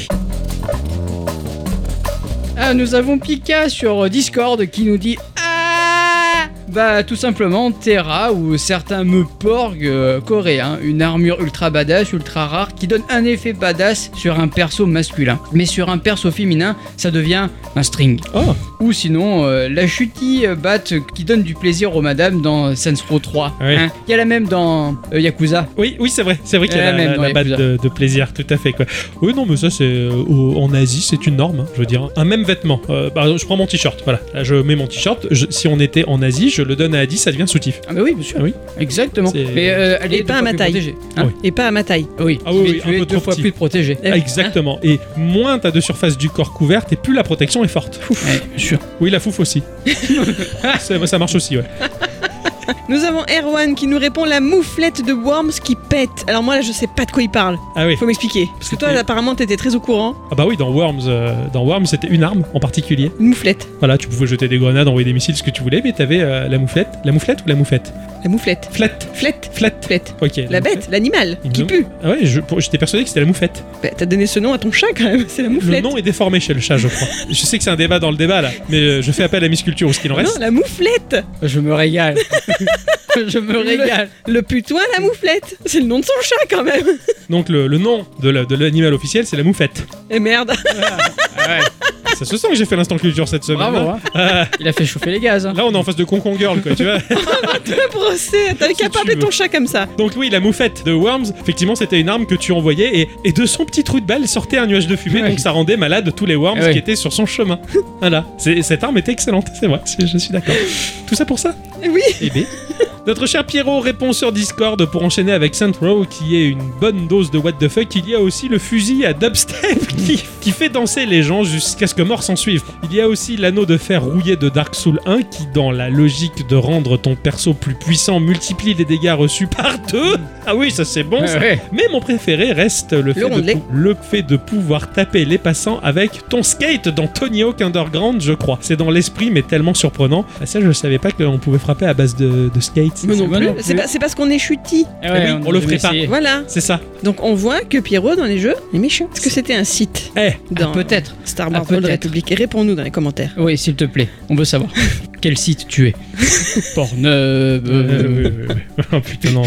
B: Ah, nous avons Pika sur Discord qui nous dit Ah Bah tout simplement Terra ou certains meuporg euh, coréens, une armure ultra badass, ultra rare, qui donne un effet badass sur un perso masculin. Mais sur un perso féminin, ça devient un string.
A: Oh,
B: Ou sinon euh, la chutie euh, batte qui donne du plaisir aux madames dans Saints Row 3.
A: Ah oui.
B: hein. Il y a la même dans euh, Yakuza.
A: oui, oui, c'est vrai, c'est vrai qu'il y a
B: Ouais,
A: la,
B: Eh, même
A: la-
B: dans
A: la
B: les
A: batte
B: cousins.
A: de, de plaisir, tout à fait quoi. Oui, non, mais ça c'est euh, au- en Asie, c'est une norme. hein, je veux dire, un même vêtement. Euh, bah, je prends mon t-shirt, voilà. Là, je mets mon t-shirt. je- si on était en Asie, je le donne à Adi, ça devient soutif.
B: Ah bah oui, bien sûr.
A: Ah oui.
B: Exactement.
A: C'est-
B: Mais euh, elle
C: Et
B: est
C: pas
B: deux
C: à
B: fois
C: ma
B: plus
C: taille.
B: protégée, hein.
C: Et pas à ma taille.
B: Ah oui,
A: Ah oui,
B: mais
A: oui,
B: tu
A: un
B: es
A: peu
B: deux
A: trop
B: fois
A: petit. Ah,
B: plus protégé.
C: Eh,
A: Exactement.
B: ah.
A: Et moins t'as de surface du corps couverte, et plus la protection est forte.
B: Ouais, bien sûr.
A: Oui, la fouf aussi. ça, ça marche aussi, ouais.
C: Nous avons Erwan qui nous répond la mouflette de Worms qui pète. Alors moi là je sais pas de quoi il parle.
A: Ah oui.
C: Faut m'expliquer. Parce que toi
A: C'était-
C: apparemment t'étais très au courant.
A: Ah bah oui, dans Worms, euh, dans Worms, c'était une arme en particulier.
C: Une mouflette.
A: Voilà, tu pouvais jeter des grenades, envoyer des missiles, ce que tu voulais, mais t'avais euh, la mouflette, la mouflette ou la moufette,
C: La mouflette.
A: flette,
C: Flette.
A: flette.
C: Flette.
A: Ok.
C: La bête, l'animal,
A: Il
C: qui
A: me-
C: pue.
A: Ah ouais, je- pour- j'étais persuadé que c'était la moufette.
C: Bah, t'as donné ce nom à ton chat quand même, c'est la mouflette.
A: Le nom est déformé chez le chat, je crois. je sais que c'est un débat dans le débat là, mais euh, je fais appel à Miss Culture ou ce qu'il en
C: non,
A: reste.
C: la mouflette
B: Je me régale. (laughs) je me régale.
C: Le putois, la mouflette C'est le nom de son chat quand même
A: Donc le, le nom de la- de l'animal officiel, c'est la moufette.
C: Et Eh merde (laughs)
A: Ça se sent que j'ai fait l'instant culture cette semaine.
B: Bravo. hein.
A: Ah,
B: (laughs) Il a fait chauffer les gaz. hein.
A: là, on est en face de Concon Girl, quoi, tu vois.
C: Le procès T'avais qu'à
A: tu
C: pas appeler
A: veux.
C: ton chat comme ça
A: Donc oui, la moufette de Worms, effectivement, c'était une arme que tu envoyais et, et de son petit trou de balle sortait un nuage de fumée,
B: Ouais.
A: donc ça rendait malade tous les Worms
B: Ah ouais.
A: qui étaient sur son chemin. voilà. C'est- Cette arme était excellente, c'est vrai, c'est- je suis d'accord. Tout ça pour ça
C: Oui
A: Eh bien. Notre cher Pierrot répond sur Discord pour enchaîner avec Saint Row qui est une bonne dose de what the fuck. Il y a aussi le fusil à dubstep (laughs) qui, qui fait danser les gens jusqu'à ce que mort s'en suive. Il y a aussi l'anneau de fer rouillé de Dark Souls 1 qui, dans la logique de rendre ton perso plus puissant, multiplie les dégâts reçus par deux. Ah oui, ça c'est bon. ça.
B: Ouais.
A: Mais mon préféré reste le fait, de,
C: rondelet.
A: pou- le fait de pouvoir taper les passants avec ton skate dans Tony Hawk Underground, je crois. C'est dans l'esprit, mais tellement surprenant. Ah, ça, je ne savais pas qu'on pouvait frapper à base de, de skate.
B: non plus.
C: C'est pas- c'est parce qu'on est chutis
B: Ah ouais,
A: oui, on
B: a
A: le
B: jamais
A: ferait pas.
B: essayé.
C: Voilà
A: C'est ça.
C: Donc on voit que Pierrot dans les jeux est méchant. Est-ce que c'était un site
A: Eh,
B: Ah,
C: dans
B: peut-être.
C: Star
B: Ah,
C: Wars
B: peut-être.
C: Old Republic Et Réponds-nous dans les commentaires.
B: Oui, s'il te plaît. On veut savoir. (laughs) Quel site tu es Pornhub.
A: Euh, (laughs) oh putain, non.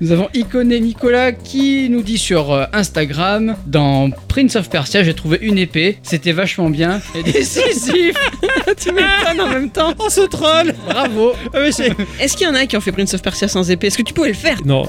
B: Nous avons Icone Nicolas qui nous dit sur euh, Instagram dans Prince of Persia, j'ai trouvé une épée. C'était vachement bien. Et décisif. (laughs)
C: tu m'étonnes en même temps
A: Oh, ce troll
B: Bravo.
A: Ah, mais c'est-
C: Est-ce qu'il y en a qui ont fait Prince of Persia sans épée Est-ce que tu pouvais le faire
A: Non.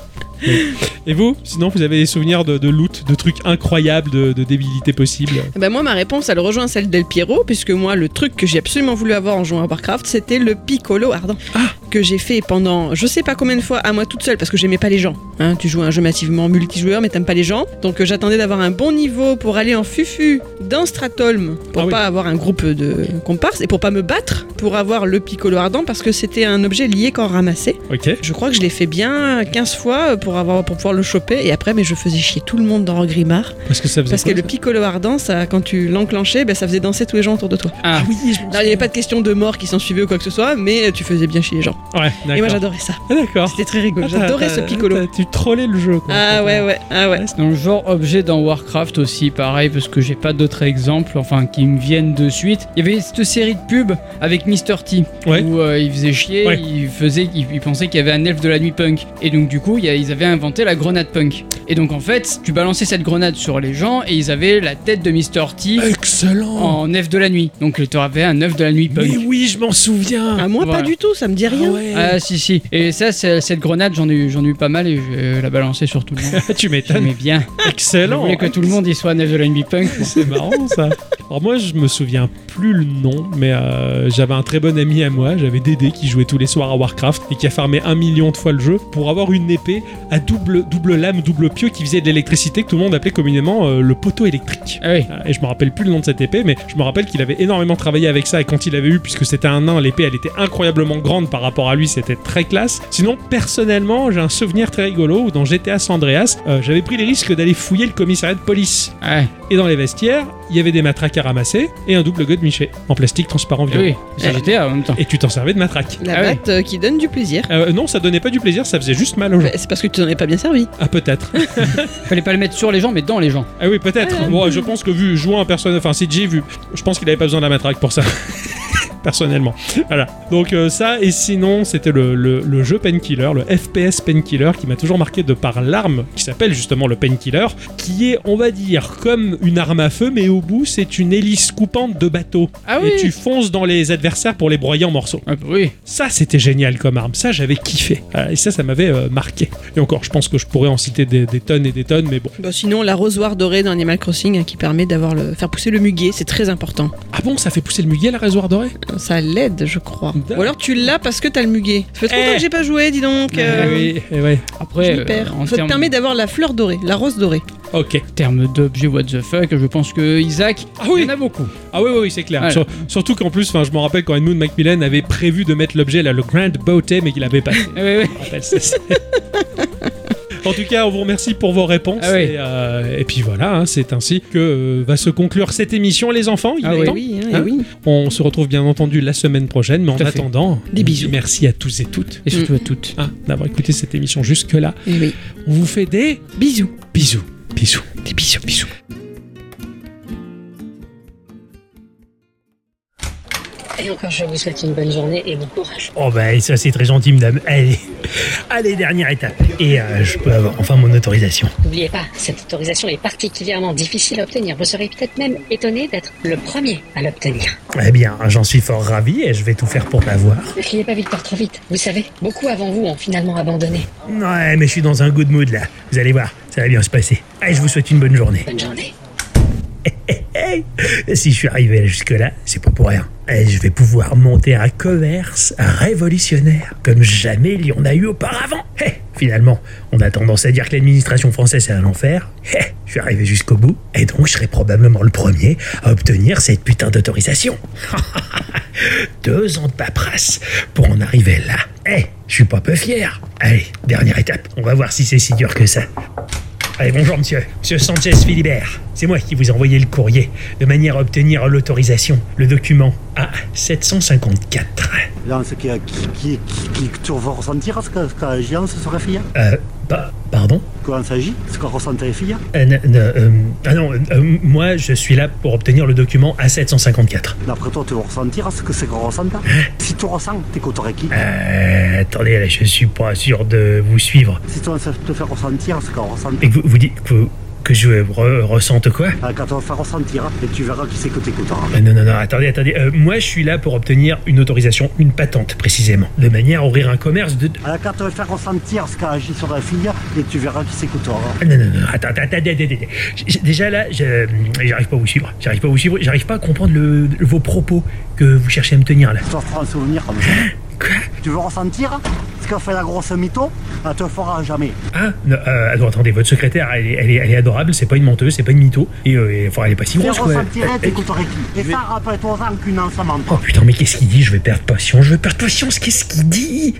A: Et vous Sinon, vous avez des souvenirs de, de loot, de trucs incroyables, de, de débilités possibles
C: Eh ben moi ma réponse elle rejoint celle d'El Piero puisque moi le truc que j'ai absolument voulu avoir en jouant à Warcraft c'était le piccolo ardent
A: Ah.
C: que j'ai fait pendant je sais pas combien de fois à moi toute seule parce que j'aimais pas les gens hein, tu joues à un jeu massivement multijoueur mais t'aimes pas les gens donc euh, j'attendais d'avoir un bon niveau pour aller en fufu dans Stratholm pour
A: Ah oui.
C: pas avoir un groupe de comparses et pour pas me battre pour avoir le piccolo ardent parce que c'était un objet lié qu'on ramassait
A: Ok.
C: je crois que je l'ai fait bien 15 fois pour, avoir, pour pouvoir le choper et après mais je faisais chier tout le monde dans Grimard
A: Parce que ça faisait
C: parce que
A: quoi,
C: le piccolo ardent, ça, quand tu l'enclenchais, ben, ça faisait danser tous les gens autour de toi.
B: Ah.
C: oui, il n'y avait pas de question de mort qui s'en suivait ou quoi que ce soit, mais tu faisais bien chier les gens.
A: ça Ah. Ouais,
C: Et moi
A: d'accord.
C: j'adorais ça.
A: Ah, d'accord.
C: C'était très rigolo.
A: Ah, t'as-
C: J'adorais ce
A: t'as-
C: piccolo.
A: t'as- Tu trollais le jeu, quoi.
C: Ah ouais, ouais, ah ouais.
B: Dans le genre objet dans Warcraft aussi, pareil, parce que j'ai pas d'autres exemples, enfin qui me viennent de suite. Il y avait cette série de pubs avec Mr. T,
A: Ouais.
B: où euh, il faisait chier,
A: Ouais.
B: il, faisait, il, il pensait qu'il y avait un elfe de la nuit punk. Et donc du coup, il y a- ils avaient inventé la grenade punk. Et donc en fait, tu balançais cette grenade sur les gens et ils avaient la tête de Mr. T
A: Excellent
B: en elfe de la nuit. Donc tu avais un elfe de la nuit punk.
A: Mais oui, je m'en souviens
C: Ah, moi
B: Voilà.
C: pas du tout, ça me dit rien.
B: Ah si si et ça c'est- cette grenade j'en ai eu j'en ai eu pas mal et je euh, la balançais sur tout le
A: (laughs)
B: monde.
A: Tu m'étonnes.
B: J'aimais bien. Je
A: Excellent
B: voulais que tout le monde y soit un elfe de la nuit punk. moi.
A: C'est marrant ça. Alors moi je me souviens plus le nom, mais euh, j'avais un très bon ami à moi, j'avais Dédé qui jouait tous les soirs à Warcraft et qui a farmé un million de fois le jeu pour avoir une épée à double, double lame, double pieu qui faisait de l'électricité que tout le monde appelait communément euh, le poteau électrique.
B: Ah oui.
A: Euh, Et je me rappelle plus le nom de cette épée, mais je me rappelle qu'il avait énormément travaillé avec ça. Et quand il avait eu, puisque c'était un nain, l'épée elle était incroyablement grande par rapport à lui, c'était très classe. Sinon, personnellement, j'ai un souvenir très rigolo où dans GTA San Andreas, euh, j'avais pris les risques d'aller fouiller le commissariat de police.
B: Ah Ouais.
A: Et dans les vestiaires, il y avait des matraques à ramasser et un double gueux de Miché en plastique transparent
B: Eh
A: violet.
B: Oui, c'est GTA en même temps.
A: Et tu t'en servais de matraque.
C: La
B: Ah ouais.
C: batte euh, qui donne du plaisir.
A: Euh, non, ça donnait pas du plaisir, ça faisait juste mal aux gens.
C: Bah, C'est parce que tu n'en es pas bien servi.
A: Ah, peut-être.
B: Fallait pas le mettre sur les gens, mais dans les gens.
A: Ah oui, peut-être. Bon, je pense que vu jouant un personnage, enfin CJ, vu, je pense qu'il avait pas besoin de la matraque pour ça. (laughs) personnellement. Voilà. Donc euh, ça, et sinon, c'était le, le- le jeu Painkiller, le FPS Painkiller, qui m'a toujours marqué de par l'arme qui s'appelle justement le Painkiller, qui est, on va dire, comme une arme à feu, mais au bout, c'est une hélice coupante de bateau.
B: Ah
A: Et
B: oui.
A: tu fonces dans les adversaires pour les broyer en morceaux.
B: Ah bah oui.
A: Ça, c'était génial comme arme. Ça, j'avais kiffé. Voilà, Et ça, ça m'avait euh, marqué. Et encore, je pense que je pourrais en citer des, des tonnes et des tonnes, mais bon.
C: Bon, Bah, sinon, l'arrosoir doré dans Animal Crossing hein, qui permet d'avoir le faire pousser le muguet, c'est très important.
A: Ah bon, ça fait pousser le muguet, la rasoir dorée
C: Ça l'aide, je crois.
A: D'accord.
C: Ou alors tu l'as parce que t'as le muguet. Ça fait trop
A: Eh.
C: longtemps que j'ai pas joué, dis donc. euh,
A: oui, eh ouais.
C: Je
B: Après,
C: m'y
B: euh,
C: perds.
B: en
C: Ça te
B: termes-
C: permet d'avoir la fleur dorée, la rose dorée.
A: Ok.
B: termes d'objets what the fuck, je pense que Isaac,
A: Ah oui.
B: il y en a beaucoup.
A: Ah oui, oui, oui, c'est clair.
B: Voilà.
A: Sur- surtout qu'en plus, enfin, je me rappelle quand Edmund Macmillan avait prévu de mettre l'objet là, le Grand Beauté, mais qu'il avait pas fait.
B: Ah oui, oui.
A: Je me rappelle, c'est-
B: (laughs)
A: c'est- En tout cas, on vous remercie pour vos réponses.
B: Ah oui.
A: et, euh, et puis voilà, hein, c'est ainsi que euh, va se conclure cette émission, les enfants. Il
B: Ah
A: est
B: oui.
A: temps.
C: oui, hein,
A: Hein
C: eh oui.
A: On se retrouve bien entendu la semaine prochaine, mais en
B: Tout à fait.
A: attendant,
C: Des
A: on
C: bisous.
A: dit Merci à tous et toutes
B: Et surtout à toutes.
A: hein, d'avoir écouté cette émission jusque-là.
C: eh oui.
A: On vous fait des
C: Bisous.
A: bisous. Bisous.
C: Des bisous.
A: Bisous.
G: Et encore, je vous souhaite une bonne journée et bon courage.
H: Oh bah ça c'est très gentil madame. Allez, allez dernière étape. Et euh, je peux avoir enfin mon autorisation.
G: N'oubliez pas, cette autorisation est particulièrement difficile à obtenir. Vous serez peut-être même étonné d'être le premier à l'obtenir.
H: Eh bien, j'en suis fort ravi et je vais tout faire pour l'avoir.
G: Ne criez pas victoire trop vite. Vous savez, beaucoup avant vous ont finalement abandonné.
H: Ouais, mais je suis dans un good mood là. Vous allez voir, ça va bien se passer. Allez, je vous souhaite une bonne journée.
G: Bonne journée.
H: Si je suis arrivé jusque là, c'est pas pour rien. Et je vais pouvoir monter un commerce révolutionnaire comme jamais il y en a eu auparavant. Hé, finalement, on a tendance à dire que l'administration française c'est un enfer. Hé, je suis arrivé jusqu'au bout et donc je serai probablement le premier à obtenir cette putain d'autorisation. (laughs) Deux ans de paperasse pour en arriver là. Hé, je suis pas peu fier. Allez, dernière étape. On va voir si c'est si dur que ça. Allez, bonjour monsieur. Monsieur Sanchez Philibert. C'est moi qui vous ai envoyé le courrier de manière à obtenir l'autorisation, le document A754.
I: Dans ce qui, qui, qui, qui- que tu vas ressentir ce que, ce que les gens se seraient fait.
H: Euh, pa- pardon
I: Qu'on s'agit, ce que ressentent les filles. hein.
H: Euh, n- n- euh, Ah non, euh, euh, moi je suis là pour obtenir le document A754.
I: D'après toi, tu vas ressentir ce que c'est qu'on ressent. Si tu ressens, t'écouterais qui
H: Euh, attendez, là, je suis pas sûr de vous suivre.
I: Si tu te fais ressentir ce qu'on ressent,
H: Et que vous, vous dites que, que je re- ressente quoi
I: euh, quand on va faire ressentir, et tu verras qui c'est que t'écouteras.
H: Euh, Non, non, non, attendez, attendez. Euh, moi je suis là pour obtenir une autorisation, une patente précisément, de manière à ouvrir un commerce de,
I: Euh, Quand on va faire ressentir ce qu'on agit sur les filles, hein. et tu verras qui s'écoutera.
H: Non, non, non, attends, attends, attends, attends, attends, attends. J- j- Déjà là, je- j'arrive pas à vous suivre. J'arrive pas à vous suivre. J'arrive pas à comprendre le- le- vos propos que vous cherchez à me tenir là.
I: Tu vas faire un souvenir comme ça.
H: Quoi
I: Tu veux ressentir ce qu'a fait la grosse mytho Elle te le fera jamais.
H: Ah, non, euh, attends, attendez, votre secrétaire, elle est, elle est- elle est adorable. C'est pas une menteuse, c'est pas une mytho. Et, euh, et, enfin, elle est pas si
I: Tu
H: grosse quoi.
I: ressentirais,
H: Euh,
I: t'écouterais qui Et ça, rappelle-toi-en qu'une ensemble.
H: Oh putain, mais qu'est-ce qu'il dit Je vais perdre patience. Je vais perdre patience. Qu'est-ce qu'il dit